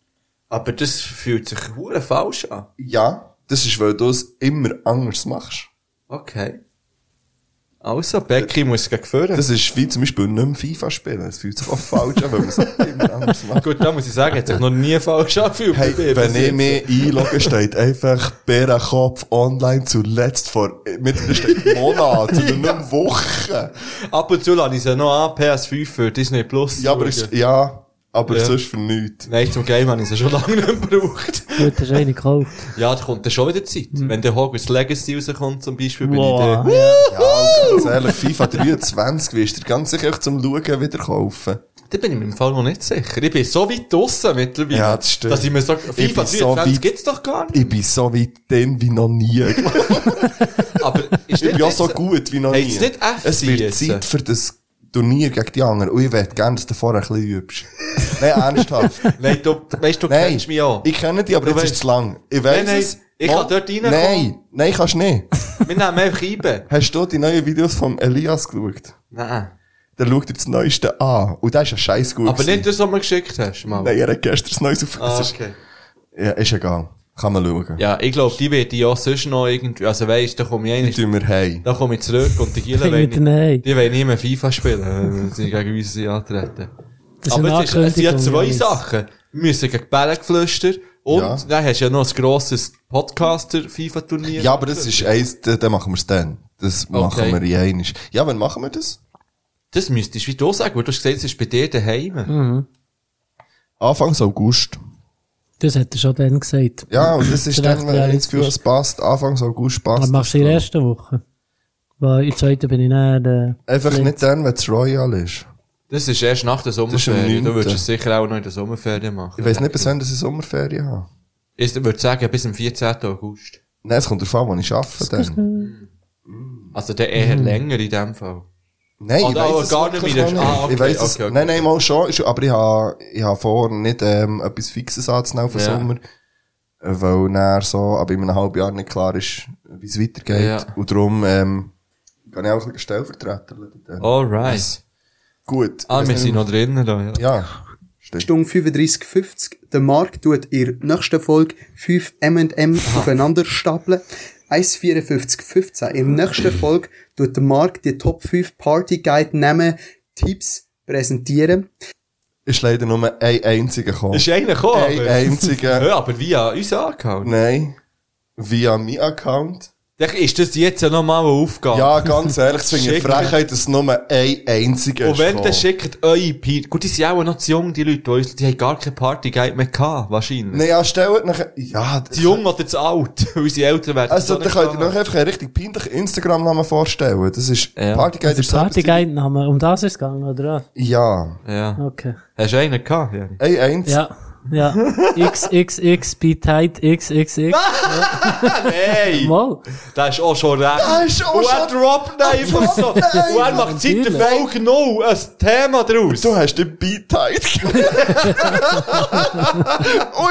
S2: Aber das fühlt sich hure falsch an.
S3: Ja, das ist, weil du es immer anders machst.
S2: Okay. Also, Becky muss gegen vorne.
S3: Das ist wie zum Beispiel nicht mehr FIFA spielen. Es fühlt sich auch falsch an, wenn man es immer anders macht.
S2: Gut, da muss ich sagen, hat sich noch nie falsch angefühlt.
S3: Hey,
S2: bei mir
S3: wenn
S2: bis
S3: ich mich einlogge, steht einfach Bärenkopf online zuletzt vor, mittlerweile steht Monat, sondern nur Woche.
S2: jetzt. Ab und zu lasse ich sie noch an, PS5 für Disney Plus.
S3: Ja, aber, ich,
S2: schauen.
S3: ja, aber
S2: Ja.
S3: sonst für nichts.
S2: Nein, zum Game habe ich sie schon lange nicht gebraucht.
S4: wird der eine gekauft.
S2: Ja, da kommt dann schon wieder Zeit. Wenn der Hogwarts Legacy rauskommt, zum Beispiel, bin
S4: Wow.
S2: ich da.
S3: Ja, und ganz ehrlich, FIFA 23 wirst du dir ganz sicher auch zum Schauen wieder kaufen.
S2: Da bin ich mir im Fall noch nicht sicher. Ich bin so weit draussen mittlerweile.
S3: Ja, das stimmt.
S2: Dass ich mir sage,
S3: bin
S2: FIFA
S3: so
S2: 23
S3: weit-
S2: gibt's doch gar nicht.
S3: Ich bin so weit drin wie noch nie. Ich
S2: Aber ist
S3: bin
S2: nicht
S3: ja so
S2: jetzt-
S3: gut wie noch nie.
S2: Hey, ist nicht FC
S3: es wird
S2: jetzt?
S3: Zeit für das Turnier gegen die anderen. Und ich werde gerne, dass du vorher ein bisschen übst. Nein, ernsthaft.
S2: Nein, du, du- weißt du,
S3: Nein,
S2: kennst mich auch.
S3: ich kenne dich, aber
S2: Du
S3: jetzt
S2: weißt-
S3: ist es lang. Ich weiss
S2: Nein, nein,
S3: es.
S2: ich
S3: Mo-
S2: kann dort reinkommen.
S3: Nein, nein, kannst nicht.
S2: Wir nehmen einfach Eibe.
S3: Hast du die neuen Videos von Elias geschaut?
S2: Nein.
S3: Der schaut dir das Neueste an. Und der ist ja scheiß gut.
S2: Aber
S3: gewesen.
S2: nicht das, was du mir geschickt hast, Mann.
S3: Nein, er hat gestern das Neues auf.
S2: Ah,
S3: Es ist-
S2: okay.
S3: Ja, ist egal. Kann man schauen.
S2: Ja, ich glaube, die wird ja sonst noch irgendwie, also weisst, da komme ich
S3: Die
S2: eigentlich,
S3: tun wir hey.
S2: da komme ich zurück und die Gielen
S4: Bring
S2: wollen,
S4: mit den Ei.
S2: nicht- die wollen nicht mehr FIFA spielen, äh, wenn sie gegen uns sind antreten.
S4: Das ist eine
S2: Aber es, ist, es sind ja
S4: Ankündigung,
S2: zwei
S4: Jungs.
S2: Sachen. Wir müssen gegen Bärengeflüster und
S3: Ja.
S2: dann hast du ja noch ein grosses Podcaster-FIFA-Turnier.
S3: Ja, aber das ist eins, da- dann machen wir es dann. Das machen wir in einisch. Ja, wann machen wir das?
S2: Das müsstest du wie du sagen, weil du hast gesagt, es ist bei dir daheim.
S4: Hm.
S3: Anfangs August.
S4: Das hat er schon dann gesagt.
S3: Ja, und das ist
S4: Recht
S3: dann, wenn ich das Gefühl habe,
S4: realistisch.
S3: es passt. Anfangs August
S4: Was
S3: passt.
S4: Ah, machst du in der ersten Woche? Weil in der zweiten bin ich näher, äh,
S3: Einfach nicht dann, wenn es Royal ist.
S2: Das ist erst nach der Sommerferien. Du
S3: neunten.
S2: würdest es sicher auch noch in der Sommerferien machen.
S3: Ich weiss nicht, bis wann das ich Sommerferien habe.
S2: Ich würde sagen, bis am 14. August.
S3: Nein, es kommt darauf an, wann ich arbeite dann.
S2: Also der
S4: Mhm.
S2: eher länger in dem Fall.
S3: Nein,
S2: Ah,
S3: ich
S2: da
S3: weiss
S2: aber
S3: es
S2: gar nicht
S3: wirklich
S2: mehr.
S3: noch nicht.
S2: Ah, okay,
S3: ich weiss es,
S2: okay, okay.
S3: nein, nein, mal schon, ist- aber ich habe, ich habe vor, nicht, ähm, etwas Fixes anzunehmen für den
S2: Ja.
S3: Sommer. äh, Weil näher so, aber in einem halben Jahr nicht klar ist, wie es weitergeht.
S2: Ja.
S3: Und darum, ähm, kann ich auch ein bisschen Stellvertreter dann.
S2: Alright.
S3: Gut.
S2: Oh. Ah,
S3: Ich
S2: wir
S3: weiss
S2: sind
S3: nicht,
S2: noch drinnen da, ja.
S3: Ja. Stimmt.
S7: Stunde 35,50. Der Markt tut in der nächsten Folge 5 M&M aufeinander stapeln. 1,54,15. In der nächsten Folge tut der Markt die Top 5 Party Guide nehmen, Tipps präsentieren.
S3: Ist leider nur ein einziger gekommen.
S2: Ist einer gekommen?
S3: ein
S2: aber-
S3: einziger.
S2: Ja, aber via uns angehauen.
S3: nein. Via mein Account.
S2: Dann Ist das jetzt ja nochmal eine Aufgabe?
S3: Ja, ganz ehrlich, es finde ich
S2: Ah. Schick.
S3: eine Frechheit, dass nur ein einziger
S2: Und wenn,
S3: gekommen.
S2: dann schickt eure Peer. Gut, die sind auch noch zu jung, die Leute, die, uns- die haben gar keine Partyguide mehr gehabt, wahrscheinlich.
S3: Nein, ja, stellt nachher, ja,
S2: Zu jung oder zu alt, weil sie älter werden.
S3: Also,
S2: das
S3: da
S2: auch
S3: könnt ihr
S2: nicht
S3: euch
S2: haben.
S3: einfach einen richtig peinlichen Instagram-Namen vorstellen. Das ist
S2: Ja.
S3: Partyguide.
S4: der
S3: ist so etwas-
S4: Partyguide haben wir, um das ist es gegangen, oder?
S3: Ja.
S2: Ja.
S4: Okay.
S2: Hast du einen gehabt, Jani?
S3: Ein eins.
S4: Ja. Ja. XXX, be tight, XXX.
S2: Nein!
S4: Mal.
S2: Da ist auch schon recht. Da
S3: ist auch
S2: Und er
S3: schon-
S2: droppt ihn einfach so. Und er macht seit der
S4: Natürlich.
S2: Folge noch ein Thema draus.
S3: Du hast den Beat tight. Und ich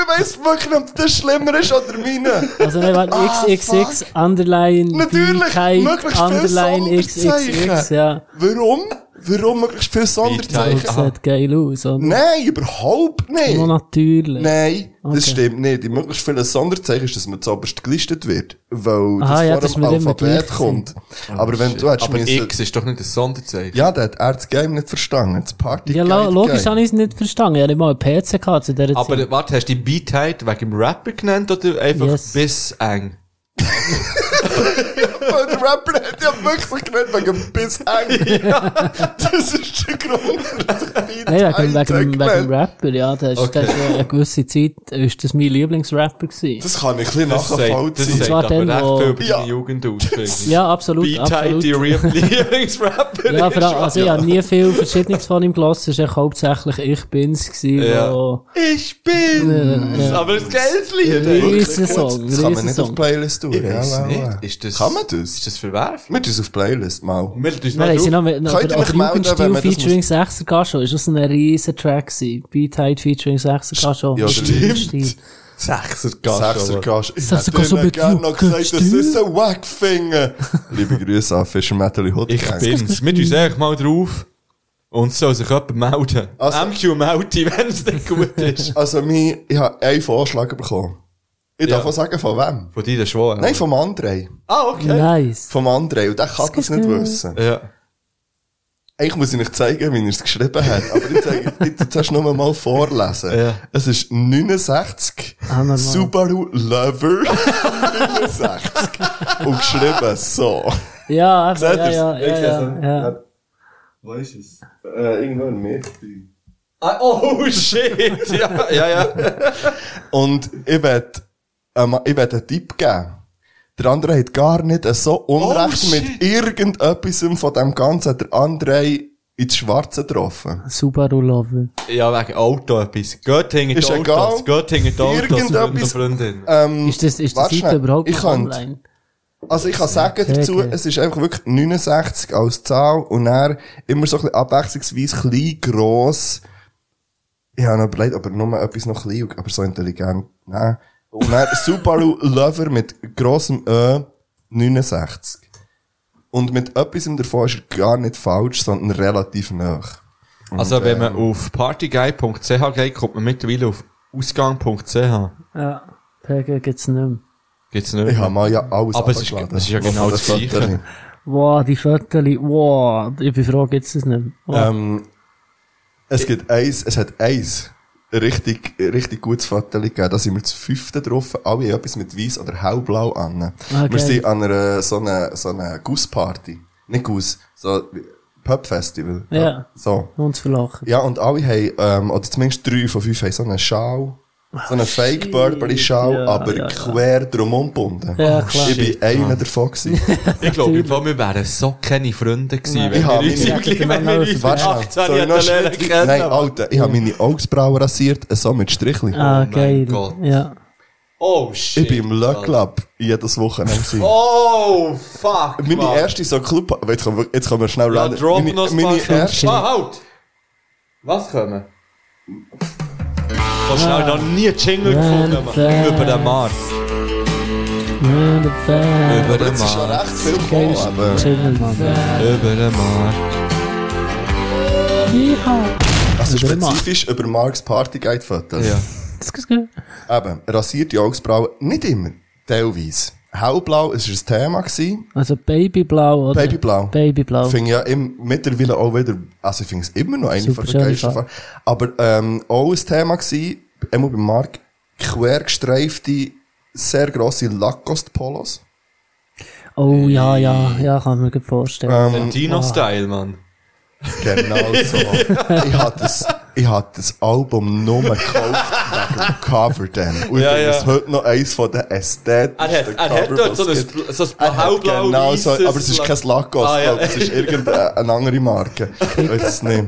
S3: weiss wirklich nicht, ob das schlimmer ist oder meine.
S4: Also nein, warte,
S3: Ah,
S4: XXX, underline,
S3: Natürlich,
S4: be tight,
S3: möglichst viele
S4: underline, XXX,
S3: Sonderzeichen.
S4: ja.
S3: Warum? Warum möglichst viel
S2: Beat
S4: Das
S3: Sonderzeichen?
S2: tight. Aha.
S4: sieht geil aus, oder?
S3: Nein, überhaupt nicht.
S4: Nur natürlich.
S3: Nein,
S4: Okay.
S3: das stimmt nicht. Die möglichst viele Sonderzeichen ist, dass man zuoberst gelistet wird, weil
S4: Aha, ja,
S3: das
S4: dass
S3: vor
S4: wir
S3: dem
S4: nicht mehr
S3: Alphabet
S4: gleich sind.
S3: kommt. Aber wenn du hättest
S2: Ah, Aber
S3: müssen-
S2: X ist doch nicht ein Sonderzeichen.
S3: Ja, der hat er das Game nicht verstanden. Das Party
S4: Ja, lo- logisch habe ich es nicht verstanden. Ich habe nicht mal einen PC gehabt zu dieser
S2: Aber
S4: Zeit.
S2: warte, hast du die Beatheit wegen dem Rapper genannt oder einfach
S4: Yes.
S2: bis eng?
S3: Weil der Rapper hat ja wirklich genannt wegen dem Biss eng. Das ist der Grund, dass ich Beat
S4: Nein, wegen,
S3: Tight
S4: wegen, wegen
S3: genannt.
S4: dem Rapper, ja. Das ist, das ist ja eine gewisse Zeit, ist das mein Lieblingsrapper gewesen.
S3: Das kann ich ein bisschen
S2: Das sagt, das sagt
S3: nachvollziehen.
S4: zwar
S2: aber
S4: dann, wo-
S2: recht viel über
S3: Ja.
S2: die Jugend aus, finde ich.
S4: Ja, absolut,
S2: Beatheit,
S4: absolut.
S2: die Real- Lieblingsrapper
S4: Ja,
S2: ist.
S4: vor allem, also ich habe nie viel Verschiedenes von ihm gelassen. Es war echt hauptsächlich ich bin's gewesen,
S2: Ja. Nou,
S4: wo...
S2: Ich bin's!
S4: Ja, ja.
S2: Aber ein geiles Lied!
S3: Wirklich
S4: Riesen
S3: gut.
S4: Song,
S3: Das kann man
S4: riesen
S3: nicht auf
S4: Song.
S3: Playlist tun.
S2: Ich weiss
S3: Ja,
S2: nicht.
S3: ja.
S2: Ist das-
S3: Kann man das?
S2: Ist das verwerflich?
S3: Mit uns auf Playlist mal.
S2: Wir tun uns
S4: Nein,
S2: noch
S4: nein, sie
S2: drauf.
S4: noch mit
S3: Könnt ihr mich
S4: oder, oder
S3: melden, wenn
S4: Jugendstil
S3: man das
S4: featuring 6er Gasho. Ist das ein riesen Track gewesen? Beat-Height featuring 6er Gasho.
S3: Ja, stimmt.
S2: Sechser
S3: Sechser
S2: Gascho.
S3: Gast. Ich
S4: Sechser
S3: hätte
S4: Gast, aber
S3: ihnen gerne noch
S4: Duke,
S3: gesagt, das ist ein Wackfinger. Liebe Grüße an Fischer Metal Hot
S2: Ich
S3: Gang.
S2: bin's. Wir tun uns eigentlich mal drauf. Und soll sich jemand melden.
S3: Also-
S2: MQ Melti, wenn es nicht gut ist.
S3: Also, mein, ich habe einen Vorschlag bekommen. Ich
S2: Ja.
S3: darf auch sagen, von wem?
S2: Von dir, der Schwan.
S3: Nein, vom André.
S2: Ah, okay.
S4: Nice.
S3: Vom André. Und der kann das nicht wissen.
S2: Ja.
S3: Eigentlich muss ich euch zeigen, wie er es geschrieben hat. Aber ich zeige, ich tu zuerst nur mal vorlesen.
S2: Ja.
S3: Es ist 69
S4: Ah, normal.
S3: Subaru Lover 69. Und geschrieben so.
S4: Ja, eben,
S3: Seht
S4: ja,
S3: ihr's?
S4: ja, ja, ja, also, ja.
S3: Wo ist es? Äh, irgendwo in Mitte.
S2: Ah, oh, shit. Ja, ja, ja.
S3: Und ich werd, ähm, ich werd einen Tipp geben. Der andere hat gar nicht so Unrecht
S2: Oh, shit.
S3: mit irgendetwas von dem Ganzen. hat Der andere ins Schwarze getroffen.
S4: Subaru Lover.
S2: Ja, wegen Auto etwas. Geht hinter die
S3: Ist
S2: Autos.
S3: egal.
S2: Geht hinter die Autos, Freunde und
S3: Irgendetwas-
S2: Freundinnen.
S3: Ähm,
S4: Ist das, ist das
S3: warte
S4: Seite
S3: schnell,
S4: überhaupt
S3: ich
S4: noch
S3: könnte-
S4: online?
S3: also ich kann sagen dazu,
S4: Okay.
S3: es ist einfach wirklich 69 als Zahl und er immer so ein bisschen abwechslungsweise klein, gross. Ich habe noch überlegt, ob er nur etwas noch klein, aber so intelligent, nein. Und dann Subaru Lover mit grossem Ö, 69. Und mit etwas davon ist er gar nicht falsch, sondern relativ nah.
S2: Also, wenn man auf partyguy.ch geht, kommt man mittlerweile auf ausgang.ch.
S4: Ja. PG gibt's nicht mehr.
S2: Gibt's nicht.
S3: Ich habe mal ja alles
S2: Aber es ist-
S3: abgeladen.
S2: es ist ja genau das
S3: Fotos.
S2: Gleiche.
S4: Wow, die Viertel, wow, ich bin froh, gibt's das nicht. mehr. Wow.
S3: Ähm, es gibt eins, es hat eins. Richtig, richtig gutes Foto gegeben. Da sind wir zu fünften drauf. Alle haben etwas mit weiß oder hellblau an.
S4: Ah,
S3: Wir
S4: geil.
S3: sind an einer, so einer, so einer Gussparty. Nicht Guss, so Pub-Festival.
S4: Ja.
S3: So.
S4: Uns verlachen.
S3: Ja, und alle haben, ähm, oder zumindest drei von fünf haben so einen Schal. So einen fake burberry schal
S4: Ah, Ja,
S3: aber
S4: ja, ja.
S3: quer drum umgebunden.
S4: Ja, klar.
S3: Ich bin einer davon gewesen.
S2: Ich glaube, im Fall, wir wären so keine Freunde gewesen, wenn
S3: Ich
S2: wir
S3: habe
S2: uns im
S3: meine-
S2: Gli- wenn wir uns
S3: Warte
S2: mit
S3: schnell.
S2: 18
S3: Soll ich
S2: hätten
S3: noch
S2: lernen
S3: Schritt-
S2: können.
S3: Nein, Alter, ich habe meine Augsbrauen rasiert, so mit Strichli.
S4: ah,
S2: mein
S4: geil.
S2: Gott.
S4: Ja.
S2: Oh, shit.
S3: Ich bin im Le Club jedes Wochenende. gewesen.
S2: Oh, fuck.
S3: meine
S2: Mann.
S3: erste so Club. Jetzt können wir- jetzt können wir schnell
S2: Ja,
S3: reden.
S2: drop
S3: meine,
S2: noch ein
S3: meine
S2: paar
S3: erste.
S2: Ah, halt! Was kommen? So schnell noch nie einen Jingle
S4: Run
S2: gefunden, Mann.
S4: fast.
S2: Über den Markt.
S4: Man, the fan.
S2: Über
S3: Aber
S2: den
S3: jetzt ist schon
S2: Markt.
S3: recht viel gekommen, aber
S4: Chillen, Mann.
S2: Über den Markt.
S3: also
S4: Über den Markt.
S3: spezifisch über Marks Party Guide Fotos.
S2: Ja.
S4: Das ist gut.
S3: Eben, rasierte Augsbrauen, nicht immer, teilweise. Hellblau ist ein Thema gewesen.
S4: Also Babyblau, oder?
S3: Babyblau.
S4: Babyblau.
S3: Finde ich ja im, mittlerweile auch wieder, also ich finde es immer noch eine
S4: Super
S3: von der
S4: schöne
S3: geilsten
S4: Farbe.
S3: Farben. Aber, ähm, auch ein Thema gewesen, einmal bei Mark, quer gestreifte, sehr grosse Lacoste-Polos.
S4: Oh, ja, ja, ja, kann man mir gut vorstellen.
S2: Dino-Style, Mann.
S3: Genau so. ich habe das, ich hab das Album nur gekauft wegen dem Cover dann. Und ich
S2: Ja,
S3: finde
S2: ja.
S3: es heute noch eines von den
S2: Er hat,
S3: ästhetischsten
S2: er hat dort so ein, Bl- so ein
S3: Er hat
S2: blau-blau
S3: genau so, aber es ist kein Lacoste,
S2: Ah, ja.
S3: aber es ist irgendeine eine andere Marke. Ich weiß es nicht.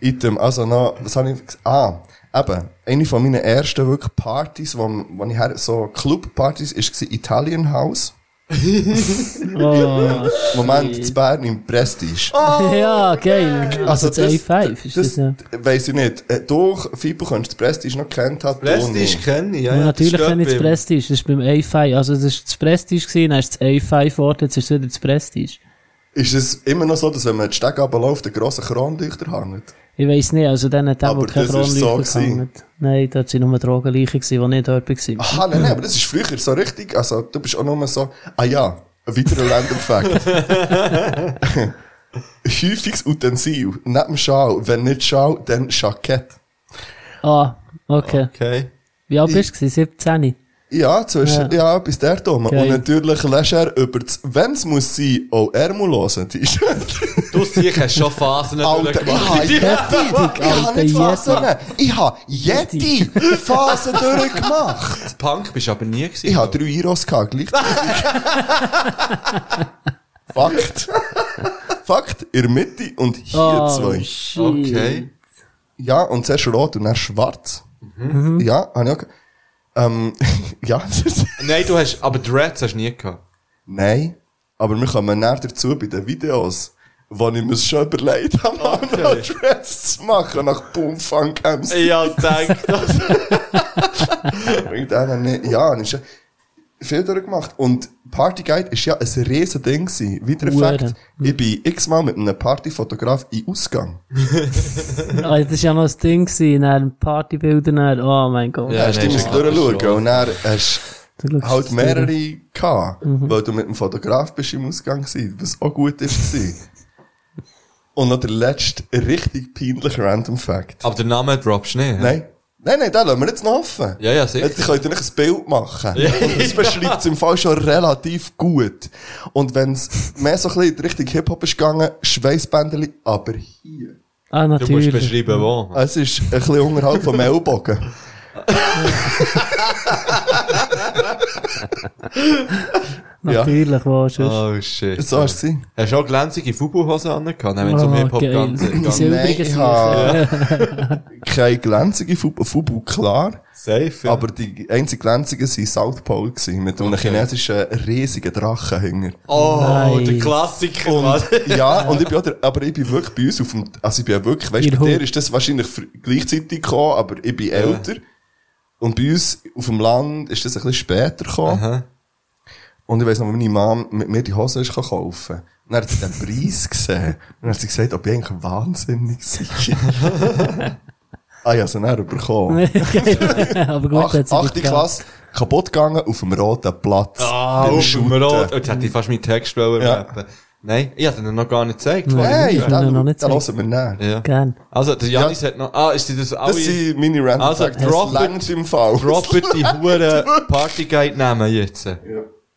S3: Item, also noch, was habe ich, gesagt? ah, Eben, eine von meinen ersten wirklich Partys, wo, wo ich her, so Clubpartys, ist war Italian House.
S4: Oh,
S3: Moment, in Bern im Prestige.
S4: ja, geil. Also, das A5 ist das, ja.
S3: Weiss ich nicht. Äh, Durch, Fibo, könntest du Prestige noch kennt haben.
S2: Prestige kenne ich, ja.
S4: Ja,
S2: ja,
S4: natürlich
S2: das
S4: kenne ich das
S2: steht beim-
S4: Prestige. Das ist beim A5. Also, das ist das Prestige gewesen, dann ist das A5 geworden, jetzt ist es wieder das Prestige.
S3: Ist es immer noch so, dass wenn man die Stege runterläuft, der grosse Kronleuchter hängt?
S4: Ich weiss nicht, also dann hat der,
S3: Aber
S4: der keine
S3: das ist so
S4: Kronleuchter
S3: gewesen.
S4: gehangen. Nein, dort waren nur Drogenleichen, die nicht dort waren.
S3: Aha, nein, nein, aber das ist früher so richtig. Also, du bist auch nur so, ah ja, ein weiterer Random Fact. Häufiges Utensil, neben dem Schal. Wenn nicht Schal, dann Jackett.
S4: Ah, okay.
S2: Okay.
S4: Wie alt bist du? gewesen? 17?
S3: Ja, zwischen, ja, bis der dumme.
S4: Geil.
S3: Und natürlich lässt er über das, wenn es muss sein, auch Ärmellosen T-Shirt.
S2: Du siehst, hast schon Phasen natürlich
S3: Alter, ich
S2: gemacht.
S3: habe Yeti, ich habe
S4: Alter,
S3: nicht Phasen, genommen.
S4: Yeti.
S3: ich habe Yeti-Phasen durchgemacht.
S2: Punk bist du aber nie gewesen.
S3: Ich habe drei Iros gehabt, gleichzeitig. Fakt. Fakt, in der Mitte und hier zwei.
S4: Oh, shit.
S2: Okay.
S3: Ja, und zuerst rot und dann schwarz. Ja, habe ich auch ge- ähm, ja, das ist-
S2: Nein, du hast, aber Dreads hast du nie gehabt.
S3: nein. Aber wir kommen näher dazu bei den Videos, wo ich mir schon überlegt habe, okay. noch Dress zu machen nach Boom Funk MC.
S2: Ja, denk das.
S3: Und dann habe ich, ja, dann ist ja viel durchgemacht. Und Party Guide ist ja ein riesen Ding gewesen. Weiterer
S4: Hure.
S3: Fakt, ich bin x-mal mit einem Partyfotograf in Ausgang.
S4: Ah, das war ja noch das Ding, gewesen, dann Partybildern, dann, oh mein Gott.
S2: Ja,
S3: Hast du
S2: nein,
S3: musst
S2: ist ja
S3: durchschauen.
S2: schon.
S3: Und dann hast
S4: Du schaust
S3: halt
S4: es
S3: mehrere gehabt, weil du mit dem Fotograf bist im Ausgang gewesen, was auch gut ist gewesen. Und noch der letzte richtig peinliche Random Fact.
S2: Aber den Namen droppst du nicht. hä?
S3: Nein. Nein, nein, den lassen wir jetzt noch offen.
S2: Ja, ja, sicher.
S3: Jetzt könnt ihr nicht ein Bild machen. Und das beschreibt es im Fall schon relativ gut. Und wenn es mehr so ein bisschen in die Richtung Hip-Hop ist gegangen, Schweißbändeli, aber hier.
S4: Ah,
S2: Du musst
S4: natürlich.
S2: beschreiben, wo.
S3: Es ist ein bisschen unterhalb vom Ellbogen.
S4: Natürlich, wo schon.
S2: Oh shit.
S3: So war es. gewesen.
S2: Hast du auch glänzige Fubu-Hosen angehabt? Nein, wenn es um
S4: Oh,
S2: Hip-Hop
S4: geil.
S2: ganz
S4: Die
S2: gegangen
S3: Nein,
S4: silbrigen
S3: ich
S4: sind
S3: habe keine glänzige Fubu, Fubu klar,
S2: Safe.
S3: aber die einzig glänzigen waren South Pole gewesen, mit einem chinesischen riesigen Drachen hinger.
S2: oh,
S4: Nice.
S2: der Klassiker, Mann.
S3: Und, ja, und ich bin auch der, aber ich bin wirklich bei uns auf dem, also ich bin ja wirklich, weißt
S4: Ihr
S3: du, bei dir
S4: Hund.
S3: ist das wahrscheinlich fr- gleichzeitig gekommen, aber ich bin älter. Und bei uns auf dem Land ist das ein bisschen später gekommen.
S2: Aha.
S3: Und ich weiss noch, wie meine Mom mit mir die Hose ist kaufen kann. Und dann hat sie den Preis gesehen. Und dann hat sie gesagt, ob ich eigentlich wahnsinnig sei. ah ja, so näher bekommen.
S4: Aber gut,
S3: Ach,
S4: hat sie
S3: achte
S4: gehabt.
S3: Klasse, kaputt gegangen auf dem roten Platz.
S2: Ah,
S3: Beim
S2: auf dem
S3: Shooten.
S2: Rot. Jetzt hätte ich fast meinen Text wollen
S3: Ja.
S2: rappen. Nein, ich hätte ihn noch gar nicht gezeigt.
S3: Hey,
S4: Ich kann ihn
S3: dann,
S4: noch
S3: dann
S4: nicht
S3: hören wir näher.
S2: Ja.
S4: Gern.
S2: Also, der Janis hat noch, ah, ist die das alle?
S3: Das sind meine Random
S2: Also,
S3: Facts. Das
S2: Robert-
S3: langt im Fall.
S2: Robert, die huren Partyguide-Namen jetzt. Ja.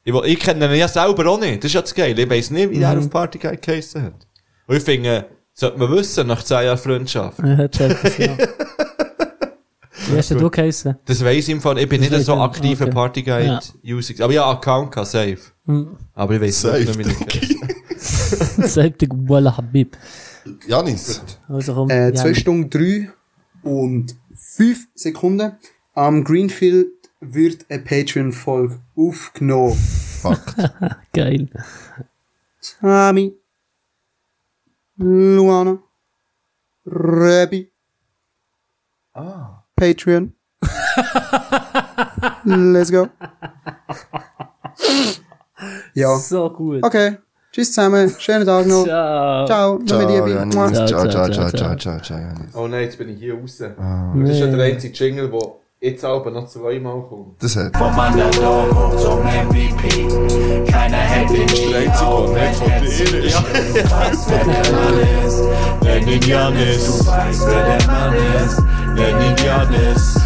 S2: Ich, will- ich kenne ihn ja selber auch nicht. Das ist ja das Geile. Ich weiss nicht, wie er auf Partyguide geheissen hat. Und ich finde, das sollte man wissen, nach 10 Jahren Freundschaft.
S4: Ja, hat schon etwas, ja. Wie hast denn du geheissen?
S2: Das weiss ich im Fall. Ich bin nicht
S4: weiss
S2: so
S4: ich.
S2: aktiver
S4: Okay.
S2: Partyguide-User. Aber ja, Account kann safe.
S4: Hm.
S2: Aber ich weiss
S3: Safe,
S2: nicht, wie ich
S3: denke
S2: geheissen
S4: Selbtig Walla Habib.
S3: Janis.
S4: Also komm,
S7: Äh,
S4: Jan.
S7: 2 Stunden 3 und 5 Sekunden. Am Greenfield wird eine Patreon-Folge aufgenommen.
S4: Geil.
S7: Sami, Luana, Rebi, Patreon. Let's go. ja,
S4: So gut.
S7: okay. Tschüss zusammen, schönen Tag noch.
S4: Ciao.
S7: Ciao, ciao,
S3: Ciao,
S7: Janis.
S3: Janis.
S7: Mua.
S3: Ciao, ciao,
S4: Ciao,
S3: ciao,
S4: ciao,
S3: ciao, ciao, ciao, ciao, Janis.
S2: Oh nein, jetzt bin ich hier raus.
S4: Ah.
S2: Das ist ja der
S4: Äh.
S2: einzige Jingle, der jetzt aber noch zweimal kommt.
S3: Das hat.
S6: Vom Underdog hoch zum MVP. Keiner hält den G, auch wenn Hetzi ist. Du weißt, wer der Mann ist. Lenin Janis. Du weißt, wer der Mann ist. Lenin Janis.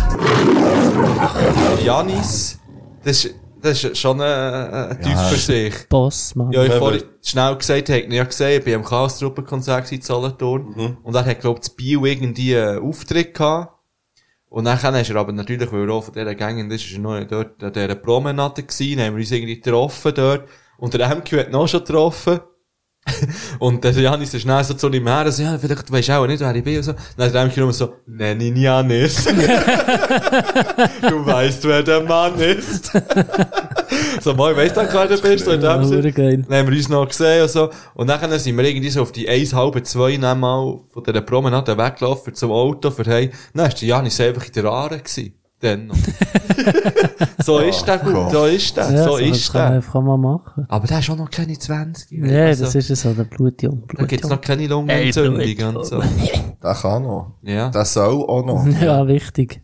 S2: Janis, das ist, das ist schon ein, ein Typ für sich.
S4: Boss, Mann.
S2: Ja, ich
S3: Clever.
S2: vorhin schnell gesagt, habt ihr ja gesehen, ich bin am Chaos-Truppen-Konzert in Solothurn. Und er hat, glaub ich, Bio irgendwie einen Auftritt gehabt. Und nachher ist er aber natürlich, weil er auch von dieser Gang ist, ist er noch dort an dieser Promenade gewesen, dann haben wir uns irgendwie getroffen dort. Und der MQ hat noch schon getroffen. Und der Janis ist dann so zu ihm her, so, ja, vielleicht weisst du auch nicht, wer ich bin und so. Dann hat er nämlich nur so, nenn ihn Janis. du weißt, wer der Mann ist. so, mal, weißt du, wer du bist, so in dem Sinne.
S4: Hure geil.
S2: Dann haben wir uns noch gesehen und so. Und dann sind wir irgendwie so auf die 1, halbe, 2 dann mal von dieser Promenade weggelaufen zum Auto, für hey. Dann ist der Janis einfach in der Aare gewesen. Dann noch. so ist der, gut, so ist der,
S4: Oh Ja,
S2: so
S4: das
S2: ist
S4: kann,
S2: der.
S4: man- kann man machen.
S2: Aber der ist auch noch keine 20.
S4: Ja,
S2: Also,
S4: das ist es, oder? Blutjung,
S2: Da gibt's
S4: Blutjung.
S2: noch keine Lungenentzündung und so.
S3: Der kann noch.
S2: Ja.
S3: Der soll auch noch.
S4: Ja, wichtig.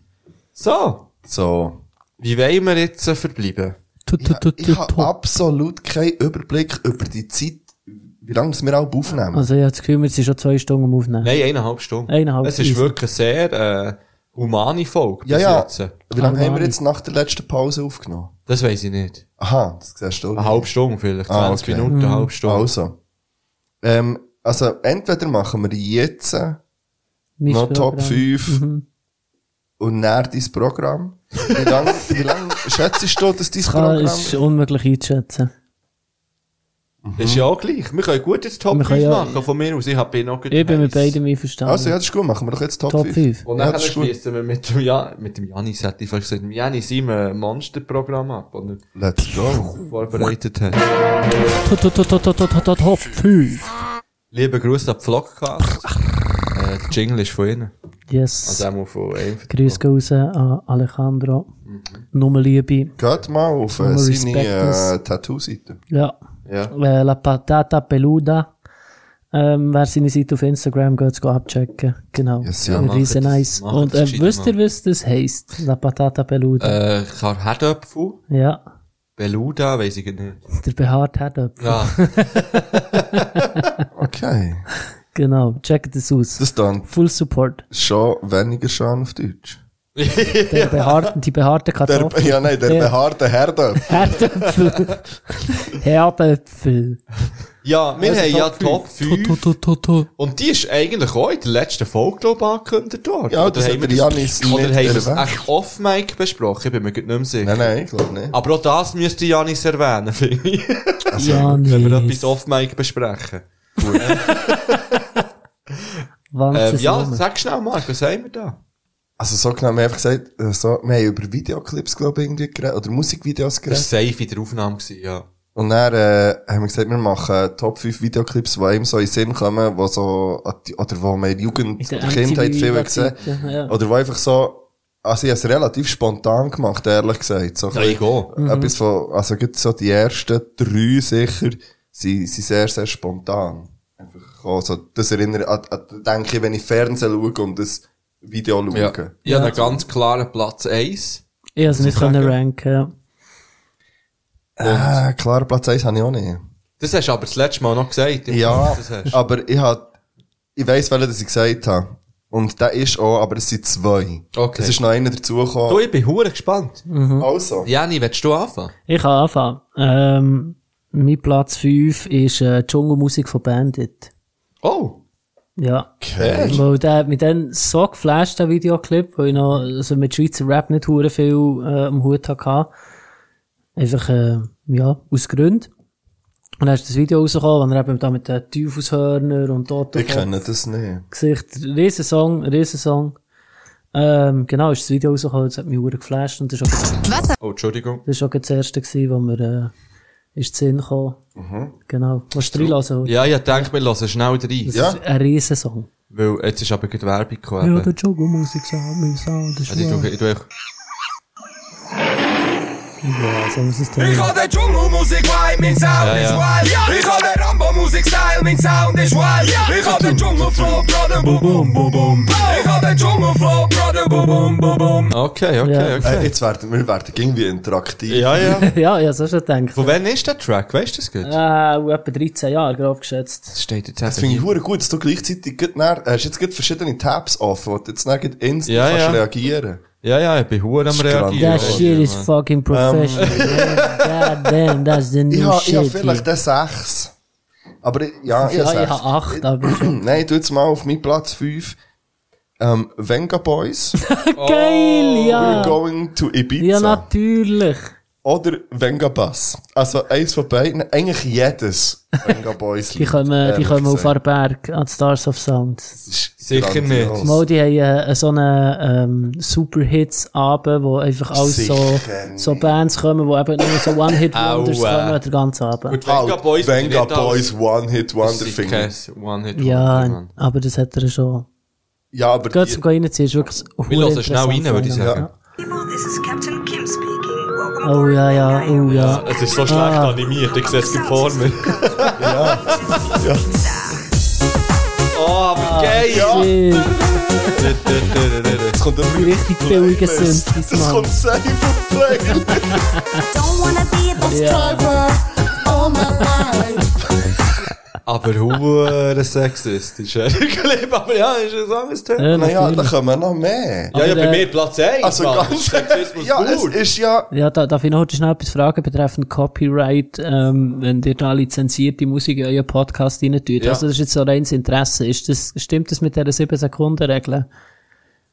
S2: So.
S3: So.
S2: Wie wollen wir jetzt äh, verbleiben?
S4: Tu, tu, tu, tu,
S3: Ich habe
S4: tu.
S3: absolut keinen Überblick über die Zeit, wie lange wir alle aufnehmen.
S4: Also, ich habe das Gefühl, wir sind schon zwei Stunden am Aufnehmen.
S2: Nein, eineinhalb Stunden.
S4: Eineinhalb
S2: Es ist
S4: Stunden.
S2: wirklich eine sehr, äh, humane Folge.
S3: Ja,
S2: bis
S3: ja.
S2: jetzt.
S3: Wie lange haben
S4: Ahnung.
S3: wir jetzt nach der letzten Pause aufgenommen?
S2: Das weiß ich nicht.
S3: Aha, das siehst du.
S2: Eine halbe Stunde vielleicht.
S3: Ah,
S2: 20
S3: okay.
S2: Minuten, eine halbe Stunde.
S3: Also. Ähm, also, entweder machen wir jetzt
S4: Mein
S3: noch Top
S4: Programm.
S3: 5
S4: Mhm.
S3: und dann dein Programm. Wie lange wie lang schätzt du, dass dein
S4: Kann,
S3: Programm...
S4: ist unmöglich einzuschätzen.
S3: mhm.
S2: Ist ja auch gleich. Wir können gut jetzt Top
S4: Wir
S2: 5
S4: können ja-
S2: machen. Von mir aus, ich habe noch gut
S4: Ich bin mit
S2: eins.
S4: beidem einverstanden.
S3: Also, ja, das ist gut. Machen wir doch jetzt Top,
S4: Top
S3: 5.
S4: 5.
S2: Und
S3: Ja,
S2: dann
S3: das ist gut.
S2: schließen wir mit dem, ja mit dem Janis, hätte ich fast gesagt, mit dem Janis ihm ein Monsterprogramm ab, das
S3: Let's go.
S2: er vorbereitet hat.
S4: Tu, tu, tu, tu, tu, tu, tu, tu, Top 5.
S2: Liebe Grüße an die Vlogcast. äh, der Jingle ist von Ihnen. Also
S4: Yes.
S2: einmal von einem. von-
S4: Grüß gehen raus an Alejandro.
S2: Mhm.
S4: Nummer Liebe.
S3: Geht mal auf äh,
S4: Nur
S3: seine äh,
S4: Respekt,
S3: Tattoo-Seite.
S4: Ja.
S2: Ja.
S4: Äh, La Patata Peluda. Ähm, wer seine Seite auf Instagram geht, geht abchecken. Genau.
S3: Yes, ja,
S2: macht
S4: Riesen
S2: das.
S4: nice.
S2: Macht
S4: Und
S2: das
S4: äh,
S2: gescheit,
S4: wisst ihr,
S2: Mann.
S4: was das heisst? La Patata Peluda.
S2: Äh, ich habe Herdöpfel,
S4: Ja.
S2: Beluda, weiss ich nicht.
S4: Der behaarte Herdöpfel.
S2: Ja.
S3: Okay.
S4: Genau. Checkt das aus.
S3: Das dann
S4: Full Support.
S3: schon weniger schön auf Deutsch.
S4: Der behaarten, die behaarte
S3: Der,
S4: Kartoffel.
S3: ja, nein, der
S4: Ja.
S3: behaarte Herdöpfel.
S4: Herdöpfel. Herdöpfel.
S2: ja, wir haben ja Top 5.
S4: Tu, tu, tu, tu.
S2: Und die ist eigentlich auch in der letzten Folge, glaube ich, angekündigt worden.
S3: Ja, das
S2: Oder
S3: hat
S2: haben wir
S3: der Janis
S2: das, Oder haben
S3: nicht
S2: wir das
S3: erwähnt.
S2: echt off-mic besprochen? Ich bin mir grad nicht mehr sicher.
S3: Nein, nein, ich glaube nicht.
S2: Aber auch das müsste Janis erwähnen, finde ich.
S4: Ja,
S2: Wenn wir
S4: nee.
S2: etwas off-mic besprechen. Ähm,
S4: Wahnsinn.
S2: ja, sag schnell, Marc, was haben wir da?
S3: Also so genau, wir haben einfach gesagt, äh, so, wir haben über Videoclips, glaube ich, irgendwie geredet, oder Musikvideos geredet.
S2: Das war safe in der Aufnahme, gewesen, ja.
S3: Und dann äh, haben wir gesagt, wir machen Top 5 Videoclips, die einem so in den Sinn kommen, wo so, an die- oder wo man in der
S4: In
S3: Jugend
S4: der
S3: oder Kindheit
S4: MTV
S3: viel gesehen
S4: Videozeiten, ja.
S3: Oder wo einfach so, also ich habe es relativ spontan gemacht, ehrlich gesagt. So ein
S2: Ja,
S3: bisschen-
S2: ich auch.
S4: Mhm.
S3: Etwas von, also gibt so die ersten drei sicher, sind, sind sehr, sehr spontan. Einfach auch so, das erinnere, an, an, denke ich, wenn ich Fernsehen schaue und das Video schaue.
S2: Ja. Ich habe einen ganz klaren Platz 1.
S4: Ich hab's nicht
S2: sagen.
S4: können ranken. ja.
S3: Äh, klar, Platz 1 habe ich auch nicht.
S2: Das hast du aber das letzte Mal noch gesagt. im
S3: Ja,
S2: Podcast, Das hast.
S3: aber ich hab, ich weiss, welchen das ich gesagt habe. Und der ist auch, aber es sind zwei.
S2: Okay.
S3: Es ist noch einer
S2: Du,
S3: dazugekommen.
S2: ich bin hure gespannt.
S3: Also.
S2: Jani, Oh. willst du anfangen?
S4: Ich kann anfangen. Ähm, mein Platz 5 ist äh, Dschungelmusik von Bandit.
S2: Oh!
S4: Ja. Äh,
S3: Okay.
S4: Weil der hat mich dann so geflasht, der Videoclip, weil ich noch also mit Schweizer Rap nicht hure viel äh, am Hut hatte. Einfach, äh, ja, aus Gründen. Und dann ist das Video rausgekommen, wenn er eben da mit den Teufelshörnern und dort
S3: Ich kenne das nicht.
S4: Gesicht. Riesensong, Riesensong. Ähm, genau, ist das Video rausgekommen, das hat mich hure geflasht und das ist auch
S2: Oh, Entschuldigung.
S4: Das war auch gerade das erste, gewesen, wo wir äh, ist Sinn gekommen. Genau. Was du reinlassen?
S2: Ja, ich denke, wir lassen schnell rein.
S3: Ja.
S4: Das ist ein Riesensong.
S2: Weil jetzt ist aber gerade Werbung gekommen.
S4: Ja,
S2: eben.
S4: der Jogo-Musik, so, mein Sound ist
S2: Also, ich tue, ich tue echt-
S4: Ja, so muss es tun.
S6: habe Dschungelmusik, weil mein Sound
S2: Ja, ja.
S6: ist wild. Ich habe Rambo-Musik-Style, mein Sound ist wild. Ich habe den Dschungelflow, brother, boom, boom, boom, boom. Ich habe den Dschungelflow, brother, boom, boom, boom, boom.
S2: Okay, okay,
S4: Ja.
S3: Äh,
S2: okay.
S3: jetzt werden, wir werden irgendwie interaktiv.
S2: Ja, ja.
S4: ja, ja, so schon gedacht.
S2: Von wann ist der Track? dus Weißt du das gut?
S4: Äh, etwa 13 Jahre, grob geschätzt.
S2: Das steht jetzt das
S3: Das finde ich hure gut, dass du gleichzeitig grad nach, äh, hast jetzt grad verschiedene Tabs offen, wo du jetzt nachher inst
S2: Ja,
S3: kannst
S2: ja.
S3: reagieren.
S4: Oh,
S2: Ja, ja, ich bin hure am
S3: ist krank.
S2: Reagieren.
S4: That
S3: Ja, Ehm.
S4: shit is fucking professional. man. God damn, that's the new
S3: Ich habe
S4: shit.
S3: ich hab
S4: hier.
S3: vielleicht den sechs. Aber ich- ja, ich
S4: ja,
S3: habe
S4: ich habe 8, aber
S3: sechs. Nein, tu jetzt mal auf meinen Platz fünf. Ähm, Venga Boys,
S4: geil,
S3: we're
S4: ja.
S3: going to Ibiza.
S4: Ja, natürlich.
S3: Oder Vengabass. Also eins von beiden, eigentlich jedes Vengaboys.
S4: Die kommen, die kommen auf Arberg an die Stars of Sound.
S2: Sicher nicht.
S4: Mal, die haben äh, so einen ähm, Superhits-Abend, wo einfach alles so,
S3: Sicher nicht.
S4: so Bands kommen, wo eben nur so One-Hit-Wonders
S2: Aua.
S4: kommen den ganzen Abend.
S2: Gut, Venga Boys,
S3: Halt, Venga Boys One Hit Wonderfinger.
S2: Wonderfingers. One Hit
S4: Ja,
S2: Wonder,
S4: aber das hat er schon.
S3: Ja, aber
S4: Geht
S3: die,
S4: zum reinziehen, ist wirklich
S2: Wir hören
S4: verdammt
S2: schnell rein,
S4: interessant.
S2: würde ich sagen.
S8: This is Captain Kim speaking. Welcome
S4: Oh ja, ja, oh ja.
S2: Es ist so schlecht
S4: Ah.
S2: animiert, ich sehe es gerade vor mir. Oh, aber geil!
S4: Shit,
S3: es kommt immer
S4: Richtig billige Synthes,
S3: Das
S4: Mann.
S3: kommt safe auf die Playlist.
S1: Don't wanna be a bus
S4: Ja.
S1: driver all my life.
S2: Aber hure sexistisch, ehrlich geblieben. Aber ja, ist ein anderes Thema.
S4: Ja,
S3: Naja, da
S4: natürlich.
S3: kommen noch mehr.
S2: Ja, ja,
S4: Aber,
S2: bei
S4: äh,
S2: mir Platz 1.
S3: Also ganz
S2: Sexismus
S3: Ja, es
S2: pur.
S3: ist ja...
S4: Ja, da, darf ich noch heute schnell etwas fragen betreffend Copyright, ähm, wenn ihr da lizenzierte Musik in euren Podcast rein tut.
S2: Ja.
S4: Also, das ist jetzt so reines Interesse. Ist das, stimmt das mit dieser 7-Sekunden-Regel?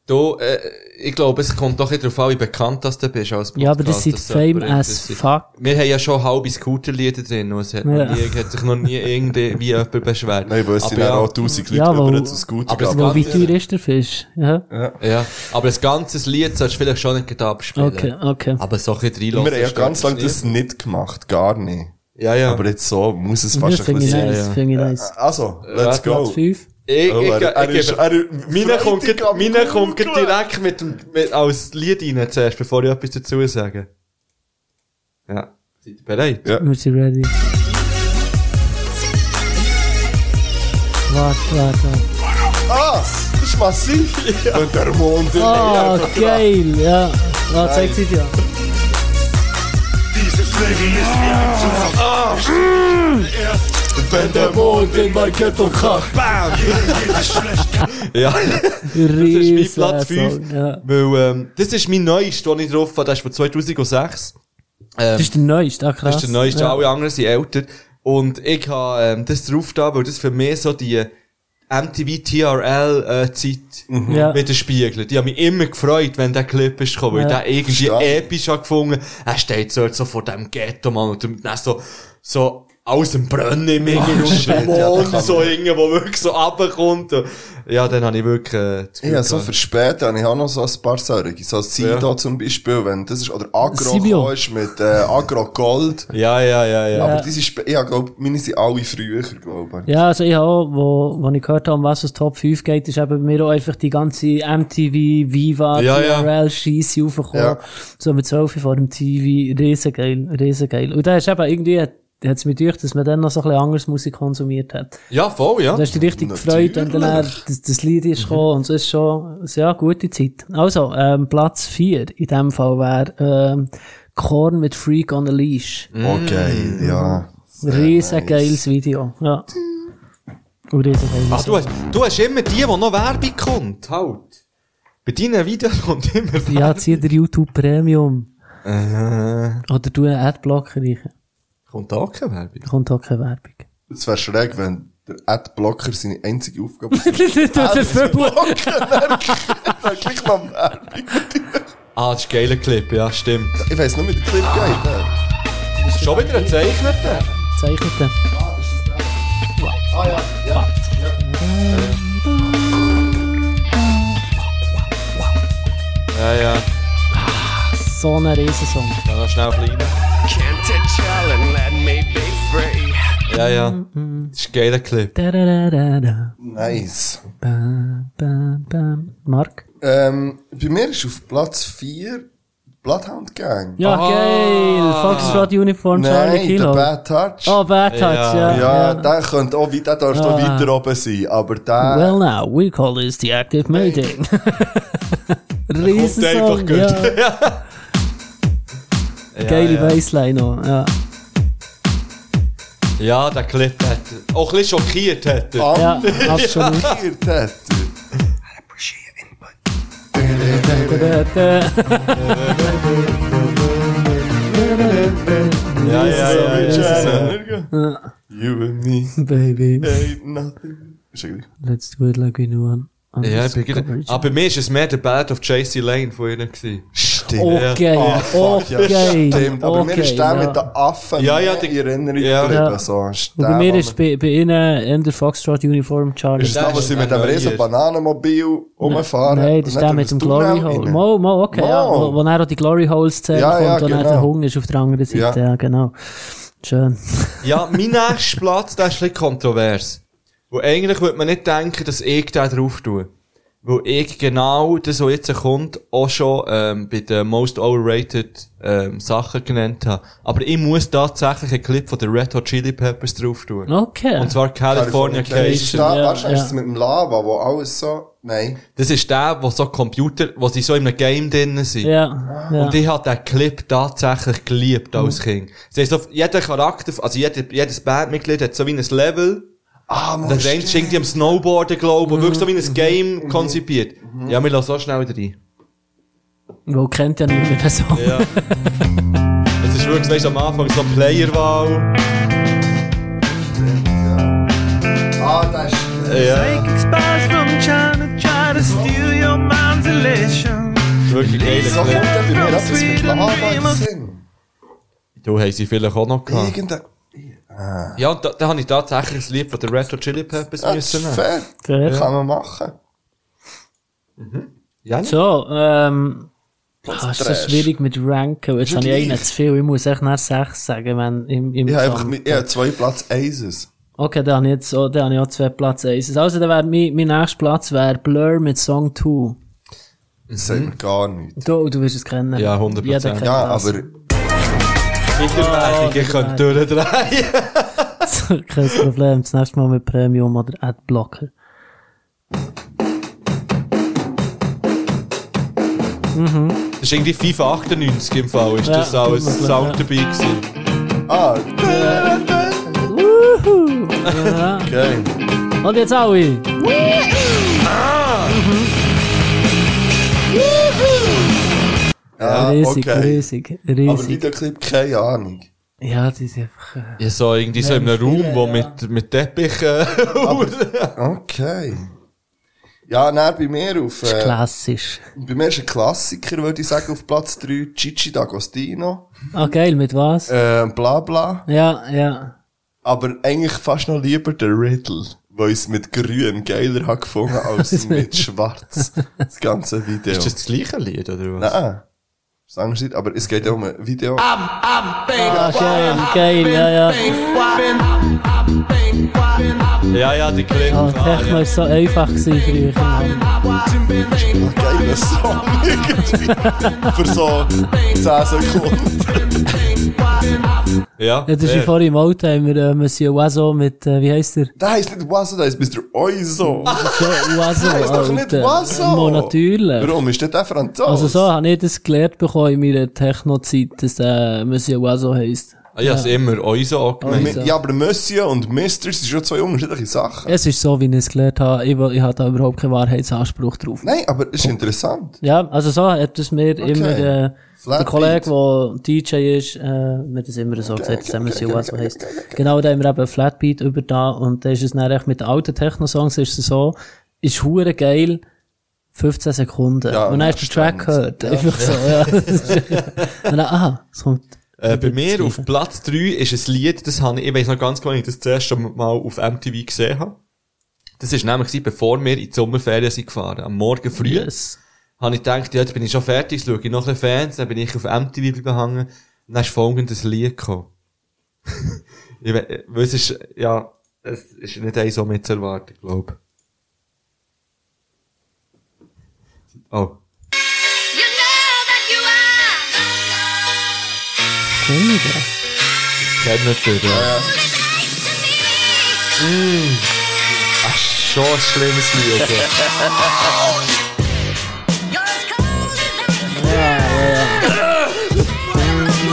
S2: Du, äh, ich glaube, es kommt doch darauf an, wie bekannt dass du bist als Podcast.
S4: Ja, aber das sind
S2: dass
S4: fame
S2: jemand
S4: as
S2: interessiert.
S4: fuck.
S2: Wir haben ja schon halbe Scooterlieder drin und es hat,
S4: Ja.
S2: noch nie, hat sich noch nie irgendwie wie jemand beschwert.
S3: Nein, weil es sind
S2: ja,
S3: auch 1000 Leute
S4: Ja,
S3: über
S4: weil-
S3: zu Scooter
S2: Aber es
S3: gehen.
S4: Wo, wie
S2: ganz
S4: teuer ist der Fisch? Ja?
S2: ja, aber das ganze Lied sollst du vielleicht schon nicht gerade abspielen.
S4: Okay, okay.
S2: Aber so ein bisschen
S3: Wir
S2: reinlassen
S3: haben ja
S2: stört
S3: ganz lange
S2: nicht.
S3: das nicht gemacht, gar nicht.
S2: Ja, ja.
S3: Aber jetzt so muss es
S4: Das
S3: fast ein
S4: finde ich
S3: bisschen...
S4: nice,
S2: ja.
S4: finde ich nice.
S3: Also,
S2: Äh,
S3: let's
S4: Platz
S3: go.
S4: 5?
S2: Ich,
S3: Oh,
S2: ich,
S3: er- er
S2: ich,
S3: ist-
S2: ich,
S3: er-
S2: Meine
S3: Freitag
S2: kommt,
S3: am
S2: meine kommt
S3: Googlen.
S2: direkt mit, dem- mit, als Lied rein zuerst, bevor ich etwas dazu sage. Ja. Seid ihr bereit?
S3: Ja.
S4: Wir sind ready. Warte, warte, warte.
S3: Ah, das ist massiv. Und der Mond in
S4: Ah, geil, ja. Ah, zeigt sie dir.
S3: Wenn der Mond in mein Ghetto kracht.
S2: Ja.
S4: Riesen
S2: Platz fünf.
S4: äh, Song, Ja.
S2: Weil, ähm, das ist mein neuester, den ich drauf habe, das ist von 2006.
S4: Das ist der neueste, ah, krass.
S2: Das ist der neueste, alle anderen sind älter. Und ich habe ähm, das drauf da, weil das für mich so die MTV äh, TRL-Zeit
S4: Ja.
S2: widerspiegelt. Ich habe mich immer gefreut, wenn der Clip ist gekommen, weil
S4: Ja.
S2: der irgendwie
S3: Verstanden.
S2: episch hat gefunden. Er steht so, so vor dem Ghetto, Mann, und dann so, so aus dem Brunnen im Ingen und
S3: shit,
S2: der
S3: ja, da
S2: Mond
S3: kann
S2: so irgendwo wirklich so runterkommt. Und, ja, dann habe ich wirklich, äh, das Gefühl
S3: Ja, so
S2: gehabt.
S3: für später habe ich auch noch so ein paar Sorgen. So Sido
S2: Ja.
S3: zum Beispiel, wenn das ist, oder Agro
S4: Sibio.
S3: gekommen ist mit äh, Agro Gold.
S2: ja, ja, ja, ja.
S3: Aber diese Sp ich glaube, meine sind alle früher, glaube ich.
S4: Ja, also ich habe auch, wo, wo ich gehört habe, um was es Top 5 geht, ist eben bei mir auch einfach die ganze MTV, Viva,
S2: Ja, ja.
S4: TRL, Scheisse aufgekommen.
S3: Ja.
S4: So mit 12 vor dem TV, riesengeil, riesengeil. Und da hast du eben irgendwie, hat es mich gedacht, dass man dann noch so ein bisschen anders Musik konsumiert hat.
S2: Ja, voll, ja.
S4: Da hast du dich richtig gefreut, wenn dann dann das, das Lied ist gekommen und so ist schon, sehr ja, gute Zeit. Also, ähm, Platz 4 in dem Fall wäre, ähm, Korn mit Freak on a Leash.
S3: Okay, ja.
S2: Eh,
S4: Riesengeiles Video, ja. Und riesengeiles
S2: Ah, du, hast, du hast immer die, die noch Werbung kommt. Halt. Bei deinen Videos kommt immer Werbung.
S4: Ja, zieh dir YouTube Premium.
S2: Eh.
S4: Oder du einen Adblocker rein.
S2: Kommt auch keine Werbung.
S4: Kommt auch keine Werbung.
S3: Es wäre schräg, wenn der Adblocker seine einzige Aufgabe ist.
S4: Ah, Adblocker.
S3: Dann kriegt man Werbung.
S2: Ah, das ist ein geiler Clip, ja, stimmt.
S3: Ich weiss nur, wie der Clip geht. ja.
S2: Schon wieder ein Zeichneter.
S4: Zeichnete.
S2: Ja, ja.
S4: So ein Riesensong.
S2: Ja, noch schnell ein kleiner. Ja, ja. Das ist ein geiler Clip.
S4: Da-da-da-da-da.
S3: Nice.
S4: Bam, bam, bam. Mark?
S3: Ähm, bei mir ist auf Platz 4 Bloodhound Gang.
S4: Ja, geil. Foxtrot Uniform Charlie
S3: Nein, der
S4: Kilo.
S3: Bad Touch.
S4: Oh, Bad Touch,
S2: Ah. Ja,
S4: ja. Ah.
S3: ja, Oh, der könnte auch, wei- der darf noch weiter oben sein, aber der...
S4: Well now, we call this the active meeting. Riesensong,
S2: gut.
S4: ja. Geile
S2: ja.
S4: Bassline auch, ja.
S2: Ja, der Clip hat auch ein bisschen schockiert. Hat er.
S4: Ja,
S3: Am
S4: absolut.
S3: Schockiert hat
S2: ja, ja, ja,
S3: er.
S2: ja,
S3: You and me
S4: Baby,
S3: ain't nothing. Ist egal.
S4: let's do it like we know one.
S2: ja, ich bin gerade- Aber bei mir war es mehr der Bad of JC Lane von ihnen. gewesen.
S3: stimmt.
S4: Okay,
S3: Ah, fuck, ja,
S4: okay,
S3: stimmt. Aber mir ist
S4: okay,
S3: der
S4: ja.
S3: mit den Affen
S2: Ja, ja,
S3: mehr
S2: die-
S3: in Erinnerung
S2: ja.
S3: geblieben.
S4: Ja.
S3: So, ist
S4: Und
S3: der,
S4: bei mir
S3: wo
S4: ist bei, bei Ihnen in der Foxtrot Uniform Charlie.
S3: Ist das der, was sie mit dem riesen Bananenmobil rumfahren?
S4: Nein, das ist
S3: Nicht
S4: der
S3: über
S4: mit dem
S3: Tunnel
S4: Glory
S3: rein?
S4: Hole. Mal, mal, okay, ja.
S3: Mal.
S4: Wo, wo er auch die Glory Holes eh, zählt
S3: Ja, ja,
S4: kommt, wo dann
S3: genau.
S4: der Hunger ist auf der anderen Seite.
S3: Ja.
S4: Ja, nou. genau. Schön.
S2: Ja, mein nächster Platz, der ist ein bisschen kontrovers. Wo eigentlich würde man nicht denken, dass ich da drauf tue. Weil ich genau das, was jetzt kommt, auch schon ähm, bei den most overrated ähm, Sachen genannt habe. Aber ich muss tatsächlich einen Clip von den Red Hot Chili Peppers drauf tun.
S4: Okay.
S2: Und zwar California
S3: Ist
S2: Cation.
S3: da,
S4: Ja,
S3: weißt du, ist
S4: ja.
S3: das mit dem Lava, wo alles so... Nein.
S2: Das ist der, wo so Computer, wo sie so in einem Game drinnen sind.
S4: ja, ja.
S2: Und ich hab den Clip tatsächlich geliebt als Kind. Das heisst, auf jeder Charakter, also jeder, jedes Bandmitglied hat so wie ein Level.
S3: Ah,
S2: Und dann rennst du irgendwie am Snowboarden, glaube ich, und wirklich so wie
S4: Mhm.
S2: ein Game konzipiert. Ja, wir lassen so schnell wieder rein.
S4: Weil kennt ja niemand mehr so.
S2: Ja. Es ist wirklich, weißt du, am Anfang so Playerwahl.
S3: Ah, das ist...
S2: Ja,
S6: spies from China try to steal your mind's elation.
S2: wirklich
S3: So
S2: geiler
S3: kommt
S2: Clip.
S3: dann bei mir etwas mit Lava in den Sinn.
S2: Du hast sie vielleicht auch noch gehabt.
S3: Irgendein...
S2: Ja, und da, da habe ich tatsächlich das Lied von den Retro Chili Peppers
S4: Ah,
S3: Das ist
S2: müssen. nehmen.
S3: fair.
S4: Fair.
S3: Kann man machen.
S2: Ja, nicht?
S4: So, ähm. Ah, ist so
S3: Trash.
S4: schwierig mit Ranken. Jetzt
S3: ja
S4: habe ich
S3: gleich.
S4: eigentlich zu viel. Ich muss echt nach 6 sagen, wenn im, im
S3: Ich habe einfach
S4: Gesamt.
S3: mit, ich habe zwei Platz Aces.
S4: Okay, dann habe ich jetzt auch, dann habe ich auch zwei Platz 1. Also, dann wäre mein, mein nächster Platz wäre Blur mit Song 2.
S3: Das sagt mir gar nichts.
S4: Du, du wirst es kennen.
S2: Ja, 100%.
S4: Jeder kennt
S3: Ja,
S4: das.
S3: aber
S2: Minderwertig, ich könnte durchdrehen.
S4: Kein Problem. Das nächste Mal mit Premium oder Adblocker.
S2: Das ist irgendwie 598 im Fall, ist
S4: Ja,
S2: das auch ein
S4: tut mir leid,
S2: Sound
S4: ja.
S2: dabei gewesen.
S3: Ah,
S4: Wuhu! Ja.
S3: okay.
S4: Und jetzt alle!
S3: Ja,
S4: Riesig,
S3: okay.
S4: riesig,
S3: Aber
S4: riesig.
S3: Videoclip, keine Ahnung.
S4: Ja, die sind einfach... äh,
S2: Ja, so irgendwie so in einem Raum, wo mit, mit Teppich, äh,
S3: Okay. Ja, nein, bei mir auf, äh,
S4: Klassisch.
S3: bei mir ist ein Klassiker, würde ich sagen, auf Platz 3, Gigi D'Agostino,
S4: Ah, geil, mit was?
S3: äh, bla bla.
S4: Ja, ja.
S3: Aber eigentlich fast noch lieber der Riddle, weil ich es mit grün geiler habe gefunden als mit schwarz. Das ganze Video.
S2: ist das das gleiche Lied, oder was?
S3: Nein. Das andere Lied, aber es geht ja um ein Video.
S4: Ah, geil, geil, ja, ja.
S2: Ja, ja, die Clip.
S4: Ah, Techno war so einfach gewesen früher. Mann.
S3: geiler Song irgendwie. Für so 10 Sekunden.
S2: Ja,
S4: Ja, das ist wie
S2: sehr.
S4: vorhin im Auto, haben wir äh, Monsieur Wazo mit, äh, wie heisst er?
S3: Der heisst nicht Waso, der heisst Mr. Oizo.
S4: So, Wazo,
S3: Der heisst doch nicht Waso.
S4: Ah, Mo, natürlich.
S3: Warum ist der der Franzose?
S4: Also so habe ich das gelernt bekommen in meiner Techno-Zeit, dass äh, Monsieur Wazo heisst.
S2: Ah, ja, es ist immer unser auch gemeint.
S3: Ja, aber Monsieur und Mister das sind schon zwei unterschiedliche Sachen.
S4: Es ist so, wie ich es gelernt habe. Ich, will- ich habe da überhaupt keinen Wahrheitsanspruch drauf.
S3: Nein, aber es ist interessant.
S4: Ja, also so hat es mir immer äh, der
S3: Flatbeat.
S4: Kollege, der DJ ist, äh, mir das immer so gesagt, dass er Monsieur Wazo heisst. Genau, da haben wir eben Flatbeat über da und da ist es dann echt mit den alten Techno-Songs ist es so, ist hure geil, 15 Sekunden.
S3: Ja,
S4: und dann hast du den Track
S3: stimmt.
S4: gehört. Einfach so, ja. Das ist- und dann, aha, es kommt.
S2: Äh, bei mir
S4: Das
S2: auf Platz 3 ist ein Lied, das habe ich, ich weiss noch ganz genau, wann ich das zuerst mal auf MTV gesehen habe. Das war nämlich, gewesen, bevor wir in die Sommerferien sind gefahren. Am Morgen früh
S4: Yes.
S2: habe ich gedacht, ja, jetzt bin ich schon fertig, jetzt schaue ich noch ein bisschen Fans, dann bin ich auf MTV geblieben hängen, und dann ist folgendes Lied gekommen. ich we- weil es ist, ja, es ist nicht eins, so mit zu erwarten, glaube ich. Oh.
S4: Kenn ich das?
S2: Kennt natürlich. Ja, ja. Mm. Ach, schon ein schlimmes Lied. ja.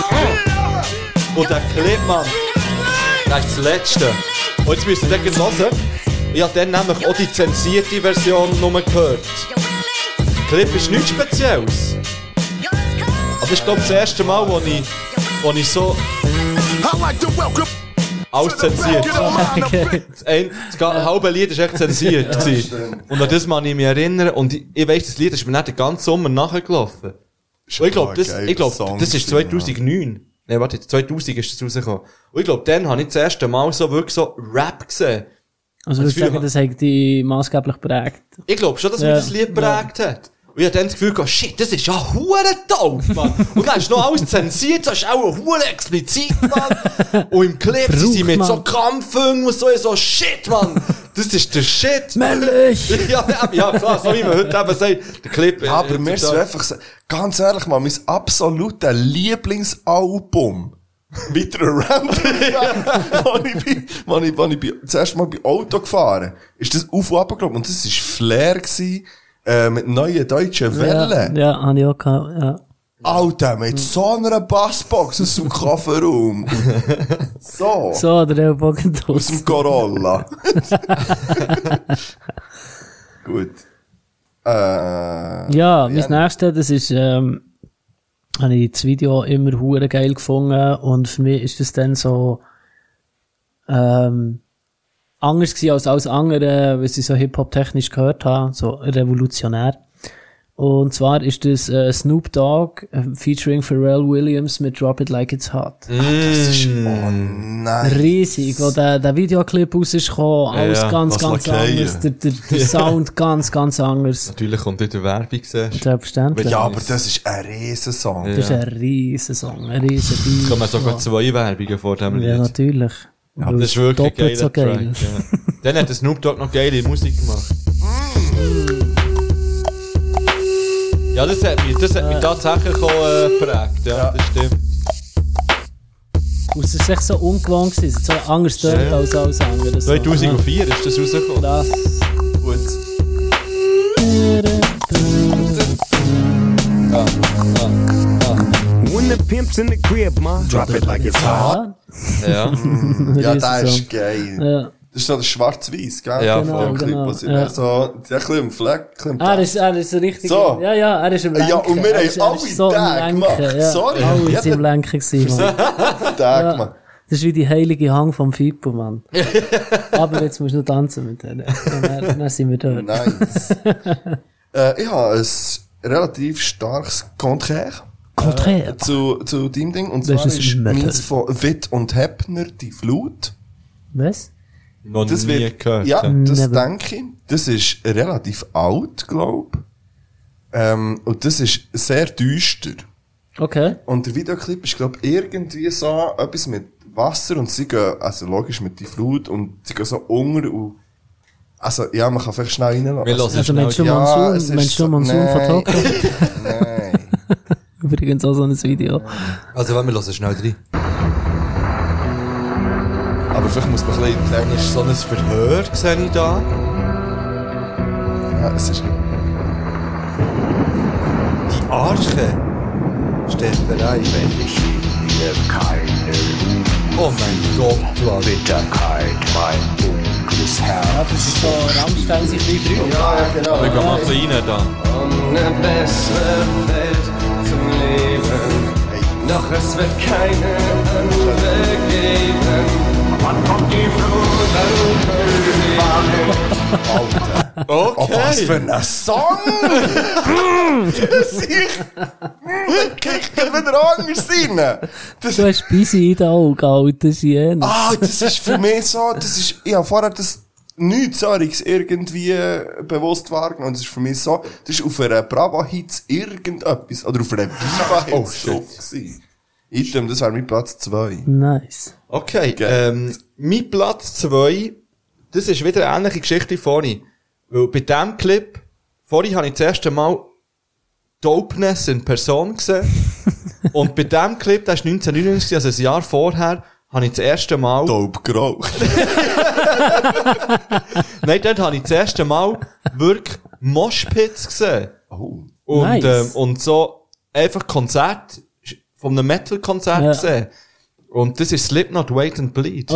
S2: Mm. Und der Clip, Mann, das ist das Letzte. Und jetzt müsst ihr den gleich hören. Ich habe dann nämlich auch die zensierte Version nur gehört. Der Clip ist nichts Spezielles. Aber das ist glaube Also ich das erste Mal, wo ich, wo ich so alles zensiert.
S4: Okay.
S2: Das ein- das ga- halbe Lied ist echt zensiert. gewesen. und an das kann ich mich erinnern. Und ich, ich weiss, das Lied ist mir nicht den ganzen Sommer nachgelaufen. Und ich glaube, das,
S3: Ah, geil,
S2: ich glaub,
S3: der Song
S2: das ist
S3: war, ja.
S2: 2009. Nein, warte, 2000 ist das rausgekommen. Und ich glaube, dann habe ich das erste Mal so wirklich so Rap gesehen.
S4: Also
S2: Das
S4: würdest du sagen,
S2: Gefühl-
S4: das hat die maßgeblich geprägt.
S2: Ich glaube schon, dass mich
S4: Ja.
S2: das Lied prägt hat. Und ich hatte dann das Gefühl, gehabt, shit, das ist ja hure doof, Mann. Und dann hast du noch alles zensiert, das ist auch hure explizit, Mann. Und im Clip sind sie
S4: Braucht
S2: mit so
S4: man.
S2: Kampfhüngen und so, ich so, shit, Mann. Das ist der Shit.
S4: Männlich!
S2: ja, ja, ja, klar, so wie man heute eben sagt, der Clip. äh,
S3: Aber mir
S2: heutzutage-
S3: ist so einfach, so- ganz ehrlich mal, mein absolutes Lieblingsalbum. Mit einer Random, wenn ich, bin, wo ich, wo ich bin, das erste Mal bei Auto gefahren ist das auf und runter gelaufen. Und das war Flair, gewesen, äh, mit neuen deutschen Wellen.
S4: Ja, Mhm. ja habe ich auch gehabt. Ja.
S3: Alter, mit so einer Bassbox aus dem Kofferraum. so,
S4: So, der Leo
S3: aus
S4: Bogentos.
S3: dem Corolla. Gut. Äh,
S4: Ja, mein nächstes, das ist, ähm, habe ich das Video immer hure geil gefunden und für mich ist das dann so, ähm, anders gewesen als alles andere, was ich so Hip-Hop-technisch gehört habe, so revolutionär. Und zwar ist das äh, Snoop Dogg äh, featuring Pharrell Williams mit Drop It Like It's Hot.
S2: Mhm. Ah,
S4: Mm.
S3: oh, nein.
S4: Riesig, wo der, der Videoclip raus ist gekommen, alles
S2: Ja,
S4: ganz,
S2: was
S4: ganz
S2: Lakaien.
S4: anders, der, der, der Sound ganz, ganz anders.
S2: Natürlich kommt dort eine Werbung, siehst du.
S4: Selbstverständlich.
S3: Ja, aber das ist ein Riesensong.
S4: Das ist ein riesen Song, ein riesen Beat.
S2: Kommen sogar zwei Werbungen vor dem
S4: Ja,
S2: Lied.
S4: natürlich.
S2: Ja,
S3: dus
S2: das ist wirklich ein
S4: doppelt
S2: geiler
S4: so geil.
S2: Track, ja. Dann hat der Snoop Dogg noch geile Musik gemacht. Ja, das hat mich, das hat mich tatsächlich auch äh, geprägt. Ja, das stimmt.
S4: Und es ist echt so ungewohnt gewesen, es hat so anders dort
S2: Ja.
S4: als alles andere. So.
S2: 2004 ist das rausgekommen.
S4: Ja, das.
S3: Gut.
S9: When the pimp's in the crib, ma. Drop it like it's hot.
S4: Ja,
S2: Ja,
S3: Ja, der
S4: riesen Song.
S3: ist geil.
S4: Ja.
S3: Das ist so der schwarz-weiß, gell?
S2: Ja,
S3: Der
S2: voll.
S3: Clip,
S4: Genau, Ah,
S3: wo sie
S4: genau,
S3: dann So, der ein bisschen im Fleck, ein bisschen im
S4: Er ist, er ist so richtig.
S3: So.
S4: Ja, ja, er ist im Lenken.
S3: Ja, und wir
S4: er
S3: haben
S4: ist, er ist
S3: alle
S4: so im
S3: Tag
S4: Lenken,
S3: gemacht.
S4: eh, Ja.
S3: Sorry.
S4: Alle
S3: Ja.
S4: sind im Lenken gewesen, Mann.
S3: Tag,
S4: Ja.
S3: Mann.
S4: Das ist Dus wie die heilige Hang vom Fippo, Mann. Aber jetzt musst du noch tanzen mit denen. Und Dann, dann sind wir dort.
S3: Nice. äh, ich habe ein relativ starkes Contraire
S4: Konträr.
S3: zu, zu deinem Ding. Und
S4: Das
S3: zwar
S4: ist
S3: ist
S4: Metal.
S3: meins von Witt und Heppner, die Flut.
S4: Was?
S2: noch
S3: Das
S2: nie
S3: wird,
S2: gehört.
S3: ja, das
S4: Never.
S3: denke ich. Das ist relativ alt, glaube ähm, Und das ist sehr düster.
S4: Okay.
S2: Dus
S3: Und der Videoclip ist, glaube ich, irgendwie so etwas mit Wasser und sie gehen, also logisch mit die Flut und sie gehen so unter und, also, ja, man kann vielleicht schnell
S2: Wir
S3: reinlassen.
S2: hören
S4: Also,
S2: schnell
S4: meinst du
S2: die-
S3: ja,
S4: Monsoon,
S3: es ist
S4: meinst du
S3: so-
S4: Monsoon
S3: Nein.
S4: von Tokio?
S3: Nein.
S4: Übrigens auch so ein Video.
S2: Also, wenn wir hören schnell rein.
S3: Aber vielleicht muss man ein bisschen
S2: Dann ist so ein Verhör, sehe ich da.
S3: Ja, es ist,
S2: Die Arche steht bereit. Oh mein Gott, du Abi.
S4: Ja, das ist so Rammstein sich wie Ja,
S3: genau.
S2: Aber ich geh mal so rein da.
S10: Eine bessere Welt zum Leben. Doch es wird keine andere geben. Wann kommt die Flut? Dann können sie warten.
S2: Okay.
S3: oh, was für ein Song! das ist, Mm, kriegt er wieder anders rein. Das,
S4: Du hast Bisi in den Augen, alter Sien.
S3: ah, das ist für mich so, das ist, ich habe vorher das nichts Sorges irgendwie äh, bewusst wahrgenommen. Und das ist für mich so, das ist auf einer Brava-Hits irgendetwas, oder auf einer Viva-Hits
S2: Oh,
S3: drauf gewesen. Item, das wäre mein Platz 2.
S4: Nice.
S2: Okay, ähm, mein Platz 2, das ist wieder eine ähnliche Geschichte wie vorhin. Weil bei diesem Clip, vorhin habe ich das erste Mal Dopeness in Person gesehen. Und bei diesem Clip, das war 1999, also ein Jahr vorher, habe ich das erste Mal...
S3: Dope geraucht.
S2: Nein, dort habe ich das erste Mal wirklich Moshpits gesehen.
S3: Oh.
S2: Und,
S4: Nice.
S2: ähm, und so einfach Konzert, von einem Metal-Konzert
S4: Ja.
S2: gesehen. Und das ist Slipknot Wait and Bleed.
S4: Oh,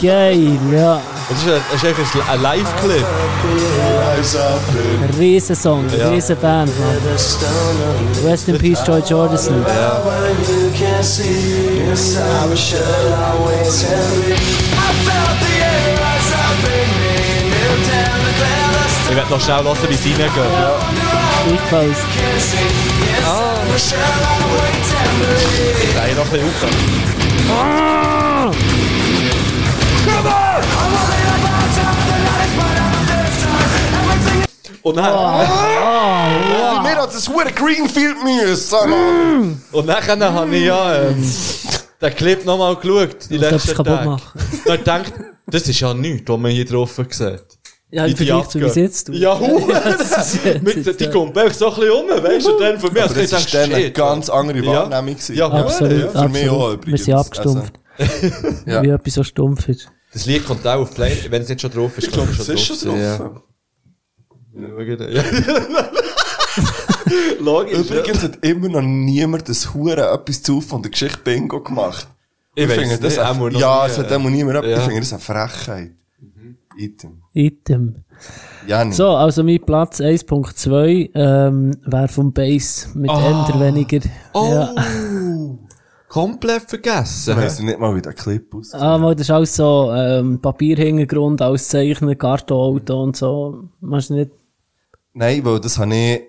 S4: geil, ja.
S2: Und das ist, ein- das ist einfach ein Live-Clip.
S4: Riesen Song, riesen Band, Mann. Rest in Peace, Joy Jordison.
S2: Ich werde noch schnell hören, wie es reingeht.
S4: aufgepasst.
S2: Nein, noch ein bisschen hoch. Und dann,
S3: Mir hat das hure Greenfield müssen, Mann.
S2: und dann habe ich ja ähm, den Clip nochmal geschaut, die
S11: Das darfst
S2: letzten
S11: du kaputt
S2: Tage.
S11: machen.
S2: Da denkt, das ist ja nichts, was man hier drauf sieht.
S4: Ja, im
S2: Die
S4: Vergleich zu wie
S2: Jacke.
S4: es jetzt tut.
S2: Ja,
S4: jetzt,
S2: Mit, die
S4: ja.
S2: kommt einfach so ein bisschen um, weißt du, dann von mir.
S3: Aber das
S2: Also ich
S3: ist
S2: denke,
S3: dann eine
S2: shit,
S3: ganz andere
S2: Ja.
S3: Wahrnehmung gewesen.
S2: Ja,
S4: Absolut,
S2: Ja,
S3: für mich auch
S4: absolut. Wir
S3: übrigens.
S4: sind abgestumpft.
S3: Ja.
S4: Wie etwas so stumpf ist.
S2: Das Lied kommt auch auf Play, wenn es nicht schon drauf ist. Ich glaube,
S3: Es ist schon drauf.
S2: Logisch.
S3: Übrigens hat immer noch niemand das Hure etwas zu von der Geschichte Bingo gemacht.
S2: Ich weiss
S3: finde das
S2: nicht, einmal
S3: eine,
S2: noch
S3: Ja,
S2: nie.
S3: es hat immer niemand etwas.
S2: eh, Ja. Mhm.
S3: Ich finde das eine Frechheit. Item.
S4: Item.
S3: Ja, nicht.
S4: So, also mein Platz 1.2 ähm, wäre vom Bass mit
S2: Ah.
S4: änder weniger.
S2: Oh.
S4: Ja.
S2: Komplett
S3: Ich
S2: vergessen.
S3: weiss nicht mal, wie der Clip aussieht.
S4: Ah, mal, das ist alles so ähm, Papierhintergrund, alles zeichnen, Kartonauto und so. Machst du nicht?
S3: Nein, weil das habe ich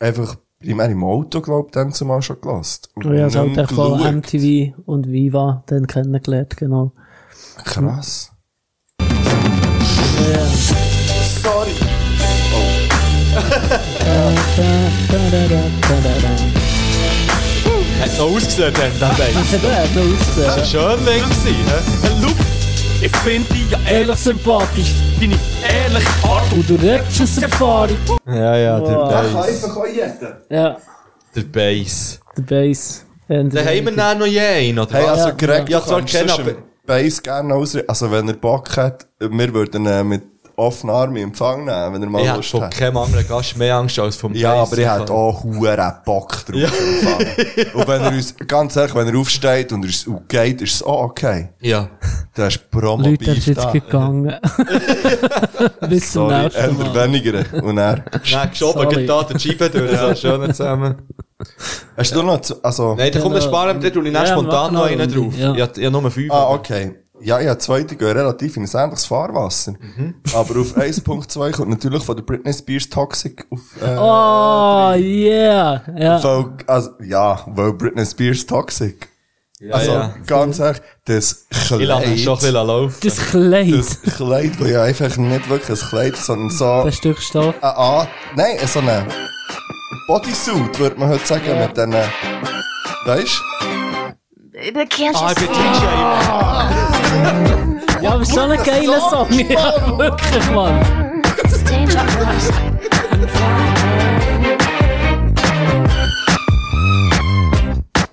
S3: einfach primär im Auto, glaube ich, dann zumal schon gelassen. Und
S4: Oh Ja, das
S3: nicht
S4: halt echt von
S3: geschaut.
S4: MTV und Viva dann kennengelernt, genau.
S3: Krass.
S2: Hat noch ausgesehen, dann, dann denkst
S4: Ja, der hat noch ausgesehen.
S2: Schön Ding gewesen, hä?
S9: Look, ich finde dich ja
S4: Ehrlich
S9: ehrlich,
S4: sympathisch
S9: deine ehrliche Art und
S4: und du redest aus Erfahrung.
S2: Ja, ja, der
S4: Wow.
S2: Bass.
S4: Ja,
S2: Der Bass.
S4: der Bass.
S2: Dann haben wir dann noch je einen, oder
S3: Hey,
S2: was?
S3: also
S4: Ja,
S3: Greg,
S2: ja.
S3: ja,
S2: Ja,
S3: du
S2: zwar
S3: kannst
S2: kennen,
S3: sonst
S2: aber-
S3: im Base gerne ausreden. Also wenn er Bock hat, wir würden ihn mit offenen Armen in Empfang nehmen, wenn er mal
S2: ich hätte
S3: Lust
S2: von
S3: hat.
S2: keinem anderen Gast mehr Angst als vom
S3: Ja,
S2: Bass.
S3: aber ich hätte auch hure Bock drauf.
S2: Ja.
S3: empfangen. und wenn er uns, ganz ehrlich, wenn er aufsteht und er uns geht, ist es auch okay.
S2: Ja.
S3: Der ist promo
S4: Leute, das ist
S3: Beef
S4: jetzt
S3: da.
S4: gegangen. Bis zum
S3: Sorry,
S4: nächsten Mal.
S3: eher weniger. Und er.
S2: Nein, geschoben,
S4: Sorry.
S2: geht da den Scheibe durch, so schön zusammen.
S3: Hast du noch, zu- also,
S2: Nein, da kommt ein
S4: Genau.
S2: Sparen, da tue ich dann
S4: Ja,
S2: spontan
S4: mach
S2: noch
S4: noch
S2: einen
S4: eine.
S2: drauf.
S4: Ja.
S2: Ich hab- ich hab nur fünf.
S3: ah, okay. Ja, ja, zweite gehen relativ in ein ähnliches Fahrwasser.
S2: Mhm.
S3: Aber auf 1.2 kommt natürlich von der Britney Spears Toxic auf, äh,
S4: Oh, yeah. Ja.
S3: Weil, also, ja, weil Britney Spears toxic. also,
S2: ja.
S3: ganz ehrlich, das
S2: Ich lasse ihn schon ein bisschen
S3: Kleid,
S2: laufen.
S4: Das Kleid.
S3: das Kleid, wo ja einfach nicht wirklich ein Kleid, ist, sondern so,
S4: Das Stück Stoff.
S3: ein A, nein, so ein Bodysuit, würde man heute sagen, mit diesen, weisst
S1: Überkehrst
S2: Ah, ich bin DJ.
S4: Ja, aber schon ein geiler Song. Ja, wirklich, Mann.
S1: das Danger Boys. I'm flying.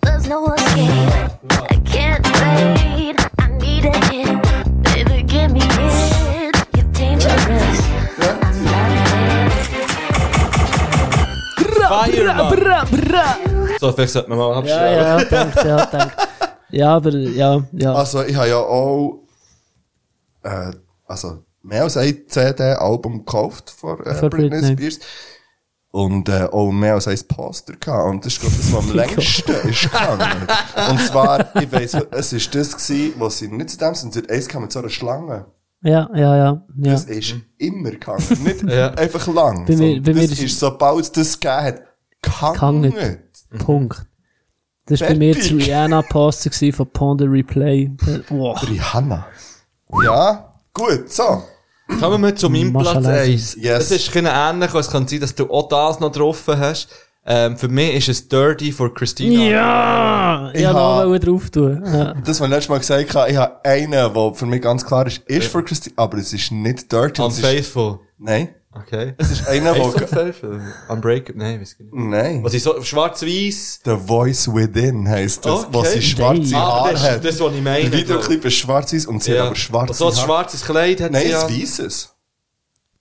S1: There's no escape. I can't wait. I need a hit. Baby, give me it. You're dangerous. I'm loving
S2: Fireman.
S4: Bra, bra.
S2: So, vielleicht sollte man mal
S4: Ja,
S2: abschreiben.
S4: ja, danke, ja, danke. Ja, aber, ja, ja.
S3: Also, ich habe ja auch, äh, also, mehr als ein CD-Album gekauft von äh,
S4: Von
S3: Britney,
S4: Britney.
S3: Spears. Und äh, auch mehr als ein Poster gehabt. Und das ist, glaube ich, das, was am längsten ist gegangen. Und zwar, ich weiss, es ist das gewesen, was sie nicht zu dem sind. Sie hat eins gehabt mit so einer Schlange.
S4: Ja, ja, ja. ja.
S3: Das ist immer gegangen. Nicht
S2: Mhm. Ja.
S3: einfach lang.
S4: Bei mir-
S3: sondern
S4: bei mir
S3: das
S4: ist-
S3: ist, sobald es das gegeben hat, gehangen.
S4: Gehangen. Punkt. Das war bei mir das
S3: Fertig.
S4: Rihanna-Poster gewesen von Ponder Replay. Wow.
S3: Rihanna. Ja, gut, so.
S2: Kommen wir zu meinem
S4: Mascha
S2: Platz
S4: Leser.
S2: 1.
S3: Yes.
S2: Es ist ein bisschen ähnlich, es kann sein, dass du auch das noch getroffen hast. Ähm, für mich ist es Dirty von Christina.
S4: Ja! Ich
S3: Ich
S4: wollte
S3: hab-
S4: noch drauf tun. Ja.
S3: Das, was ich letztes Mal gesagt habe, ich habe einen, der für mich ganz klar ist, ist für Christine, aber es ist nicht dirty. es ist,
S2: Unfaithful.
S3: nein.
S2: Okay.
S3: Es ist einer,
S2: Heisst
S3: der,
S2: Unfaithful? Unbreakable? Nein, weiß nicht.
S3: nein.
S2: Was ist so schwarz-weiß?
S3: The Voice Within heisst das,
S2: Okay.
S3: was sie schwarze
S4: Ah,
S2: aber
S3: Haare
S2: das ist
S3: hat.
S2: das, was ich meine,
S3: Der Videoclip
S2: glaub.
S3: ist schwarz-weiß und sie hat aber schwarze
S2: So ein
S3: Haare.
S2: schwarzes Kleid hat
S3: nein,
S2: sie ja.
S3: ein weißes.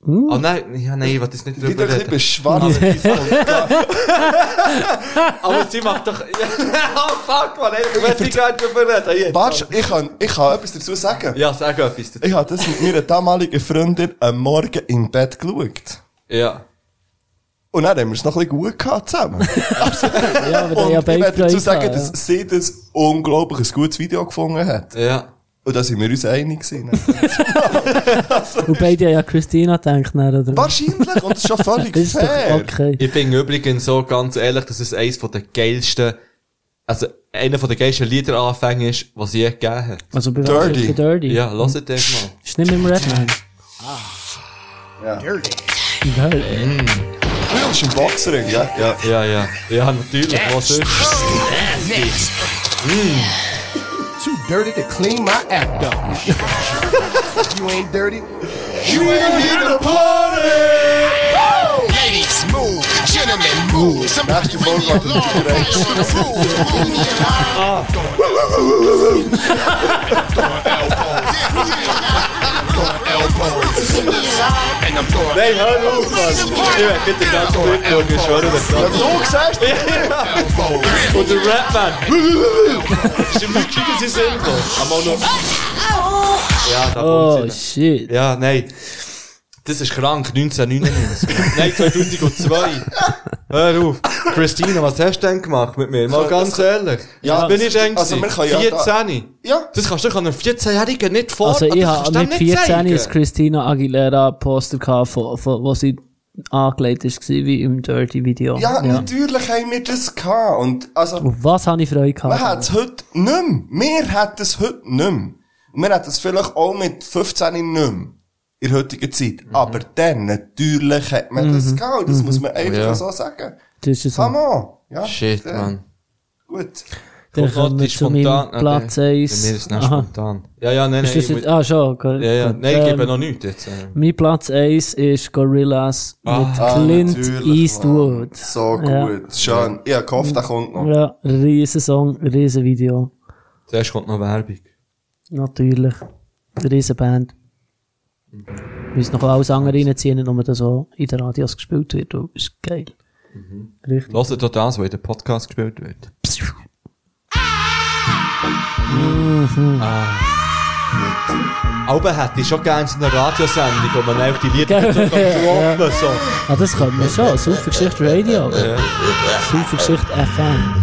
S2: Ah, nein, ja, nein, ich will das nicht
S3: Der
S2: drüber
S3: Videoclip
S2: reden.
S3: ist schwarz
S2: Aber sie macht doch... oh, fuck, man, ey, ich will nicht gerne drüber reden. jetzt.
S3: Warte, ich kann, ich kann etwas dazu sagen.
S2: Ja, sag etwas dazu.
S3: Ich habe das mit meiner damaligen Freundin am Morgen im Bett geschaut.
S2: Ja.
S3: Und dann haben wir es noch ein bisschen gut gehabt zusammen.
S4: Ja,
S3: Und
S4: aber der
S3: ich
S4: hat
S3: möchte
S4: ja beide
S3: dazu
S4: Freude
S3: sagen,
S4: gehabt,
S3: dass sie das unglaublich ein gutes Video gefunden hat.
S2: Ja.
S3: Und da sind wir uns einig gewesen.
S4: Und beide haben ja Christina gedacht, dann, oder?
S3: Wahrscheinlich, und das ist schon völlig
S4: Das ist doch
S3: fair.
S4: okay.
S2: Ich finde übrigens so ganz ehrlich, dass es eines von der geilsten, also einer von der geilsten Liederanfängen ist, was je gegeben hat.
S4: Also bei
S3: Dirty.
S4: bei Dirty.
S2: Ja, lass es den mal.
S4: Ist nicht mehr im Rap.
S3: Ah. Ja.
S4: Geil.
S3: Du bist im Boxring, ja? Ja.
S2: Ja, ja. Ja, natürlich. Was ist?
S10: Too dirty to clean my act up. you ain't dirty. You ain't here to party. Ladies move, gentlemen move. Somebody
S3: Nächste Folge hat er nicht gerecht.
S10: And I'm throwing
S2: Nein, hör auf, Mann. Ich werde bitte ganz gut schauen, ich schwöre das
S3: Wenn du gesagt
S10: elbows.
S2: Und der Rap-Man. ist im Mutschig, das ist Info. Aber auch noch. Ja, da kommt
S4: Oh,
S2: sie.
S4: shit.
S2: Ja, nein. Das ist krank, 1999. nein, 2002. Hör auf. Christina, was hast du denn gemacht mit mir? Mal ganz ehrlich.
S3: Ja,
S2: bin ich
S3: das-
S2: denn?
S3: also wir können ja
S2: 14.
S3: da- Ja.
S2: Das kannst du kann einem 14-Jährigen nicht vor.
S4: Also, ich
S2: das kannst
S4: habe
S2: du
S4: mit
S2: dem nicht
S4: 14
S2: zeigen.
S4: ist Christina Aguilera Poster gehabt, von, von, wo sie angelegt ist, wie im Dirty Video.
S3: ja, natürlich haben wir das gehabt. Und, also,
S4: Auf was habe ich Freude
S3: man
S4: gehabt?
S3: hat es heute nicht mehr. Wir hätten es heute nicht mehr. Und wir hätten es vielleicht auch mit 15 nicht mehr. In der heutigen Zeit.
S2: Mhm.
S3: Aber dann, natürlich hat man das gehabt. Und Das muss man einfach
S2: Mhm. Ja.
S3: so sagen.
S4: Das ist so.
S3: Come on. Ja,
S2: Shit,
S3: dann.
S2: man.
S3: Gut.
S4: Dann
S2: Kommt
S4: kommen wir
S2: die
S4: zu meinem
S2: spontan- Ah,
S4: Platz
S2: nein. Bei mir ist
S4: 1.
S2: es nicht spontan. Ja, ja, nein, nein.
S4: Ist das
S2: Ich muss,
S4: jetzt,
S2: ja,
S4: ah, schon. gut,
S2: ja,
S4: gut.
S2: nein, ich gebe
S4: Ähm,
S2: noch nichts jetzt. ähm.
S4: Mein Platz 1 ist Gorillas mit
S2: Ah,
S4: Clint
S3: natürlich,
S4: Eastwood.
S3: So gut.
S4: Ja.
S3: Schön. Ich hab gehofft, der kommt noch.
S4: Ja, riesen Song, riesen Video.
S2: Zuerst kommt noch Werbung.
S4: Natürlich. Riesen Band. Müssen noch alles andere reinziehen, nicht nur das, was in den Radios gespielt wird. Du, ist geil. Richtig.
S2: Hört doch das, was in den Podcast gespielt wird. Ah. Aber hätte ich schon gerne so eine Radiosendung, wo man einfach die Lieder
S4: Gell?
S2: so kann droppen so.
S4: Ah, das können wir schon. Supergeschichte Radio. Supergeschichte FM.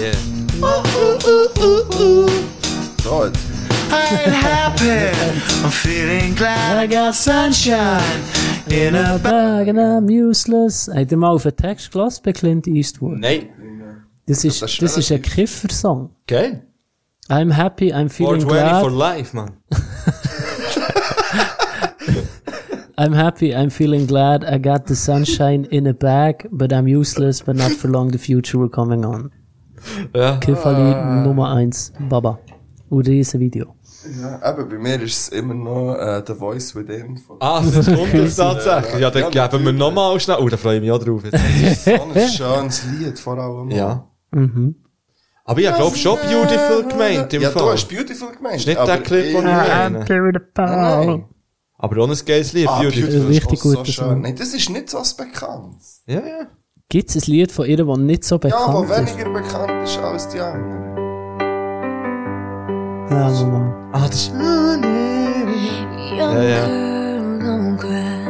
S2: Yeah.
S3: So, jetzt.
S6: It happened. I'm feeling glad I got sunshine in a
S4: Bagen am useless. Habt ihr mal auf einen Text gelassen bei Clint Eastwood?
S2: Nein.
S4: Das ist,
S3: das ist
S4: das ist ein Kiffersong.
S2: Geil.
S4: I'm happy, I'm feeling
S2: 420 for
S4: glad.
S2: life, man.
S4: I'm happy, I'm feeling glad. I got the sunshine in a bag, but I'm useless, but not for long. The future will coming on.
S2: Ja.
S4: Kiffali
S3: Ah.
S4: Nummer 1. Baba. Und riesen Video.
S3: Eben, bei mir ist es immer noch äh, The Voice Within von
S2: Ah, das kommt das tatsächlich. Ja, dann
S3: Ja,
S2: geben wir
S3: natürlich.
S2: nochmal schnell. Oh, da freue ich mich auch drauf. Jetzt.
S3: so ein schönes Lied vor allem.
S2: Ja. Aber ich glaube schon Beautiful gemeint im
S3: ja, du
S2: Fall.
S3: hast Beautiful gemeint.
S2: Ist nicht
S3: aber
S2: der Clip, den
S3: ich-
S2: ich meine.
S4: Beautiful.
S2: Aber ohne ein geiles Lied,
S3: Ah, Beautiful,
S2: Beautiful.
S3: ist
S4: Richtig
S3: auch so
S4: guter Song.
S3: schön. Nein, das ist nicht so ein bekanntes.
S2: Ja, ja.
S4: Gibt es ein Lied von ihr, das nicht so
S3: Ja, wo
S4: bekannt ist?
S3: weniger bekannt ist als die anderen.
S4: Ja, Mann.
S2: Ah, das ist...
S1: Young girl, don't cry.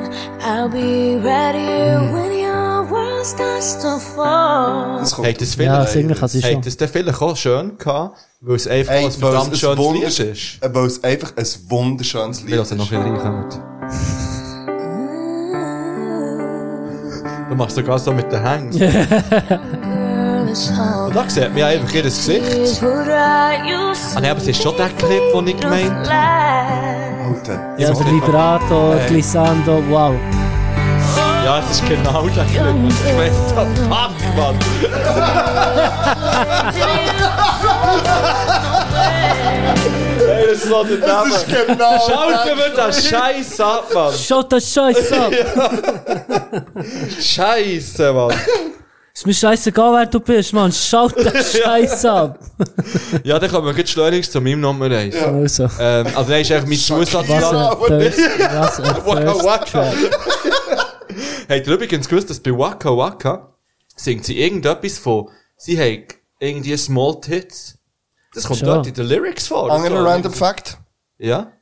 S1: I'll be ready when your world starts to fall.
S3: Das kommt
S2: Hey, das
S4: Ja,
S2: vielleicht...
S4: singen kann sie
S2: Hey,
S4: schon.
S2: das dann vielleicht auch schön gehabt, weil es einfach
S3: Ey,
S2: ein verdammt
S3: weil es ein
S2: schönes Lied
S3: Wunder-
S2: ist. Ich
S3: Äh, Weil es einfach ein wunderschönes Lied
S2: lasse
S3: ist.
S2: noch ein bisschen reinkommen. Du machst sogar so mit den Hängen.
S1: Girl, it's all
S2: Und da sieht man ja einfach ihr Gesicht.
S1: is what I used
S2: Ah,
S1: to
S2: nein, aber es ist schon der Clip, den ich gemeint habe.
S1: fly.
S3: Alter,
S4: Ja, der Also Vibrato, Glissando, wow.
S2: Ja, es ist genau der Clip, den ich gemeint
S3: äh,
S2: habe. Fuck, Mann! Hey, das ist so der Name.
S3: Das ist genau
S2: Schalten wir den Scheiß ab, Mann!
S4: Schaut das Scheiß ab!
S2: Scheiße, Mann!
S4: Ist mir scheißegal, wer du bist, Mann. Schaut das Scheiß ab!
S2: Ja, dann kommen wir jetzt schleunigst zu meinem Nummer 1.
S4: Also,
S2: Ähm, also, das ist eigentlich mein Zusatz.
S4: was ein Thirst, was ein
S2: Waka
S4: Thirst.
S2: Waka. Habt ihr übrigens gewusst, dass bei Waka Waka singt sie irgendetwas von, sie haben irgendwie Small Tits? Das kommt
S4: Schon.
S2: dort in den Lyrics vor.
S3: Anderer
S2: So.
S3: random Fact.
S2: Ja?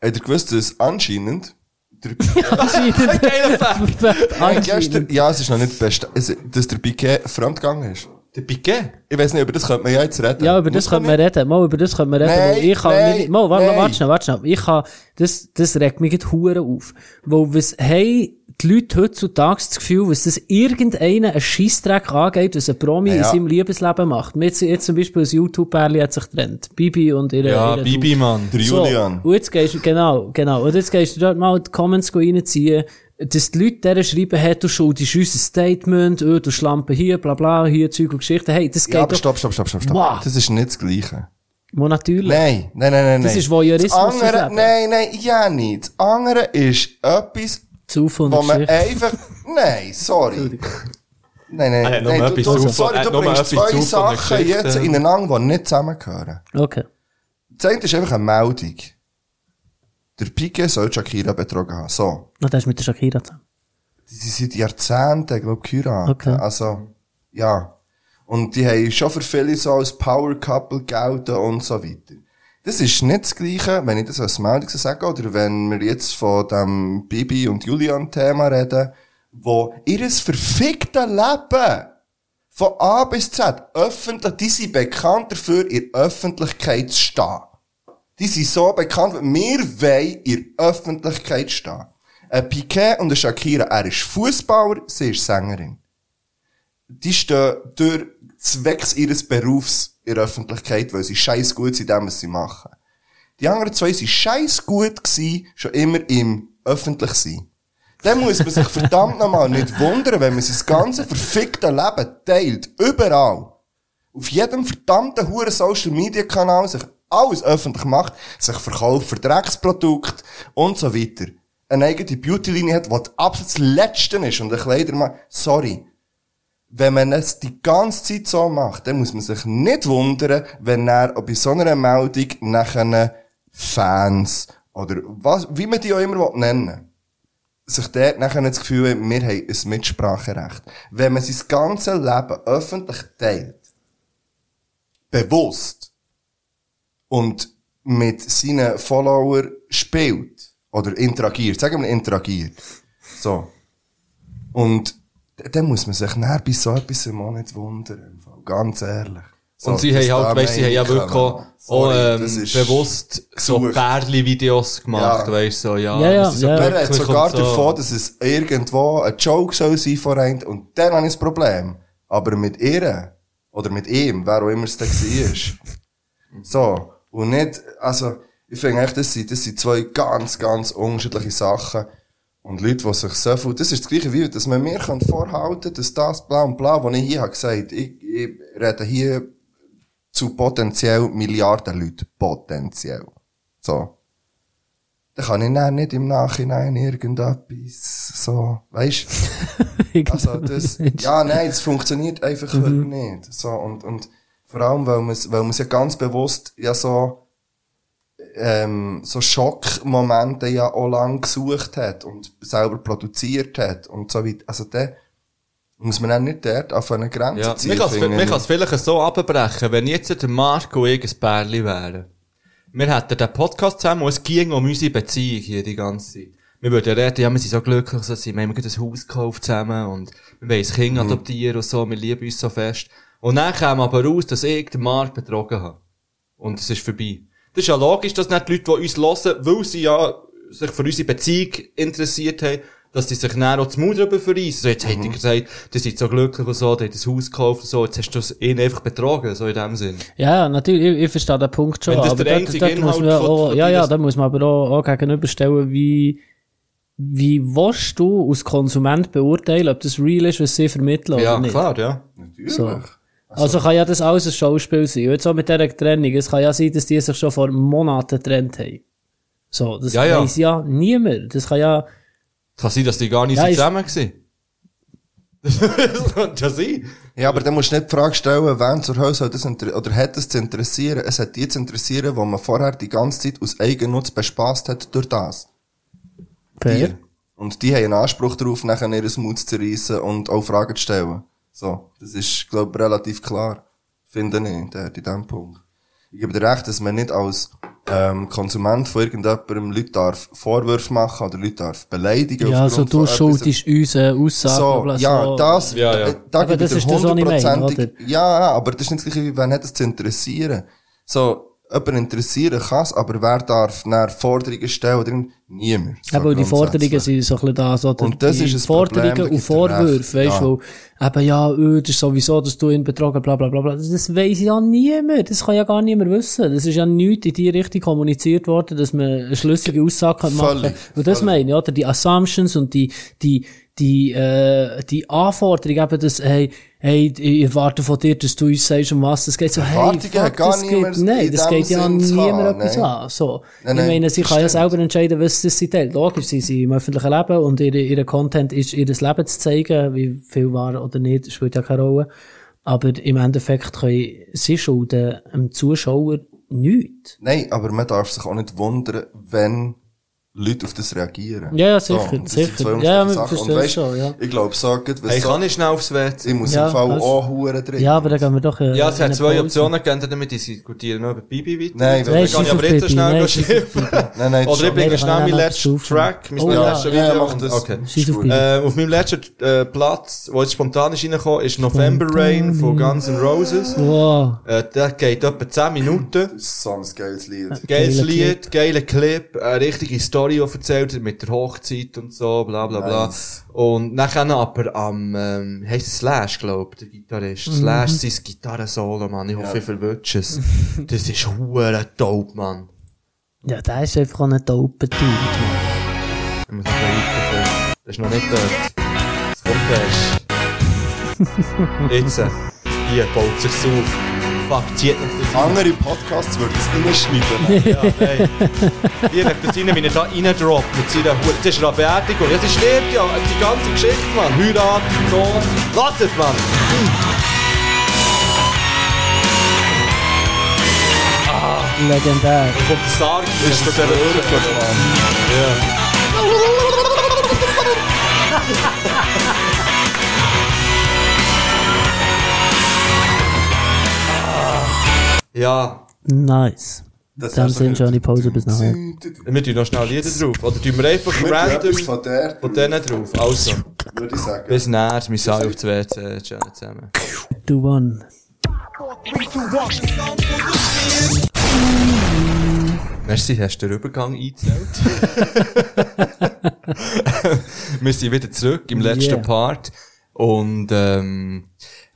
S3: Habt ihr gewusst, dass anscheinend der
S2: Geiler Fakt.
S3: Nein, gestern, ja, es ist noch nicht best, es, dass der Piquet fremdgegangen ist.
S2: Der Piquet?
S3: Ich weiß nicht, über das könnte man ja jetzt reden.
S4: Ja, über das
S3: Muss
S4: können
S3: man
S4: wir reden. Mal, über das können wir reden.
S3: Nein,
S4: weil ich kann
S3: nein,
S4: nicht, mal, warte,
S3: nein.
S4: warte, schnell, warte, schnell. Ich kann, das, das regt mich jetzt Huren auf. Weil, was haben die Leute heutzutage das Gefühl, was das irgendeiner einen Scheissdreck angeht, was ein Promi
S3: Ja, ja.
S4: in seinem Liebesleben macht. Mir Jetzt, jetzt zum Beispiel ein YouTube-Pärli hat sich getrennt. Bibi und ihre,
S2: Ja,
S4: ihre
S2: Bibi, Mann.
S3: Der Julian.
S4: So, uh, und jetzt gehst du, genau, genau. Und jetzt gehst du dort mal die Comments go reinziehen, dass die Leute deren schreiben, hey, du schuldest uns ein Statement, oh, du Schlampe hier, bla bla, hier Zeug und Geschichten. Hey, das geht
S3: Ja, aber
S4: doch...
S3: stopp, stopp, stopp, stopp, stopp.
S4: Wow.
S3: Das ist nicht das Gleiche.
S4: Wo natürlich.
S3: Nein, nein, nein, nein.
S4: Das
S3: nein.
S4: ist Voyeurismus
S3: Das andere,
S4: ausleben.
S3: nein, nein, ja nicht. Das andere ist etwas,
S4: Zufall und
S3: wo man
S4: Geschichte.
S3: einfach, nein, sorry. Nein, nein,
S2: Er hat
S3: nein,
S2: nur
S3: nein, du,
S2: etwas
S3: du,
S2: Zufall- er
S3: sorry,
S2: hat
S3: du
S2: nur
S3: bringst
S2: etwas
S3: zwei
S2: Zufall und
S3: Sachen
S2: Geschichte.
S3: jetzt ineinander, die nicht zusammengehören.
S4: Okay.
S3: Das eine ist einfach eine Meldung. Der Piquet soll Shakira betrogen haben. So.
S4: Na, das ist mit der Shakira zusammen.
S3: die sind seit Jahrzehnten, glaub ich, geheiratet.
S4: Okay.
S3: Also, ja. Und die haben schon für viele so als Power Couple gelten und so weiter. Das ist nicht das Gleiche, wenn ich das als Meldung so sage, oder wenn wir jetzt von dem Bibi und Julian Thema reden, wo ihres verfickten Leben von A bis Z öffentlich, die sind bekannt dafür, in der Öffentlichkeit zu stehen. Die sind so bekannt, weil wir wollen in der Öffentlichkeit stehen. Ein Piquet und ein Shakira, er ist Fußballer, sie ist Sängerin. Die stehen durch zwecks ihres Berufs in der Öffentlichkeit, weil sie scheiß gut sind in dem, was sie machen. Die anderen zwei sind scheiß gut gewesen, schon immer im öffentlich sein. Dann muss man sich verdammt nochmal nicht wundern, wenn man sein ganzes verfickte Leben teilt. Überall auf jedem verdammten huren Social Media Kanal sich alles öffentlich macht, sich verkauft für Drecksprodukte und so weiter. Eine eigene Beauty-Linie hat, die absolut das Letzte ist und ein Kleider mal, sorry. Wenn man es die ganze Zeit so macht, dann muss man sich nicht wundern, wenn er bei so einer Meldung nachher Fans oder was, wie man die auch immer will nennen will sich dort nachher das Gefühl haben, wir haben ein Mitspracherecht. Wenn man sein ganzes Leben öffentlich teilt, bewusst, und mit seinen Followern spielt, oder interagiert, sagen wir interagiert, so. Und d- dann muss man sich nachher bei so etwas auch nicht wundern, im Fall. ganz ehrlich. So,
S2: Und sie
S3: dass
S2: haben halt,
S3: da
S2: weißt, sie haben ja
S3: Meinungen
S2: wirklich auch,
S3: kommen.
S2: auch
S3: Sorry,
S2: ähm,
S3: das ist-
S2: bewusst so
S3: gesucht.
S2: Pärli-Videos gemacht,
S3: Ja.
S2: weißt so, ja.
S4: Ja, ja,
S2: das ist so
S4: ja.
S3: Er hat
S2: glücklich
S3: sogar
S2: und so.
S3: davon, dass es irgendwo ein Joke soll sein von einem, und dann habe ich das Problem. Aber mit ihr, oder mit ihm, wer auch immer es dann war. so. Und nicht, also, ich finde echt, das sind, das sind zwei ganz, ganz unterschiedliche Sachen. Und Leute, die sich so viel, das ist das gleiche wie, dass man mir kann vorhalten dass das, bla und bla, was ich hier habe gesagt, ich, ich rede hier zu potenziell Milliarden Leuten. Potenziell. So. Dann kann ich dann nicht im Nachhinein irgendetwas so, weißt also das, ja, nein, das funktioniert einfach heute nicht. So, und, und vor allem, weil man es, weil man es ja ganz bewusst ja so, ähm, so Schockmomente ja auch lang gesucht hat und selber produziert hat und so weiter. Also der muss man auch nicht dort auf eine Grenze
S2: Ja,
S3: ziehen.
S2: man kann's-
S3: finde
S2: man
S3: ich.
S2: kann es vielleicht so abbrechen, wenn jetzt der Marco und ich ein Pärli wären. Wir hätten den Podcast zusammen und es ging um unsere Beziehung hier die ganze Zeit. Wir würden reden, ja, wir sind so glücklich, so sind, wir haben gerade ein Haus gekauft zusammen und wir wollen ein
S3: Mhm.
S2: Kind adoptieren und so, wir lieben uns so fest. Und dann kam aber raus, dass ich den Marc betrogen habe. Und es ist vorbei. Das ist ja logisch, dass nicht die Leute, die uns hören, weil sie ja sich für unsere Beziehung interessiert haben, dass sie sich dann auch das Maul darüber verreissen. So, jetzt hätte
S4: Mhm.
S2: ich gesagt, die sind so glücklich und so, die haben das Haus gekauft und so, jetzt hast du ihn einfach betrogen, so in dem Sinn.
S4: Ja, ja, natürlich, ich, ich verstehe den Punkt schon.
S2: Wenn das
S4: aber
S2: der
S4: dort-
S2: einzige
S4: dort muss
S2: Inhalt
S4: man
S2: von-
S4: auch,
S2: von
S4: ja, ja,
S2: deines-
S4: da muss man aber auch, auch gegenüberstellen, wie, wie willst du als Konsument beurteilen, ob das real ist, was sie vermitteln
S2: ja,
S4: oder nicht?
S2: klar, ja.
S3: Natürlich.
S4: So. Also kann ja das alles ein Schauspiel sein. Und jetzt auch mit dieser Trennung. Es kann ja sein, dass die sich schon vor Monaten getrennt haben. So, das
S2: Ja, ja.
S4: weiss ja niemand. Das kann ja,
S2: Kann sein, dass die gar nicht
S4: Ja,
S2: so
S4: ist-
S2: zusammen waren. das könnte ja sein.
S3: Ja, aber dann musst du nicht die Frage stellen, wen zur Hölle soll das inter- oder hat es zu interessieren? Es hat die zu interessieren, die man vorher die ganze Zeit aus Eigennutz bespaßt hat durch das. Die. Und die haben einen Anspruch darauf, nachher ihren Mut zu reissen und auch Fragen zu stellen. So. Das ist, glaube ich, relativ klar. Finde ich, dort in diesem Punkt. ich gebe dir recht, dass man nicht als ähm, Konsument von irgendjemandem Leute darf Vorwürfe machen oder Leute darf beleidigen.
S4: Ja,
S3: aufgrund
S4: so du
S3: von etwas.
S4: schuldest uns eine Aussage.
S3: So,
S4: bla,
S3: ja,
S4: so.
S3: das,
S2: Ja, ja.
S3: äh, da
S4: Aber
S3: gibt
S4: das
S3: es
S4: ist das, was ich meine,
S3: hundertprozentig, ja, ja, aber das ist nicht das gleiche, wie wenn hat es zu interessieren. So, jemand interessieren kann es, aber wer darf nach Forderungen stellen oder irgend- niemand. So
S4: Eben, weil die
S3: grundsätzlich.
S4: Forderungen sind so ein bisschen das, oder?
S3: Und das
S4: die
S3: ist ein
S4: Forderungen
S3: Problem, da
S4: und
S3: gibt er recht.
S4: Vorwürfe, weißt du, weil, eben, ja, öh, das ist sowieso, dass du ihn betrogen, bla, bla, bla, bla. Das weiss ja niemand. Das kann ja gar niemand wissen. Das ist ja nichts in die Richtung kommuniziert worden, dass man eine schlüssige Aussage kann machen
S3: Völlig,
S4: Und das meine ich, oder? Die Assumptions und die, die, die, äh, die Anforderung eben, dass, hey, hey, ich erwarte von dir, dass du uns sagst, um was es geht. So, hey,
S3: Erwartungen
S4: fuck,
S3: hat gar
S4: das geht,
S3: niemand
S4: nein,
S3: in
S4: das
S3: dem
S4: geht ja
S3: Sinn zu
S4: niemand
S3: haben,
S4: etwas
S3: nein.
S4: an. So.
S3: Nein,
S4: ich
S3: nein,
S4: meine, sie
S3: das
S4: kann ja
S3: stimmt.
S4: selber entscheiden, was das sie teilt. Logisch, sie sind im öffentlichen Leben und ihr, ihr Content ist, ihr Leben zu zeigen, wie viel wahr oder nicht, spielt ja keine Rolle. Aber im Endeffekt können sie schulden dem Zuschauer nichts.
S3: Nein, aber man darf sich auch nicht wundern, wenn Leute auf das reagieren.
S4: Ja, ja, sicher,
S3: und das sind
S4: sicher.
S3: zwei unterschiedliche
S4: Ja, ja, man
S3: Sachen.
S4: versteht
S3: Und weisst,
S4: schon, ja.
S3: Ich glaube, so, gerade, was
S2: Hey,
S3: so,
S2: kann ich schnell aufs WC?
S3: ich muss
S4: Ja,
S3: im Fall
S4: weißt-
S3: auch Huren drin.
S4: Ja, aber da gehen wir doch. äh,
S2: Ja, es hat
S4: in eine
S2: zwei
S4: Pause.
S2: Optionen gegeben, damit diskutieren noch über Bibi weiter.
S3: Nein,
S2: wir
S3: Nein,
S2: ich
S4: scheiss
S2: aber
S4: auf
S2: jetzt
S4: Bibi,
S2: schnell
S4: nein,
S2: noch
S4: scheiss auf
S2: schimpfen.
S3: Nein, nein,
S2: Oder ich
S4: Nein,
S2: bringe
S4: wir können
S2: schnell meinen
S4: auch noch
S2: letzten
S4: etwas
S2: Track, mein
S4: aufnehmen. Oh,
S2: letztes
S3: ja, dus. ja,
S2: Video.
S3: mach das.
S2: Okay.
S4: Scheiss auf Bibi.
S2: Äh, auf meinem letzten äh, Platz, wo jetzt spontan ist reingekommen, ist November Rain von Guns N' Roses.
S4: Wow.
S2: Äh, der geht etwa 10 Minuten.
S3: Das ist so ein geiles Lied.
S2: Geiles
S4: Geiler
S2: Lied, geiler Clip, eine richtige Story, die erzählt wird mit der Hochzeit und so, bla bla bla.
S3: Nice.
S2: Und nachher noch aber am, ähm, heisst Slash, glaub, der Gitarrist.
S3: Mhm.
S2: Slash, sein Gitarrensolo, Mann, ich hoffe, ich verwünsche es. das ist hure dope, Mann.
S4: Ja, der ist einfach ein tauber Dude. Mann.
S2: Ich muss ein bisschen weiterkommen. Das ist noch nicht dort. Das kommt erst. Jetzt, äh, hier, baut sich's auf. Fuck, zieht nicht das
S3: Andere Podcasts würden es reinschneiden.
S2: Ja, nein. Ihr legt das rein, wenn ihr da reindroppt mit seiner Hure. Das ist eine Beerdigung. Ja, sie stirbt ja. Die ganze Geschichte, Mann. Heirat, Tod. Lass es, Mann.
S4: Legendär.
S2: Kommt der Sarg.
S3: Das ist doch wirklich, Mann.
S2: Ja.
S4: Nice.
S3: Das
S4: Dann
S3: hast du
S4: sind
S3: nicht.
S4: schon die Pause bis nachher.
S2: Wir tun noch schnell Lieder drauf. Oder tun wir einfach
S3: Mit
S2: random
S3: etwas von der,
S2: von denen drauf. Also.
S3: würde ich sagen.
S2: Bis näher. Wir sind auf 2 zusammen.
S4: Du won.
S2: Merci, hast du den Übergang eingezählt? wir sind wieder zurück im letzten
S4: Yeah.
S2: Part. Und ähm,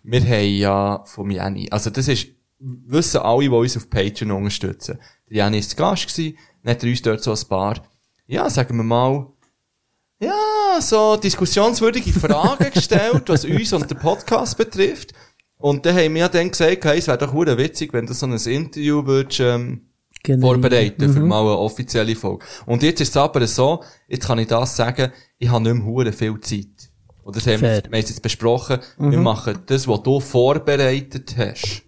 S2: wir haben ja von Jenny, also das ist, wissen alle, die uns auf Patreon unterstützen. Der Jenny ist zu Gast gewesen, dann hat er uns dort so ein paar, ja, sagen wir mal, ja, so diskussionswürdige Fragen gestellt, was uns und den Podcast betrifft. Und dann haben wir ja dann gesagt, hey, es wäre doch hure witzig, wenn du so ein Interview würdest, ähm,
S4: Genau.
S2: vorbereiten für mal eine offizielle Folge. Und jetzt ist es aber so, jetzt kann ich das sagen, ich habe nicht mehr hure viel Zeit. Und das haben wir,
S4: Fair. Mhm.
S2: wir haben es jetzt besprochen, wir machen das, was du vorbereitet hast,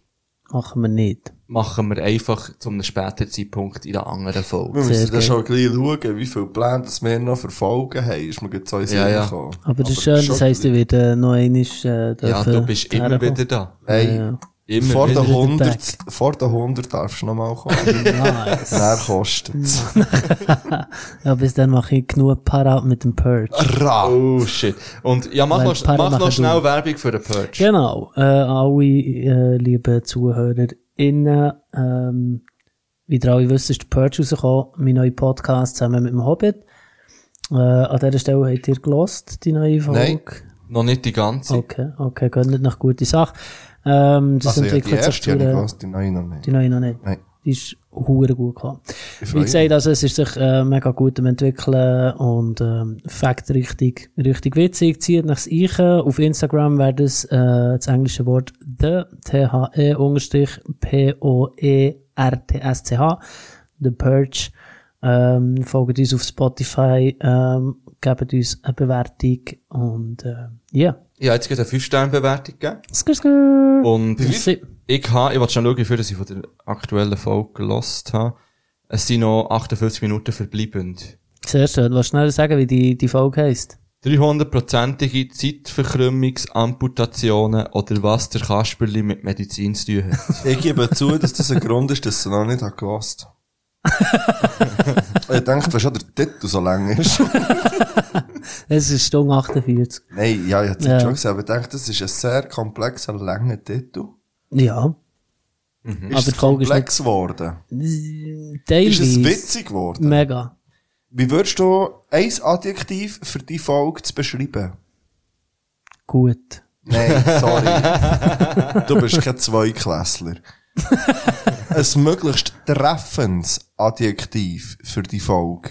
S4: Machen wir nicht.
S2: machen wir einfach zu einem späteren Zeitpunkt in einer anderen Folge.
S3: Wir
S4: Sehr
S3: müssen dann
S4: geil.
S3: schon gleich schauen, wie viele Pläne das wir noch verfolgen haben. Ist mir gerade so ins
S2: Ja,
S3: Leben
S2: ja.
S3: gekommen.
S4: Aber das ist schön, das
S3: schon
S4: heisst, ich werde noch einmal äh,
S2: Ja,
S4: dürfen
S2: du bist immer
S4: herkommen.
S2: wieder da.
S3: Hey,
S4: Ja,
S2: Immer
S3: vor, der
S2: wieder.
S3: 100,
S4: back.
S3: vor der 100 darfst du nochmal kommen.
S4: Nice.
S3: Dann kostet's. Also,
S4: ja, bis dann mache ich genug Para mit dem Purge.
S3: Ra!
S2: Oh shit. Und ja, mach
S4: Weil
S2: noch,
S4: Paare
S2: mach
S4: nachher
S2: noch schnell
S4: durch.
S2: Werbung für den Purge.
S4: Genau. Äh, alle äh, lieben ZuhörerInnen, ähm, wie ihr alle wisst, ist der Purge rausgekommen, mein neuer Podcast zusammen mit dem Hobbit. Äh, an dieser Stelle habt ihr gelost, die neue Folge.
S3: Nein.
S2: Noch nicht die ganze.
S4: Okay, okay, gönnt nach gute Sache. Ähm, das
S3: Also, ja, die
S4: entwickelt sich
S3: erste,
S4: zu
S3: ja, ich
S4: einer-
S3: weiß, die neue noch nicht.
S4: Die neue noch nicht.
S3: Nein.
S4: Die ist hure gut gekommen. Wie
S3: freue
S4: gesagt, also es ist sich äh, mega gut am entwickeln und ähm, Fakt richtig, richtig witzig. Zieht nachs Eichen. Auf Instagram wäre das äh, das englische Wort the t h e unterstrich p o e r t s c h the purge. Ähm, folgt uns auf Spotify, ähm, gebt uns eine Bewertung und äh, ja.
S2: Ja, jetzt geht eine 5-Sterne-Bewertung gegeben.
S4: Skrr, skrr.
S2: Und
S4: Merci.
S2: ich habe, ich wollte schon schauen, wie viel ich von der aktuellen Folge gelost habe. Es sind noch 58 Minuten verbleibend.
S4: Sehr schön. Willst du schnell sagen, wie die, die Folge heisst?
S2: 300-prozentige Zeitverkrümmungsamputationen oder was der Kasperli mit Medizin zu tun hat.
S3: Ich gebe zu, dass das ein Grund ist, dass ich noch nicht habe gehasst. ich denke, weil schon der Titel so lang ist.
S4: Es ist Stunde 48.
S3: Nein, ja, ich habe es
S4: Ja.
S3: schon gesagt, aber ich denke, das ist ein sehr komplexer, langer Titel.
S4: Ja.
S3: Ist
S4: Aber
S3: es
S4: die Folge ist
S3: komplex geworden? Ist
S4: Teilweise.
S3: es witzig geworden?
S4: Mega.
S3: Wie würdest du ein Adjektiv für die Folge zu beschreiben?
S4: Gut.
S3: Nein, sorry. du bist kein Zweiklässler. ein möglichst treffendes Adjektiv für die Folge.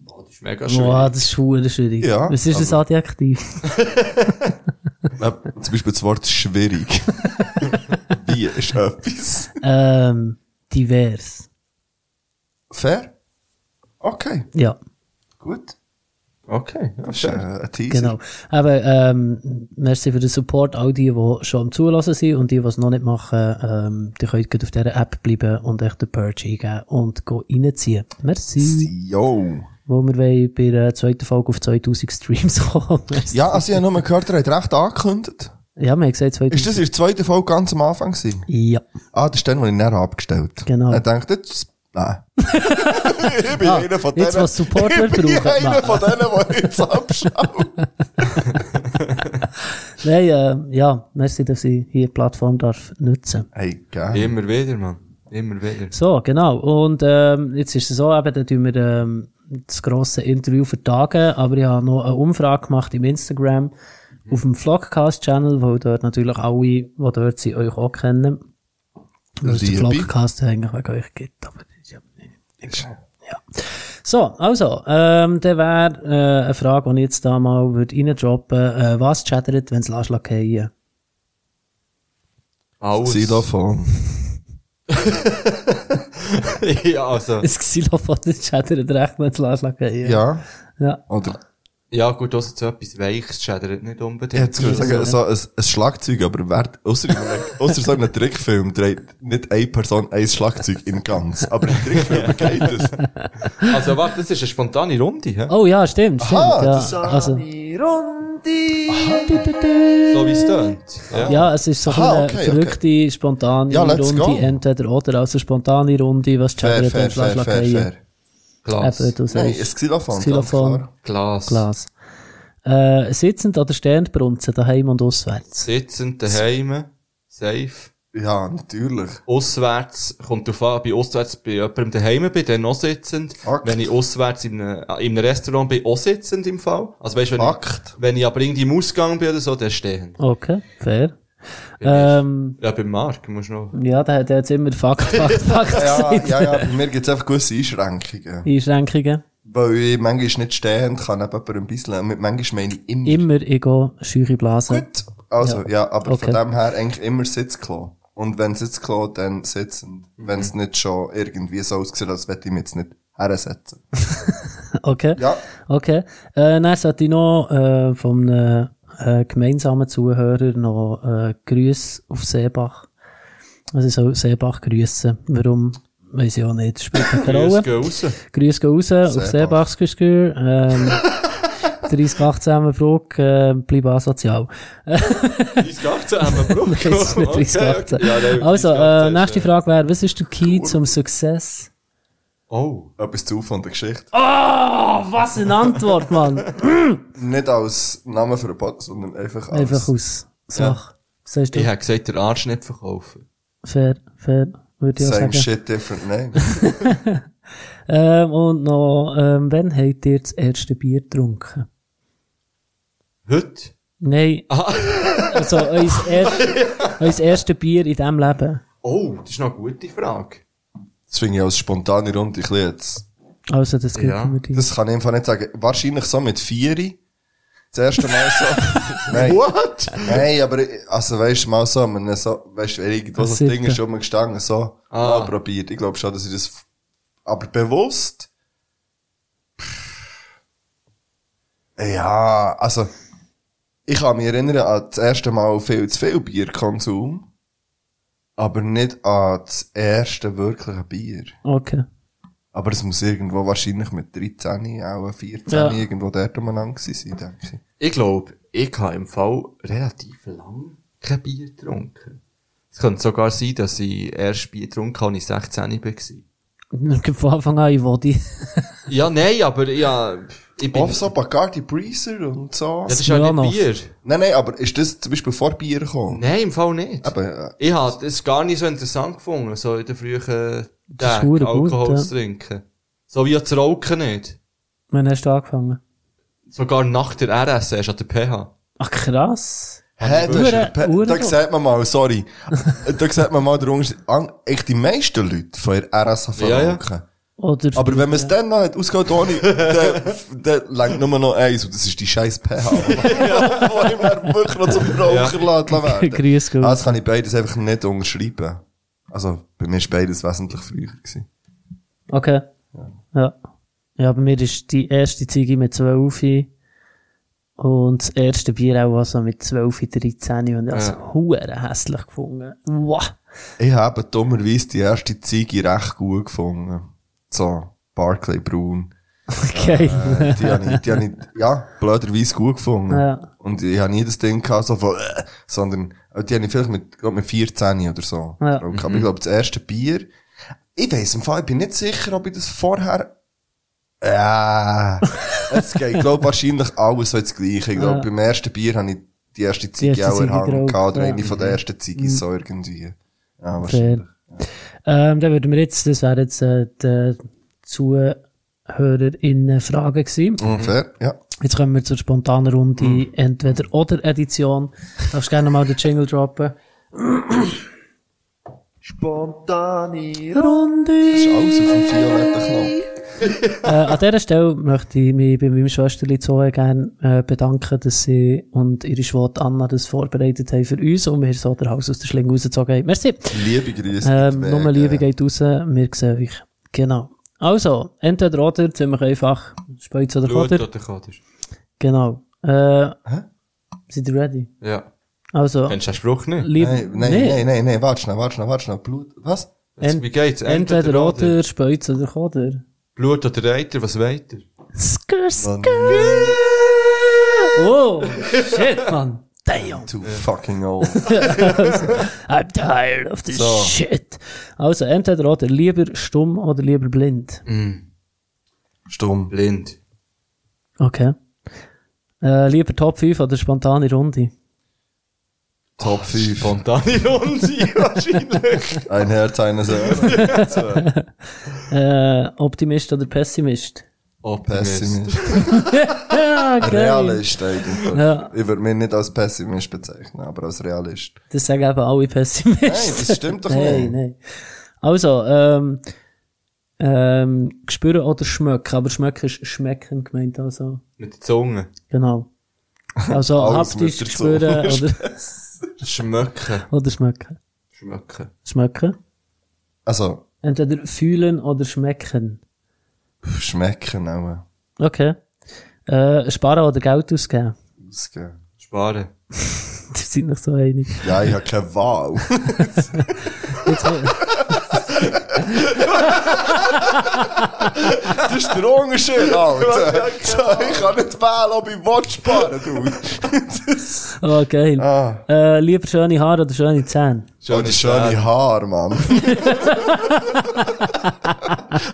S2: Das ist mega schön.
S4: Boah, das ist schwer schwierig.
S3: Ja,
S4: Was ist das Adjektiv?
S3: Äh, Zum Beispiel das Wort schwierig. Wie ist etwas?
S4: ähm, divers.
S3: Fair? Okay,
S4: Ja,
S3: gut.
S2: Okay, ja,
S3: Das ist äh,
S2: schön.
S3: ein Teaser.
S4: genau. Aber ähm, merci für den Support. All die, die schon am Zulassen sind und die, die es noch nicht machen, ähm, die können gut auf dieser App bleiben und echt den Purge eingeben und go reinziehen. Merci.
S3: Yo.
S4: Wo wir wollen bei der zweiten Folge auf 2000 Streams kommen.
S3: Ja, also ich habe nur gehört, ihr habt recht angekündigt.
S4: ja, wir haben gesagt 2000.
S3: Ist das in der zweiten Folge ganz am Anfang gewesen?
S4: Ja.
S3: Ah, das ist dann, wo ich näher abgestellt
S4: Genau.
S3: Er denkt, jetzt, nein. ich bin
S4: Ah,
S3: einer von denen.
S4: jetzt, was Support
S3: ich
S4: wird
S3: bin
S4: brauchen.
S3: einer
S4: Nein.
S3: von denen, der jetzt abschaut.
S4: Nein, äh, ja, merci, dass ich hier die Plattform darf nutzen
S3: Hey, gell.
S2: Immer wieder, Mann. Immer wieder.
S4: So, genau. Und ähm, jetzt ist es so, eben, da tun wir ähm, das grosse Interview vertagen, aber ich habe noch eine Umfrage gemacht im Instagram auf dem Vlogcast-Channel, wo dort natürlich alle, die dort sind, euch auch kennen. Weil es den
S3: Liebe.
S4: Vlogcast eigentlich wegen euch gibt, aber das ist ja nicht. Ja. So, also, ähm, dann wäre äh, eine Frage, die ich jetzt da mal würde reindroppen äh, Was chattert, wenn es Laschlag fallen?
S2: Alles.
S3: Xylophon.
S2: ja, also.
S4: Ein Xylophon das chattert recht, wenn es Laschlag fallen.
S3: Ja.
S4: ja.
S3: Oder,
S2: Ja, gut, also zu etwas Weiches schädert nicht
S3: ich
S2: unbedingt.
S3: hätte es
S4: so,
S3: sagen, so ein, ein Schlagzeug, aber wer, ausser, ausser so einem Trickfilm, dreht nicht eine Person ein Schlagzeug in ganz. Aber im Trickfilm geht es.
S2: Also, warte, das ist eine spontane Runde, hä?
S4: Oh ja, stimmt, stimmt.
S3: Aha,
S4: ja.
S3: das- ah.
S4: also,
S2: So wie es tönt. Ja.
S4: ja, es ist so
S3: Aha,
S4: eine
S3: okay,
S4: verrückte, spontane
S3: Ja, let's
S4: Runde,
S3: go.
S4: entweder oder. Also spontane Runde, was
S3: Fair,
S4: chattert,
S3: fair,
S4: wenn's
S3: fair,
S4: Laschlag
S3: fair, fair.
S4: fallen.
S2: Glas.
S4: Eben, du
S3: Nein, ein
S4: sagst,
S3: Xylophon. ganz
S4: Xylophon.
S3: klar.
S2: Glas.
S4: Glas. Äh, sitzend oder stehend brunzen, daheim und auswärts.
S2: Sitzend daheim. Safe.
S3: Ja, natürlich.
S2: Auswärts, kommt drauf an, ob ich auswärts bei jemandem daheim bin, dann noch sitzend.
S3: Fakt.
S2: Wenn ich auswärts in einem, äh, in einem Restaurant bin, auch sitzend im Fall. Also weißt, wenn, ich,
S3: Fakt.
S2: wenn ich aber irgendwie im Ausgang bin oder so, dann stehend.
S4: Okay, fair.
S2: Ja,
S4: Ähm,
S2: beim Marc musst du noch...
S4: ja, da hat er jetzt immer Fakt, Fakt, Fakt
S3: Ja,
S4: gesagt.
S3: ja, ja, bei mir gibt es einfach gewisse Einschränkungen.
S4: Einschränkungen.
S3: Weil ich manchmal nicht stehend kann, neben jemandem ein bisschen, mit manchmal meine ich immer.
S4: Immer, ich gehe, scheuche Blasen.
S3: Gut. Also, ja, aber
S4: Okay.
S3: von dem her eigentlich immer Sitzklo. Und wenn Sitzklo, dann sitzend. Wenn
S4: Mhm.
S3: es nicht schon irgendwie so aussieht, als würde ich mich jetzt nicht hersetzen.
S4: Okay.
S3: Ja.
S4: Okay. Äh, dann sollte ich noch äh, vom äh, äh, gemeinsamen Zuhörer noch äh, Grüße auf Seebach. Also ich soll Seebach grüßen. Warum? Weiß ich auch nicht. Spielt keine
S2: Grüße
S4: Rolle.
S2: gehen raus.
S4: Grüße gehen raus auf
S3: Seebach.
S4: Seebach. Sküskür. Ähm, 3018 Brug, äh, bleib asozial.
S2: 3018 haben wir gebraucht.
S4: Das ist nicht
S2: Okay,
S4: 3018.
S2: okay. Ja, nein,
S4: also,
S2: 3018
S4: äh,
S2: ist,
S4: nächste Frage wäre, was ist der Key zum Success?
S2: Oh.
S3: Etwas zu von der Geschichte.
S4: Oh, was eine Antwort, Mann!
S3: Nicht als Name für einen Podcast, sondern einfach als...
S4: Einfach aus Sache. Sagst du?
S2: Ich hätte gesagt, der Arsch nicht verkaufen.
S4: Fair, fair, würde ich auch
S3: Same
S4: sagen.
S3: shit, different name.
S4: Ähm, und noch, ähm, wann habt ihr das erste Bier getrunken?
S2: Heute?
S4: Nein.
S3: Ah.
S4: Also, unser, erst, unser erstes Bier in diesem Leben.
S2: Oh, das ist noch eine gute Frage.
S3: Das finde ich als spontane Runde ein bisschen jetzt...
S4: Also, das gibt
S2: Ja,
S4: mir die.
S3: Das kann ich einfach nicht sagen. Wahrscheinlich so mit Vieri. Das erste Mal so. Nein. What? Nein, aber, ich- also weisst du, mal so, man so, weisst du, wenn irgendwo so ein
S4: Sitte.
S3: Ding ist rumgestanden, so,
S2: Ah.
S3: mal probiert. Ich glaube schon, dass ich das, f- aber bewusst? Ja, also, ich kann mich erinnern an das erste Mal viel zu viel Bierkonsum, aber nicht an das erste wirkliche Bier.
S4: Okay.
S3: Aber es muss irgendwo wahrscheinlich mit 13, auch 14,
S4: Ja.
S3: irgendwo dort umeinander gewesen sein, denke ich.
S2: Ich glaube, ich habe im Fall relativ lang kein Bier getrunken. Es könnte sogar sein, dass ich erst Bier getrunken habe, als ich 16 war.
S4: Von Anfang an, ich wollte.
S2: Ja, nein, aber ja, ich bin...
S3: Auch so Bacardi Breezer und so.
S2: das ist ja
S4: Smirnoff.
S2: nicht Bier.
S3: Nein, nein, aber ist das zum Beispiel vor Bier gekommen?
S2: Nein, im Fall nicht.
S3: Aber, äh,
S2: Ich habe es gar nicht so interessant gefunden, so in den frühen Tagen
S4: verdammt gut,
S2: Alkohol
S4: ja.
S2: zu trinken. So wie auch zu rauchen nicht.
S4: Wann hast du angefangen?
S2: Sogar nach der RS, erst an der PH.
S4: Ach, krass.
S3: hä, du hast
S4: Uhren-
S3: ja-
S4: Uhren-
S3: da sieht man mal, sorry. da sieht man mal den Unterschied. An- Echt die meisten Leute von der RSA
S2: Ja, ja.
S3: verrauchen.
S4: Oder
S3: Aber wenn man es dann noch hat, ausgeht ohne, dann, dann längt nur noch eins, und das ist die scheiß pH. Wo immer wirklich noch zum Raucher lassen werden.
S4: Grüß Gott.
S3: Ah, das kann ich beides einfach nicht unterschreiben. Also, bei mir ist beides wesentlich früher gewesen.
S4: Okay. Ja. Ja, bei mir ist die erste Ziege mit 12 Uhr und das erste Bier auch also mit 12, 13 Uhr und ich habe es hure hässlich gefunden. Wow.
S3: Ich habe dummerweise die erste Ziege recht gut gefunden. So, Barclay Braun.
S4: Okay.
S3: Äh, die habe ich, die habe ich, ja, blöderweise gut gefunden.
S4: Ja.
S3: Und ich habe nie das Ding gehabt, so von, äh, sondern, äh, die habe ich vielleicht mit, glaub, mit 14 oder so.
S4: Ja. Mhm.
S3: getrunken. Aber ich glaube, das erste Bier, ich weiss im Fall, ich bin nicht sicher, ob ich das vorher, ja, es geht, ich glaube, wahrscheinlich alles so das Gleiche. Ich glaube,
S4: Ja.
S3: beim ersten Bier habe ich die erste Ziege
S4: erste
S3: auch
S4: Ziege
S3: erhangen
S4: geraucht,
S3: gehabt, oder
S4: ja. Mhm.
S3: eine von den ersten Ziggis, so irgendwie. Ja, wahrscheinlich.
S4: Fair. Ähm, dann würden wir jetzt, das wäre jetzt äh, die ZuhörerInnen-Frage gewesen.
S3: Mhm. Fair, ja.
S4: Jetzt kommen wir zur spontanen Runde Entweder-Oder-Edition. Darfst gerne mal den Jingle droppen? Spontane Runde.
S3: Das ist alles auf dem violetten Knopf.
S4: äh, an dieser Stelle möchte ich mich bei meinem Schwesterli Zoe gerne äh, bedanken, dass sie und ihre Schwester Anna das vorbereitet haben für uns und wir so den Haus aus der Schlinge rausgezogen haben. Merci.
S3: Liebe Grüße.
S4: Ähm, nur Liebe
S3: Liebe
S4: geht raus, wir sehen euch. Genau. Also, entweder oder, ziemlich einfach. Spitz oder
S2: Blut
S4: Kotter.
S2: oder Kotter.
S4: Genau. Äh, Seid ihr ready?
S2: Ja.
S4: Also,
S2: Kennst du den Spruch nicht?
S4: lieb,
S3: Nein, nein,
S4: Nee.
S3: nein, nein, nein, warte schnell, warte schnell, warte schnell. Blut, was?
S4: Ent-
S2: Wie geht's?
S4: entweder oder, Spitz oder Kotter.
S2: Blut oder Reiter, was weiter?
S4: Skrr,
S3: Mann,
S4: skrr. Oh, shit, man. Damn.
S3: Too fucking old.
S4: I'm tired of this
S3: So.
S4: shit. Also, entweder oder, lieber stumm oder lieber blind.
S3: Stumm.
S2: Blind.
S4: Okay. Äh, lieber Top 5 oder spontane Runde.
S2: Ah,
S3: Top 5.
S2: Spontane Runde, wahrscheinlich.
S3: Ein Herz, eine Seele.
S4: Äh, Optimist oder Pessimist?
S2: Optimist.
S3: Pessimist.
S4: Ja, geil.
S3: Realist eigentlich.
S4: Ja.
S3: Ich würde mich nicht als Pessimist bezeichnen, aber als Realist.
S4: Das sagen eben alle Pessimisten.
S3: Nein, das stimmt doch
S4: Nein,
S3: nicht.
S4: nein. Also, ähm, ähm, spüren oder schmecken, aber schmecken ist schmecken gemeint, also,
S2: Mit der Zunge.
S4: genau. Also,
S3: Alles mit
S4: haptisch
S3: der
S4: spüren
S3: Zunge.
S4: oder,
S2: Schmöcken.
S4: oder schmecken.
S2: Schmöcken.
S4: Schmecken.
S3: Also,
S4: Entweder fühlen oder schmecken.
S3: pff, schmecken auch.
S4: Okay. Äh, sparen oder Geld ausgeben.
S3: Ausgehen.
S2: Sparen.
S4: Die sind nicht so einig.
S3: Ja, ich habe keine Wahl.
S4: Jetzt, wo-
S3: Das ist der Unterschied, Alter. So, ich kann nicht wählen, ob ich Wort sparen will.
S4: oh, geil.
S3: Ah,
S4: Äh, lieber schöne Haare oder schöne Zähne.
S3: oh, das schöne Haar, Mann.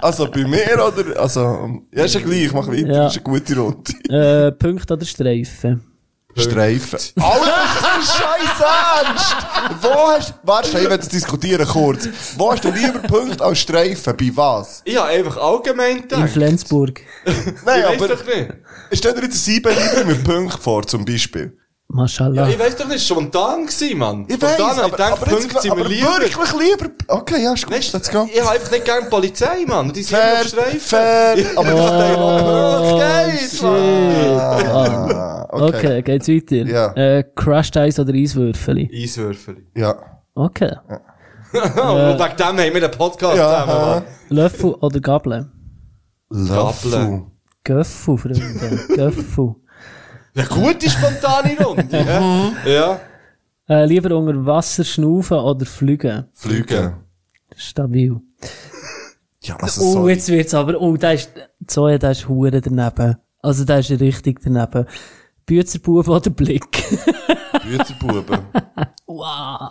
S3: also bei mir, oder? Also, ja, ist ja gleich, mach weiter,
S4: Ja.
S3: ist eine gute Runde.
S4: Äh, Punkte oder Streifen.
S3: Streifen. Alles ist scheiß ernst! Wo hast, warte, schnell, ich will das diskutieren kurz. Wo hast du lieber Punkt als Streifen? Bei was?
S2: Ich habe einfach allgemein
S4: In
S2: gedacht.
S4: Flensburg.
S3: Nein,
S2: Ich weiss
S3: aber,
S2: doch nicht.
S3: stell dir jetzt einen Siebenlieber mit Punkt vor, zum Beispiel.
S4: Maschallah.
S2: Ich weiss doch nicht, es war spontan gewesen, Mann.
S3: Ich weiß,
S2: Spontan hab
S3: aber,
S2: ich gedacht,
S3: aber, jetzt,
S2: Punkte sind mir
S3: aber
S2: lieber.
S3: wirklich lieber. Okay, ja, ist gut,
S2: Weißt du,
S3: let's go.
S2: ich hab einfach nicht gern die Polizei, Mann. Die sind immer
S3: Fair,
S2: auf Streifen.
S3: fair, aber das ist
S4: Oh,
S2: geil,
S4: shit.
S3: Ah,
S4: Okay.
S3: okay.
S4: geht's weiter.
S3: Ja.
S4: Äh, Crushed Eis oder Eiswürfeli.
S2: Eiswürfeli.
S3: Ja.
S4: Okay.
S2: Und wegen dem haben wir den Podcast
S3: Ja,
S2: zusammen, Mann.
S4: Löffel oder Gabel?
S3: Löffel.
S4: Göffel, Freunde. Göffel.
S2: Eine gute spontane Runde. ja. ja.
S4: Äh, lieber unter Wasser schnaufen oder fliegen.
S3: Flüge.
S4: Stabil.
S3: Ja, also
S4: oh,
S3: sorry.
S4: jetzt wird's aber, oh, der ist, Zoe, der ist hure daneben. Also, der ist richtig daneben. Büzerbub oder Blick?
S3: Bützerbuben.
S4: wow.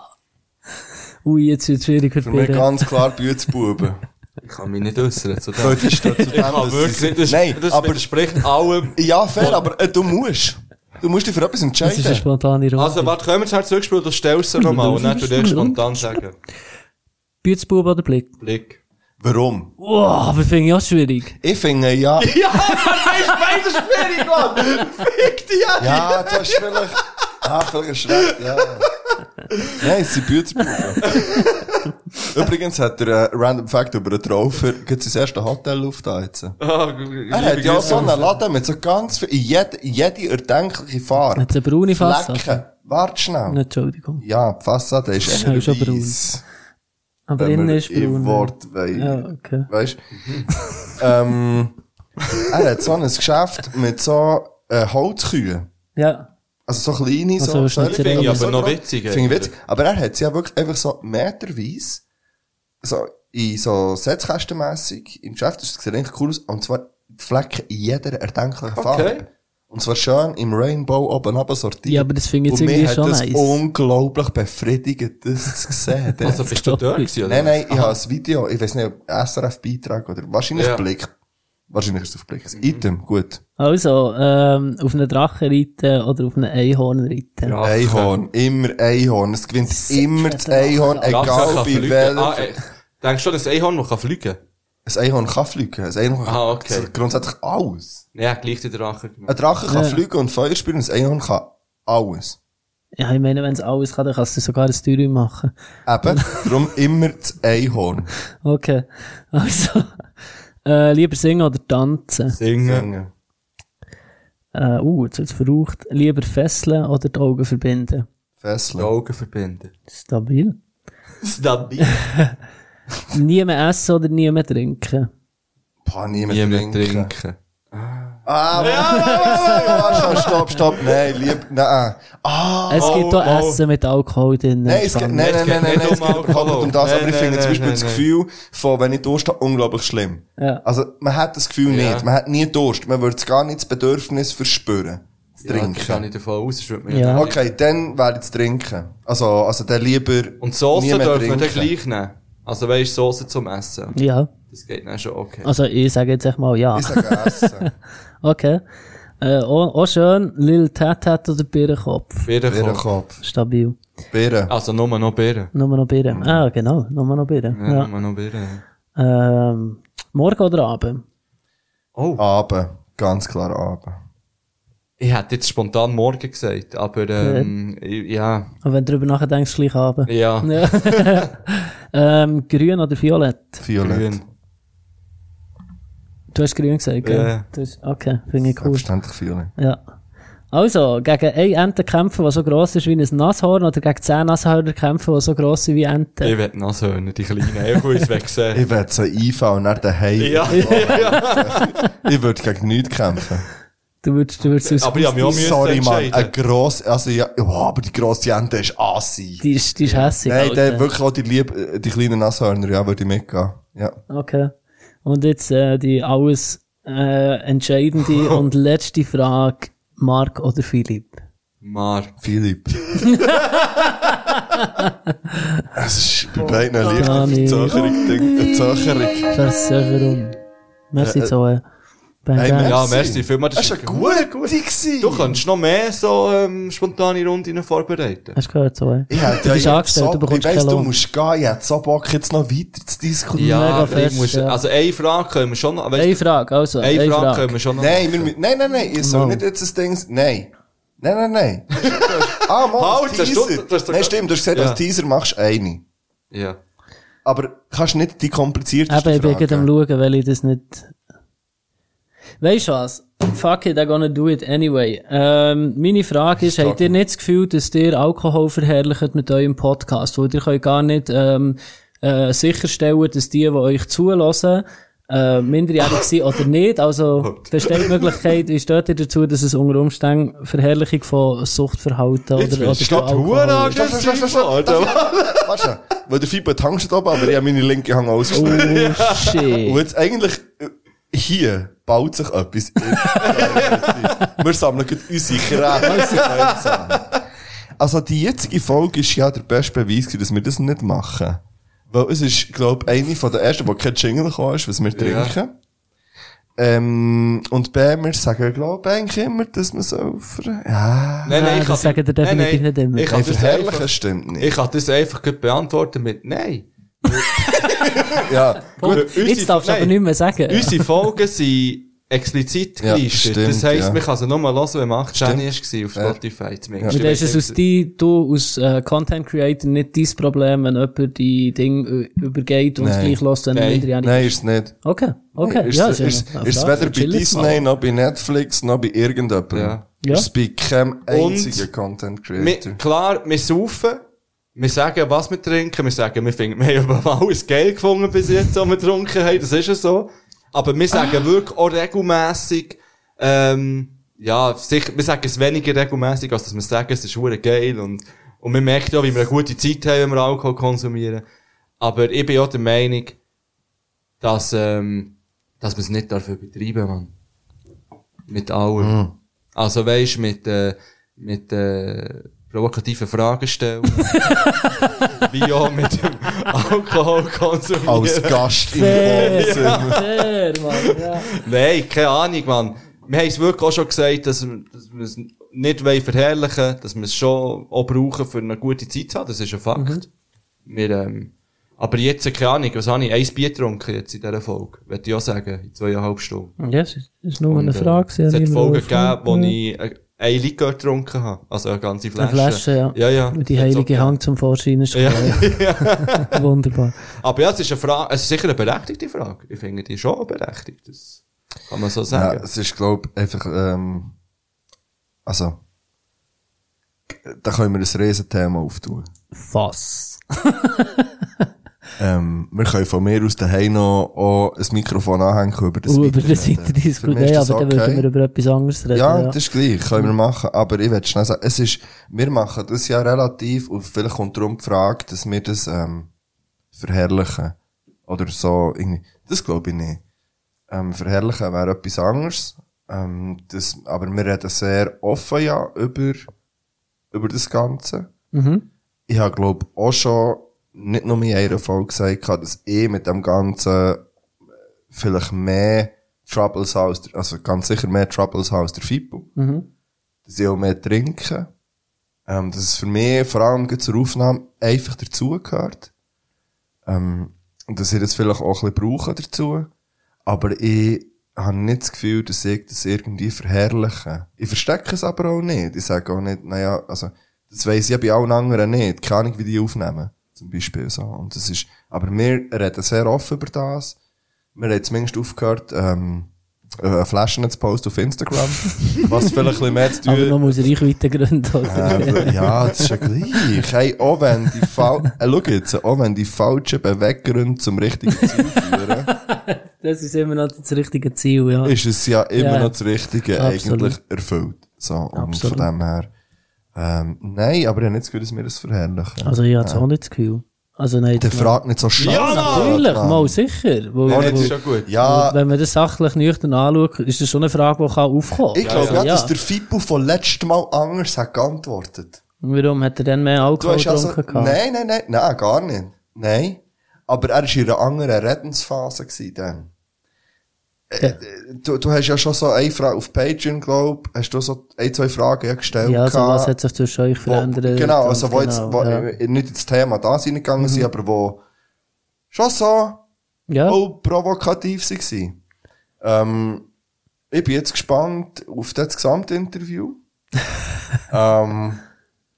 S4: Ui, jetzt wird's schwierig für
S3: Für mich
S4: dich.
S3: ganz klar Bützerbuben.
S2: Ich kann mich nicht äußern zu dem.
S3: Könntest du zu dem, dass sie sind- Nein, aber,
S2: spricht allem.
S3: ja, fair, aber äh, du musst. Du musst dich für etwas
S4: Das ist eine
S3: entscheiden.
S4: spontane Runde.
S2: Also, warte, können wir jetzt halt zurückspielen, du stellst es nochmal und dann du dir spontan sagen.
S4: Büzerbub oder Blick?
S2: Blick.
S3: Warum?
S4: Wow, aber finde ich auch schwierig.
S3: Ich finde, eh, ja,
S2: Beides schwierig, Mann! Fick dich an!
S3: ja, das ist vielleicht, ah, vielleicht ist recht, ja. Nein, es sind Bützerbuben. Übrigens hat der äh, Random Fact über den Traufer, geht sein erstes Hotel auf da jetzt. Er hat ja so einen Laden mit so ganz viel, in jede, jede erdenkliche Farbe.
S4: Hat eine braune
S3: Flecken.
S4: Fassade?
S3: Warte schnell.
S4: Nein, Entschuldigung.
S3: Ja, die Fassade ist
S4: Schnell schon braun.
S3: weiss,
S4: Aber
S3: wenn
S4: innen
S3: wir
S4: ist
S3: im
S4: braun.
S3: Wort wollen.
S4: Ja, okay.
S3: Weißt ähm, er hat so ein Geschäft mit so äh, Holzkühen.
S4: Ja.
S3: Also so kleine,
S4: Also
S3: so
S4: ist
S3: Schöne-
S4: nicht sehr- Finde ich
S2: aber
S3: so
S2: noch
S3: groß.
S2: witzig,
S3: Finde ich
S2: eigentlich.
S3: witzig. Aber er hat sie ja wirklich einfach so meterweise, so in so Setzkästenmässig im Geschäft, das sieht eigentlich cool aus, und zwar die Flecken in jeder erdenklichen Farbe. Und zwar schön im Rainbow oben runter sortiert.
S4: Ja, aber das finde ich jetzt
S3: Und
S4: irgendwie
S3: mich hat
S4: schon
S3: das
S4: nice.
S3: unglaublich befriedigend, das zu sehen.
S2: Also, bist du dort gewesen, oder?
S3: Nein, nein, ich habe ein Video, ich weiß nicht, ob SRF-Beitrag oder wahrscheinlich
S2: Ja.
S3: Blick. Wahrscheinlich ist es auf Blick. Item, gut.
S4: Also, ähm, auf einen Drachen reiten oder auf einen Einhorn reiten.
S2: Ja.
S3: Einhorn, immer Einhorn. Es gewinnt immer das Einhorn, egal
S2: Kann
S3: bei
S2: fliegen. Ah,
S3: welchem.
S2: ey, Denkst du, dass ein Einhorn noch kann fliegen kann?
S3: Ein Einhorn kann fliegen. Ein Einhorn kann
S2: Ah, okay.
S3: das ist grundsätzlich alles.
S2: Ja, gleich den Drachen
S3: Ein
S2: gemacht.
S3: Drache kann
S4: Ja.
S3: fliegen und Feuer spielen, ein Einhorn kann alles.
S4: Ja, ich meine, wenn es alles kann, dann kannst du sogar ein Tür machen.
S3: Eben, darum immer das Einhorn.
S4: Okay. Also, äh, lieber singen oder tanzen?
S2: Singen.
S3: Singen.
S4: Äh, uh, jetzt wird's verraucht. Lieber fesseln oder die Augen verbinden?
S2: Die
S3: Fesseln.
S2: Augen verbinden.
S4: Stabil.
S2: Stabil.
S4: Nie mehr essen oder nie mehr trinken?
S3: Boah, niemand
S2: Niemand
S3: trinken.
S2: trinken.
S3: Ah, ja, stopp, stopp, stopp. Nein, lieb, nein. Ah,
S4: es gibt auch
S2: oh.
S4: Essen mit Alkohol drin.
S3: Nein, es geht, nein, nein,
S2: Es geht
S3: nein, nein,
S2: nicht
S3: nein, es
S2: um
S3: geht überhaupt nicht
S2: Alkohol.
S3: um das,
S2: Nein,
S3: aber ich
S2: nein,
S3: finde zum
S2: nein,
S3: Beispiel
S2: nein,
S3: das
S2: nein.
S3: Gefühl von, wenn ich Durst habe, unglaublich schlimm.
S4: Ja.
S3: Also, man hat das Gefühl
S2: Ja.
S3: nicht, man hat nie Durst, man würde es gar nicht das Bedürfnis verspüren, zu
S2: Trinken. Ja, kann
S3: trinken.
S2: ich davon aus, das würde mir
S4: Ja.
S3: Okay, dann wäre ich zu trinken. Also, also dann lieber
S2: Und Soße
S3: nie mehr
S2: dürfen wir dann
S3: trinken.
S2: gleich nehmen. Also weisst du, Soße zum Essen. Dus
S4: Ja.
S2: Das geht dann schon okay.
S4: Also, ich sage jetzt echt mal ja.
S3: Ich sage Essen.
S4: Okay. Äh, auch, auch schön, Lil Tat Tat oder Birrenkopf.
S2: Birnen
S3: Birrenkopf.
S4: Stabil.
S3: Birren.
S2: Also nur noch Birnen.
S4: Nur noch Birren. Ah, genau. Nur noch Birren.
S2: Ja,
S4: Ja.
S2: nur noch Birnen.
S4: Ähm, morgen oder Abend?
S2: Oh,
S3: Abend. Ganz klar Abend.
S2: ich hätte jetzt spontan morgen gesagt, aber ähm, ich- ja,
S4: Und wenn du darüber nachdenkst, gleich Abend.
S2: ja,
S4: Ja. ähm, grün oder violett?
S3: Violett.
S2: grün.
S4: Du hast grün gesagt, gell?
S2: Ja.
S4: Du hast, okay, finde ich cool.
S3: Selbstverständlich Violett.
S4: Ja. Also, gegen eine Ente kämpfen, die so gross ist wie ein Nashorn, oder gegen zehn Nashörner kämpfen, die so gross sind wie Enten.
S2: Ich will Nashörner, die kleinen, einfach uns wegsehen.
S3: Ich werde so einfallen und dann daheim.
S2: Ja, ja.
S3: Ich würde gegen nichts kämpfen.
S4: Du würdest, du würdest aus,
S2: aber ich habe mich auch müssen
S3: Sorry, Mann.
S2: entscheiden.
S3: Ein gross, also ja, oh, aber die grosse Ente ist assi.
S4: die ist, die ist hässig.
S3: Nein,
S4: Alter.
S3: der wirklich auch die, lieb, äh, die kleinen Nashörner, ja, würde ich mitgehen. Ja.
S4: Okay. Und jetzt, äh, die alles, äh, entscheidende und letzte Frage. Mark oder Philipp?
S2: Mark.
S3: Philipp. es ist bei beiden eine leichte
S4: Dani.
S3: Verzögerung. Ding- Eine Zöcherung.
S4: Versöcherung. Merci,
S3: Äh, äh,
S4: Zoe. Ben,
S3: Hey,
S4: ben.
S2: Ja, merci, vielmals.
S3: Das
S2: Das
S3: war
S2: ist
S3: eine gute, gute gewesen.
S2: du kannst noch mehr so ähm, spontane Runden vorbereiten.
S4: Hast du gehört, Zoe?
S3: Ich hätte
S4: Du
S3: ja
S4: bist
S3: jetzt
S4: angestellt,
S3: so,
S4: du bekommst
S3: Ich weiss,
S4: keinen
S3: du
S4: Lohn.
S3: musst gehen. Ich hätte so Bock, jetzt noch weiter zu diskutieren.
S2: Ja,
S4: Mega
S2: ich
S4: fest,
S2: muss,
S4: ja.
S2: also eine Frage können wir schon noch, weißt,
S4: Eine Frage, also.
S2: eine,
S4: Eine
S2: Frage,
S4: Frage.
S2: können wir schon noch.
S3: Nein, wir, müssen- nein, nein, nein, ich soll nicht jetzt das Ding, nein. Nein, nein, nein. ah, Mann,
S2: Halt,
S3: als
S2: das ist doch-
S3: Teaser.
S2: das ist doch-
S3: Nein, stimmt, du hast gesagt,
S2: Ja.
S3: als Teaser machst du eine.
S2: Ja.
S3: Aber kannst nicht die komplizierteste
S4: Eben, ich bin
S3: Frage.
S4: gerade am schauen, weil ich das nicht... Weisst du was? Fuck it, I'm gonna do it anyway. Ähm, meine Frage ist, habt ihr nicht das Gefühl, dass ihr Alkohol verherrlicht mit eurem Podcast? Weil ihr könnt gar nicht ähm, äh, sicherstellen, dass die, die euch zulassen, äh, minderjährig sind oder nicht. Also besteht die Möglichkeit, wie steht ihr dazu, dass es unter Umständen Verherrlichung von Suchtverhalten oder, oder von
S2: Statt Huren
S4: Alkohol ist?
S3: Stopp, stopp, stopp,
S2: aggressiv,
S3: stopp, stopp.
S2: Alter.
S3: Warte, Weil der Fieber tankt ab, aber ich habe meine linke Hand ausgeschnitten.
S4: Oh, shit.
S3: Und jetzt eigentlich, äh, hier baut sich etwas. in. Wir sammeln gerade unsere Kräfte gemeinsam. Also die jetzige Folge ist ja der beste Beweis gewesen, dass wir das nicht machen. Weil es ist, glaube ich, eine von der ersten, wo kein Jingle gekommen ist, was wir trinken. Ähm, und B, wir sagen, glaube ich, eigentlich immer, dass man so ver... Ja,
S2: Nein,
S4: Nein,
S2: nein, ich
S4: das
S2: kann-
S4: sagen dir definitiv nicht immer.
S2: Ich kann
S3: nein,
S2: das
S3: verherrlichen
S2: einfach,
S3: stimmt nicht.
S2: ich kann das einfach gut beantworten mit Nein.
S3: ja,
S4: Gut,
S2: Weil unsere-
S4: jetzt darfst du aber
S2: nein.
S4: nicht mehr sagen.
S2: Unsere Folgen sind explizit
S3: Ja,
S2: gelistet.
S3: stimmt,
S2: das heisst,
S3: ja.
S2: man kann sie nur mal hören, wenn man 18
S3: Stimmt.
S2: war auf
S3: Ja.
S2: Spotify.
S4: Und dann ist es aus die, du aus äh, Content Creator nicht dein Problem, wenn jemand die Ding ü- übergeht und es
S3: Nein.
S4: gleich lässt, dann
S2: Nein.
S4: andere
S3: nein, ist es nicht.
S4: Okay, okay,
S3: Ist,
S4: ja,
S3: es, ist,
S4: ja-
S3: ist es
S4: ja,
S3: weder bei
S4: chill jetzt mal.
S3: Disney, noch bei Netflix, noch bei irgendjemandem.
S2: Ja.
S4: Ja.
S3: Ist es bei keinem einzigen
S2: Und-
S3: Content
S2: Wir,
S3: Creator.
S2: klar, wir saufen, wir sagen, was wir trinken, wir sagen, wir finden, wir haben aber alles geil gefunden bis jetzt, was wir getrunken haben, das ist ja so. Aber wir sagen wirklich auch regelmässig, ähm, ja, sicher, wir sagen es weniger regelmässig, als dass wir sagen, es ist hure geil und, und wir merken ja, wie wir eine gute Zeit haben, wenn wir Alkohol konsumieren. Aber ich bin auch der Meinung, dass, ähm, dass man es nicht darf übertreiben, man. Mit allem. Also weisst, mit, äh, mit äh, provokativen Fragen stellen. Wie auch mit dem Alkoholkonsum.
S3: Als Oh, Gast im
S4: Fair.
S3: Wohnzimmer.
S4: Fair, Mann, ja.
S2: Nein, keine Ahnung, Mann. Wir haben es wirklich auch schon gesagt, dass, wir- dass wir es nicht wollen verherrlichen dass wir es schon auch brauchen, für eine gute Zeit zu haben. Das ist ein Fakt. Wir, ähm, aber jetzt, keine Ahnung, was habe ich? Ein Bier getrunken jetzt in dieser Folge. Würde ich auch sagen, in zweieinhalb Stunden.
S4: Ja, es ist- es ist nur
S2: Und,
S4: eine
S2: äh,
S4: Frage. sie
S2: Es
S4: haben
S2: hat
S4: immer
S2: Folgen
S4: nur eine
S2: gegeben, wo
S4: Frage.
S2: ich äh, ein Likör getrunken habe. Also eine ganze Flasche.
S4: Eine Flasche, ja.
S2: Ja, ja.
S4: Und die
S2: Hat's auch
S4: heilige
S2: gegeben.
S4: Hand zum Vorschein ist
S2: Ja.
S4: gekommen. Wunderbar.
S2: Aber Ah, ja, es ist, eine Frage, es ist sicher eine berechtigte Frage. Ich finde die schon berechtigt. Das kann dus man so
S3: Ja,
S2: sagen.
S3: es ist, glaub einfach, ähm, also, da können wir ein Riesenthema auftun.
S4: Fass.
S3: Ähm, wir können von mir aus daheim noch auch ein Mikrofon anhängen über das
S4: Uh, über das
S3: Weiterreden.
S4: Internet ist
S3: Für mich
S4: gut. Nein,
S3: ist das
S4: aber
S3: okay.
S4: dann würden wir über etwas anderes reden.
S3: Ja, das ist gleich, können wir machen. Aber ich will schnell sagen, es ist, wir machen das ja relativ, und vielleicht kommt darum die Frage, dass wir das, ähm, verherrlichen. Oder so, irgendwie. Das glaube ich nicht. Ähm, verherrlichen wäre etwas anderes. Ähm, das, aber wir reden sehr offen ja über, über das Ganze. Ich habe, glaube auch schon nicht nur in einer Folge gesagt, gehabt, dass ich mit dem Ganzen vielleicht mehr Troubles habe als der, also ganz sicher mehr Troubles habe als der Fippo. Dass ich auch mehr trinke. Ähm, dass es für mich vor allem gerade zur Aufnahme einfach dazugehört. Ähm, und dass ich das vielleicht auch ein bisschen brauche dazu. Aber ich habe nicht das Gefühl, dass ich das irgendwie verherrliche. Ich verstecke es aber auch nicht. Ich sage auch nicht, naja, also, das weiss ich ja bei allen anderen nicht. Keine Ahnung, wie die aufnehmen. Zum Beispiel, so. Und das ist, aber wir reden sehr offen über das. Wir haben zumindest aufgehört, ähm, äh, Flaschen zu posten auf Instagram. was vielleicht ein bisschen mehr zu tun
S4: Aber noch muss ich Reichweite gründen. oder?
S3: aber Also, ja, das ist ja gleich. Hey, auch wenn die, Fal äh, schau jetzt, auch wenn die falschen Beweggründe zum richtigen Ziel führen,
S4: Das ist immer noch das richtige Ziel, ja.
S3: ist es ja immer
S4: Ja.
S3: noch das Richtige
S4: Absolut.
S3: eigentlich erfüllt. So, und
S4: Absolut.
S3: von dem her, ähm, nein, aber ich habe nicht das Gefühl, dass wir das verherrlichen.
S4: Also ich habe es auch nicht das Gefühl. Also nein,
S3: Der
S4: das-
S3: fragt nicht so schade.
S2: Ja,
S4: natürlich, mal sicher. Weil,
S2: Nein,
S4: weil,
S2: das ist schon gut.
S3: Ja,
S4: wenn man das sachlich nüchtern anschaut, ist das schon eine Frage, die kann aufkommen
S3: ich glaube
S4: Also,
S3: ja, dass der Fippo von letztem Mal anders hat geantwortet.
S4: Und Warum hat er dann mehr
S3: Du
S4: Alkohol
S3: hast also,
S4: getrunken? gehabt?
S3: nein, nein, nein, nein, gar nicht. Nein. Aber er war in einer anderen Redensphase gewesen dann. Äh,
S4: Ja.
S3: Du, du hast ja schon so eine Frage auf Patreon, glaub, hast du so ein, zwei Fragen ja gestellt.
S4: Ja, also
S3: gehabt,
S4: was hat sich zwischen euch
S3: wo-
S4: verändert?
S3: Genau,
S4: Und
S3: also wo jetzt, wo
S4: ja. Mhm.
S3: äh, nicht ins Thema da reingegangen sind, aber wo schon so
S4: ja.
S3: auch Oh, provokativ waren. Ähm, ich bin jetzt gespannt auf das Gesamtinterview. ähm,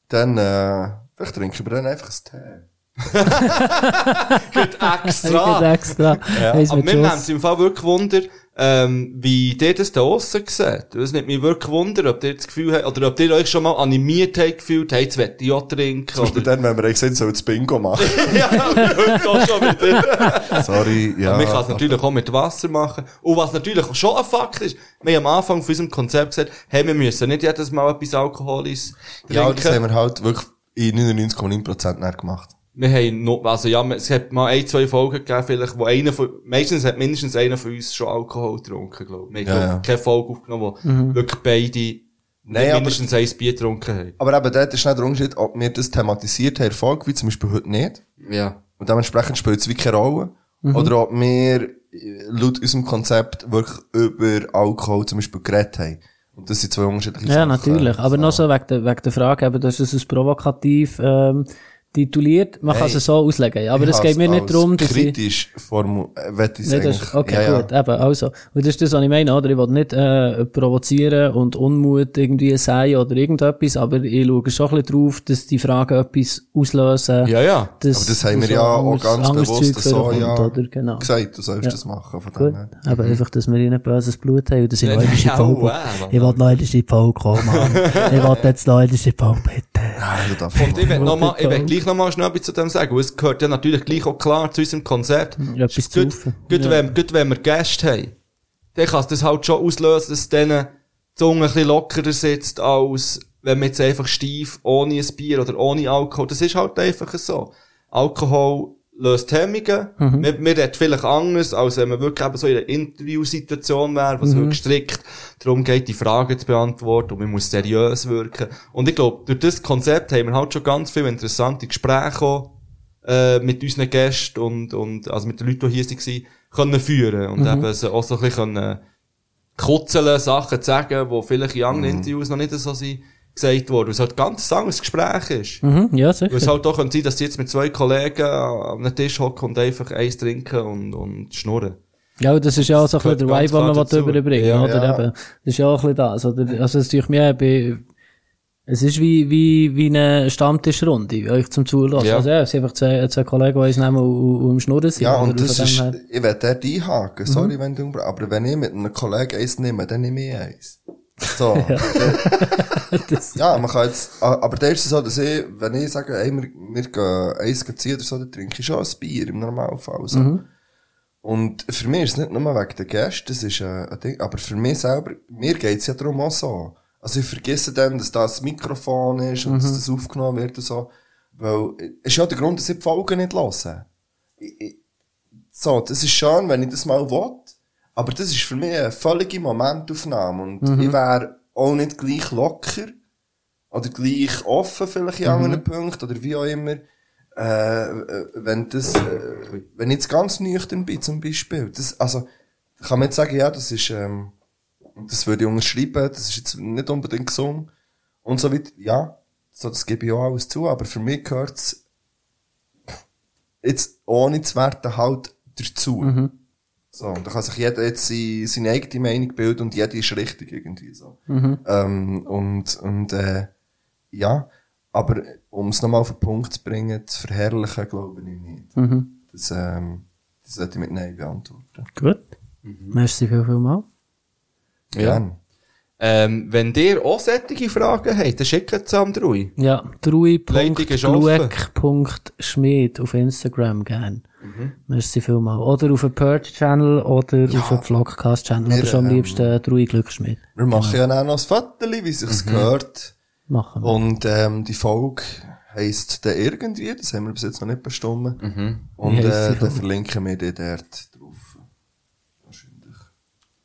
S3: dann, äh, vielleicht trinken wir dann einfach einen
S4: Ich
S2: Extra. Ah,
S4: hätte extra. Weiss
S2: Aber
S4: mit
S2: mir
S4: Schuss.
S2: nimmt es im Fall wirklich Wunder, ähm, wie ihr das da aussen seht. Es nimmt mich wirklich Wunder, ob ihr das Gefühl habt, oder ob ihr euch schon mal animiert habt gefühlt, hey, jetzt will ich auch trinken.
S3: Tee. Oder
S2: Oder,
S3: dann, wenn wir eigentlich sind, soll das Bingo machen.
S2: ja, heute auch schon wieder.
S3: Sorry, ja.
S2: Und man kann es natürlich auch mit Wasser machen. Und was natürlich schon ein Fakt ist, wir haben am Anfang von unserem Konzept gesagt, hey, wir müssen nicht jedes Mal etwas Alkoholisches
S3: ja, das haben
S2: trinken.
S3: wir halt wirklich in 99,9% näher gemacht.
S2: wir haben noch, also ja, es hat mal ein, zwei Folgen gegeben, vielleicht, wo einer von, meistens hat mindestens einer von uns schon Alkohol getrunken, glaube ich. Wir haben
S3: Ja,
S2: glaub,
S3: ja.
S2: keine Folge aufgenommen, wo
S3: Mhm.
S2: wirklich beide
S3: Nein, aber-
S2: mindestens ein Bier getrunken haben.
S3: Aber eben dort ist nicht der Unterschied, ob wir das thematisiert haben, Erfolg, wie zum Beispiel heute nicht.
S2: Ja.
S3: Und dementsprechend spielt es wie keine Rolle.
S2: Mhm.
S3: Oder ob wir äh, laut unserem Konzept wirklich über Alkohol zum Beispiel geredet haben. Und das sind zwei unterschiedliche
S4: Ja, natürlich. Aber noch so wegen der, wegen der Frage, eben, dass es als provokativ ähm, tituliert, man kann
S3: Nein.
S4: es so auslegen. Aber
S3: Ich
S4: es
S3: habe
S4: geht mir
S3: es
S4: nicht
S3: als
S4: darum, dass ich...
S3: kritisch formu- äh, will ich
S4: Nee, das
S3: eigentlich-
S4: ist, okay,
S3: ja, ja.
S4: gut, eben, also. Und das ist das, was ich meine, oder? Ich will nicht äh, provozieren und Unmut irgendwie sein oder irgendetwas, aber ich schaue schon ein bisschen drauf, dass die Fragen etwas auslösen.
S3: Ja, ja. Aber das haben wir ja auch ganz bewusst so,
S4: vorkommt,
S3: ja,
S4: oder? Genau.
S3: gesagt, Mhm. du sollst das machen, von
S4: Gut,
S3: dem her.
S4: aber einfach, dass wir ihnen böses Blut haben und dass ich
S3: Ja,
S4: noch einmal in die
S3: ja,
S4: Folge...
S3: wow,
S4: ich will noch einmal in die Folge kommen, Mann. Ich will jetzt noch einmal in die Folge, bitte.
S3: also
S2: Und ich will noch mal, ich will gleich noch mal schnell etwas zu dem sagen, weil es gehört ja natürlich gleich auch klar zu unserem Konzept.
S4: Etwas
S2: Gut, gut, wenn, gut, wenn wir Gäste haben, dann kann es das halt schon auslösen, dass denen die Zunge ein bisschen lockerer sitzt, als wenn man jetzt einfach steif, ohne ein Bier oder ohne Alkohol, das ist halt einfach so. Alkohol löst Hemmungen,
S10: Mhm.
S2: man, man redet vielleicht anders, als wenn man wirklich eben so in einer Interviewsituation wäre, was
S10: Mhm.
S2: wirklich strikt darum geht, die Fragen zu beantworten und man muss seriös wirken. Und ich glaube, durch das Konzept haben wir halt schon ganz viele interessante Gespräche auch, äh, mit unseren Gästen und, und also mit den Leuten, die hier waren, können führen und
S10: Mhm.
S2: eben so- auch so ein bisschen können kutzeln, Sachen zu sagen, die vielleicht in anderen
S10: Mhm.
S2: Interviews noch nicht so sind, gesagt wurden. Weil es halt ein ganz anderes Gespräch ist.
S4: Mhm, ja, sicher.
S2: Weil es halt auch könnte sein, dass sie jetzt mit zwei Kollegen an einem Tisch hocken und einfach Eis trinken und, und schnurren.
S4: Ja, dus und das ist ja auch so ein
S2: gehört
S4: bisschen der
S2: ganz
S4: Vibe, den man
S2: klar dazu.
S4: überbringen
S2: Ja.
S4: ja, oder?
S2: Ja.
S4: Eben. Das ist ja auch ein bisschen das. Oder? Also, es tut mir eben, es ist eh, wie, wie, eh, wie eine Stammtischrunde, euch zum Zuhören.
S3: Ja.
S4: Also, ja, es sind einfach zwei, zwei Kollegen, die uns nehmen und, und im Schnurren sind.
S3: Ja,
S4: oder?
S3: und das
S4: Von dem
S3: ist,
S4: her-
S3: ich will dort einhaken,
S4: Mhm.
S3: sorry, wenn du umbra- aber wenn ich mit einem Kollegen eins nehme, dann nehme ich eins. So.
S4: Ja.
S3: ja, man kann jetzt, a- aber der ist es so, dass ich, wenn ich sage, ey, wir, wir gehen eins gehen ziehen oder so, dann trinke ich schon ein Bier im Normalfall. So.
S10: Mhm.
S3: Und für mich ist es nicht nur wegen der Gäste, das ist äh, ein Ding, aber für mich selber, mir geht's ja darum auch so. Also ich vergesse dann, dass das Mikrofon ist und
S10: Mhm.
S3: dass das aufgenommen wird und so. Weil, äh, ist ja der Grund, dass ich die Folgen nicht höre. Ich- ich- So, das ist schön, wenn ich das mal will. Aber das ist für mich eine völlige Momentaufnahme und
S10: Mhm.
S3: ich wäre auch nicht gleich locker oder gleich offen vielleicht in
S10: Mhm.
S3: anderen Punkten oder wie auch immer. Äh, äh, wenn das, äh, wenn ich jetzt ganz nüchtern bin zum Beispiel, das, also, kann man jetzt sagen, ja, das ist, ähm, das würde ich unterschreiben, das ist jetzt nicht unbedingt gesungen und so weiter, ja, so, das gebe ich auch alles zu, aber für mich gehört's jetzt ohne zu werten halt dazu.
S10: Mhm.
S3: So, und da kann sich jeder jetzt seine, seine eigene Meinung bilden und jede ist richtig irgendwie so.
S10: Mhm.
S3: Ähm, und und äh, ja, aber um es nochmal auf den Punkt zu bringen, zu verherrlichen, glaube ich nicht.
S4: Mhm.
S3: Das, ähm, das sollte ich mit Nein beantworten.
S4: Gut. Merci viel, viel mal.
S3: Gerne.
S2: Ähm, wenn ihr auch solche Fragen habt, dann schickt es am Drui.
S4: Ja,
S2: Leitung ist offen.
S4: drui.glueck.schmied auf Instagram gern. Merci viel mal. Oder auf den Purge-Channel oder auf den Vlogcast-Channel.
S3: Wir,
S4: Oder schon am
S3: ähm,
S4: liebsten äh, drui Glückschmied.
S3: Wir machen ja dann auch noch das Viertel, wie sich's gehört.
S4: Machen wir.
S3: Und ähm, die Folge heisst «Der Irgendwie», das haben wir bis jetzt noch nicht bestimmt.
S2: Mhm.
S3: Und
S2: Wie heisst
S3: äh,
S2: die
S3: dann
S2: Folge?
S3: verlinken wir die dort drauf.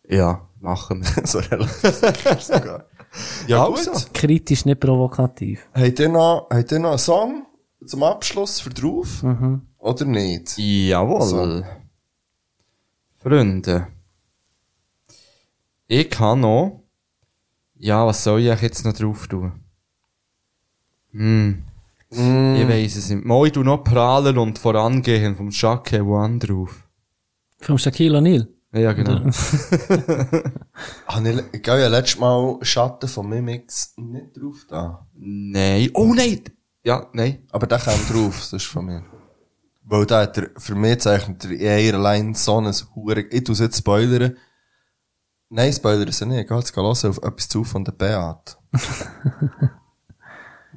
S2: Ja, machen wir.
S3: so relativ sogar. Ja, also.
S4: Kritisch, nicht provokativ.
S3: Habt ihr noch, habt ihr noch einen Song zum Abschluss für drauf?
S4: Mhm.
S3: Oder nicht?
S2: Jawohl.
S3: So.
S2: Freunde. Ich kann noch. Ja, was soll ich jetzt noch drauf tun? Hm. Ich weiss es nicht. Moi, du noch prahlen und vorangehen vom Jacques One drauf.
S4: Vom Shaquille O'Neal.
S2: Ja, genau.
S3: Habe ich, ich glaube ja letztes Mal Schatten von Mimix nicht drauf da.
S2: Nein. Oh nein! Ja, nein.
S3: Aber der kam drauf, das ist von mir. Weil da hat er, für mich zeichnet er eher allein so ein Hure. Ich tu's jetzt spoilern. Nein, spoilern es nicht. Geht es hören auf etwas zu von der Beat.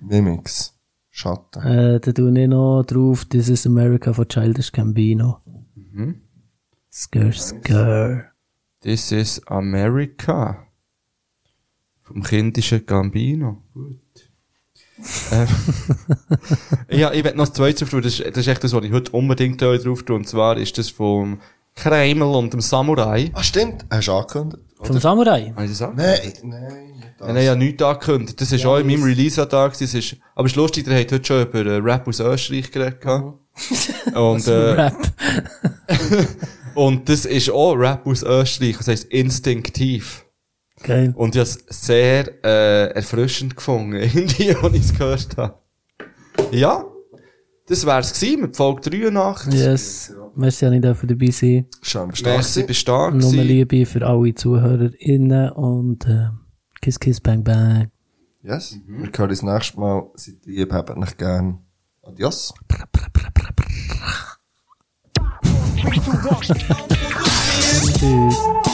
S3: Mimix. Schatten.
S4: Äh, da tue ich noch drauf, This is America von Childish Gambino.
S2: Mhm.
S4: Skr, skr.
S2: This is America. Vom kindischen Gambino. Gut. Ähm, ja, ich werde noch das zweite aufschauen. Das, ist- das ist echt das, was ich heute unbedingt drauf tue. Und zwar ist das vom Kreml und dem Samurai.
S3: Ah, stimmt. Hast du angekündigt?
S4: Vom Samurai?
S2: Habe ich das auch?
S3: Nein, nein.
S2: Nein, ich habe nichts angekündigt. Das ist auch in meinem Release-Radar. gewesen. Das ist, aber es ist lustig, der hat heute schon über äh, Rap aus Österreich geredet. gehabt. und, äh,
S4: Rap.
S2: und das ist auch Rap aus Österreich. Das heisst instinktiv.
S4: Geil.
S2: Und ich habe es sehr äh, erfrischend gefunden, irgendwie, als ich es gehört habe. Ja, das wär's gewesen mit Folge 83.
S4: Yes. Merci, dass ich dafür dabei sein
S3: Schön, bist du stark
S2: Merci,
S3: gewesen.
S2: bist du da
S4: Nur
S2: gewesen.
S4: Liebe für alle ZuhörerInnen und äh, Kiss Kiss Bang Bang.
S3: Yes. Wir hören uns nächstes Mal. Seid lieb, habt euch gern. Adios.
S4: Tschüss.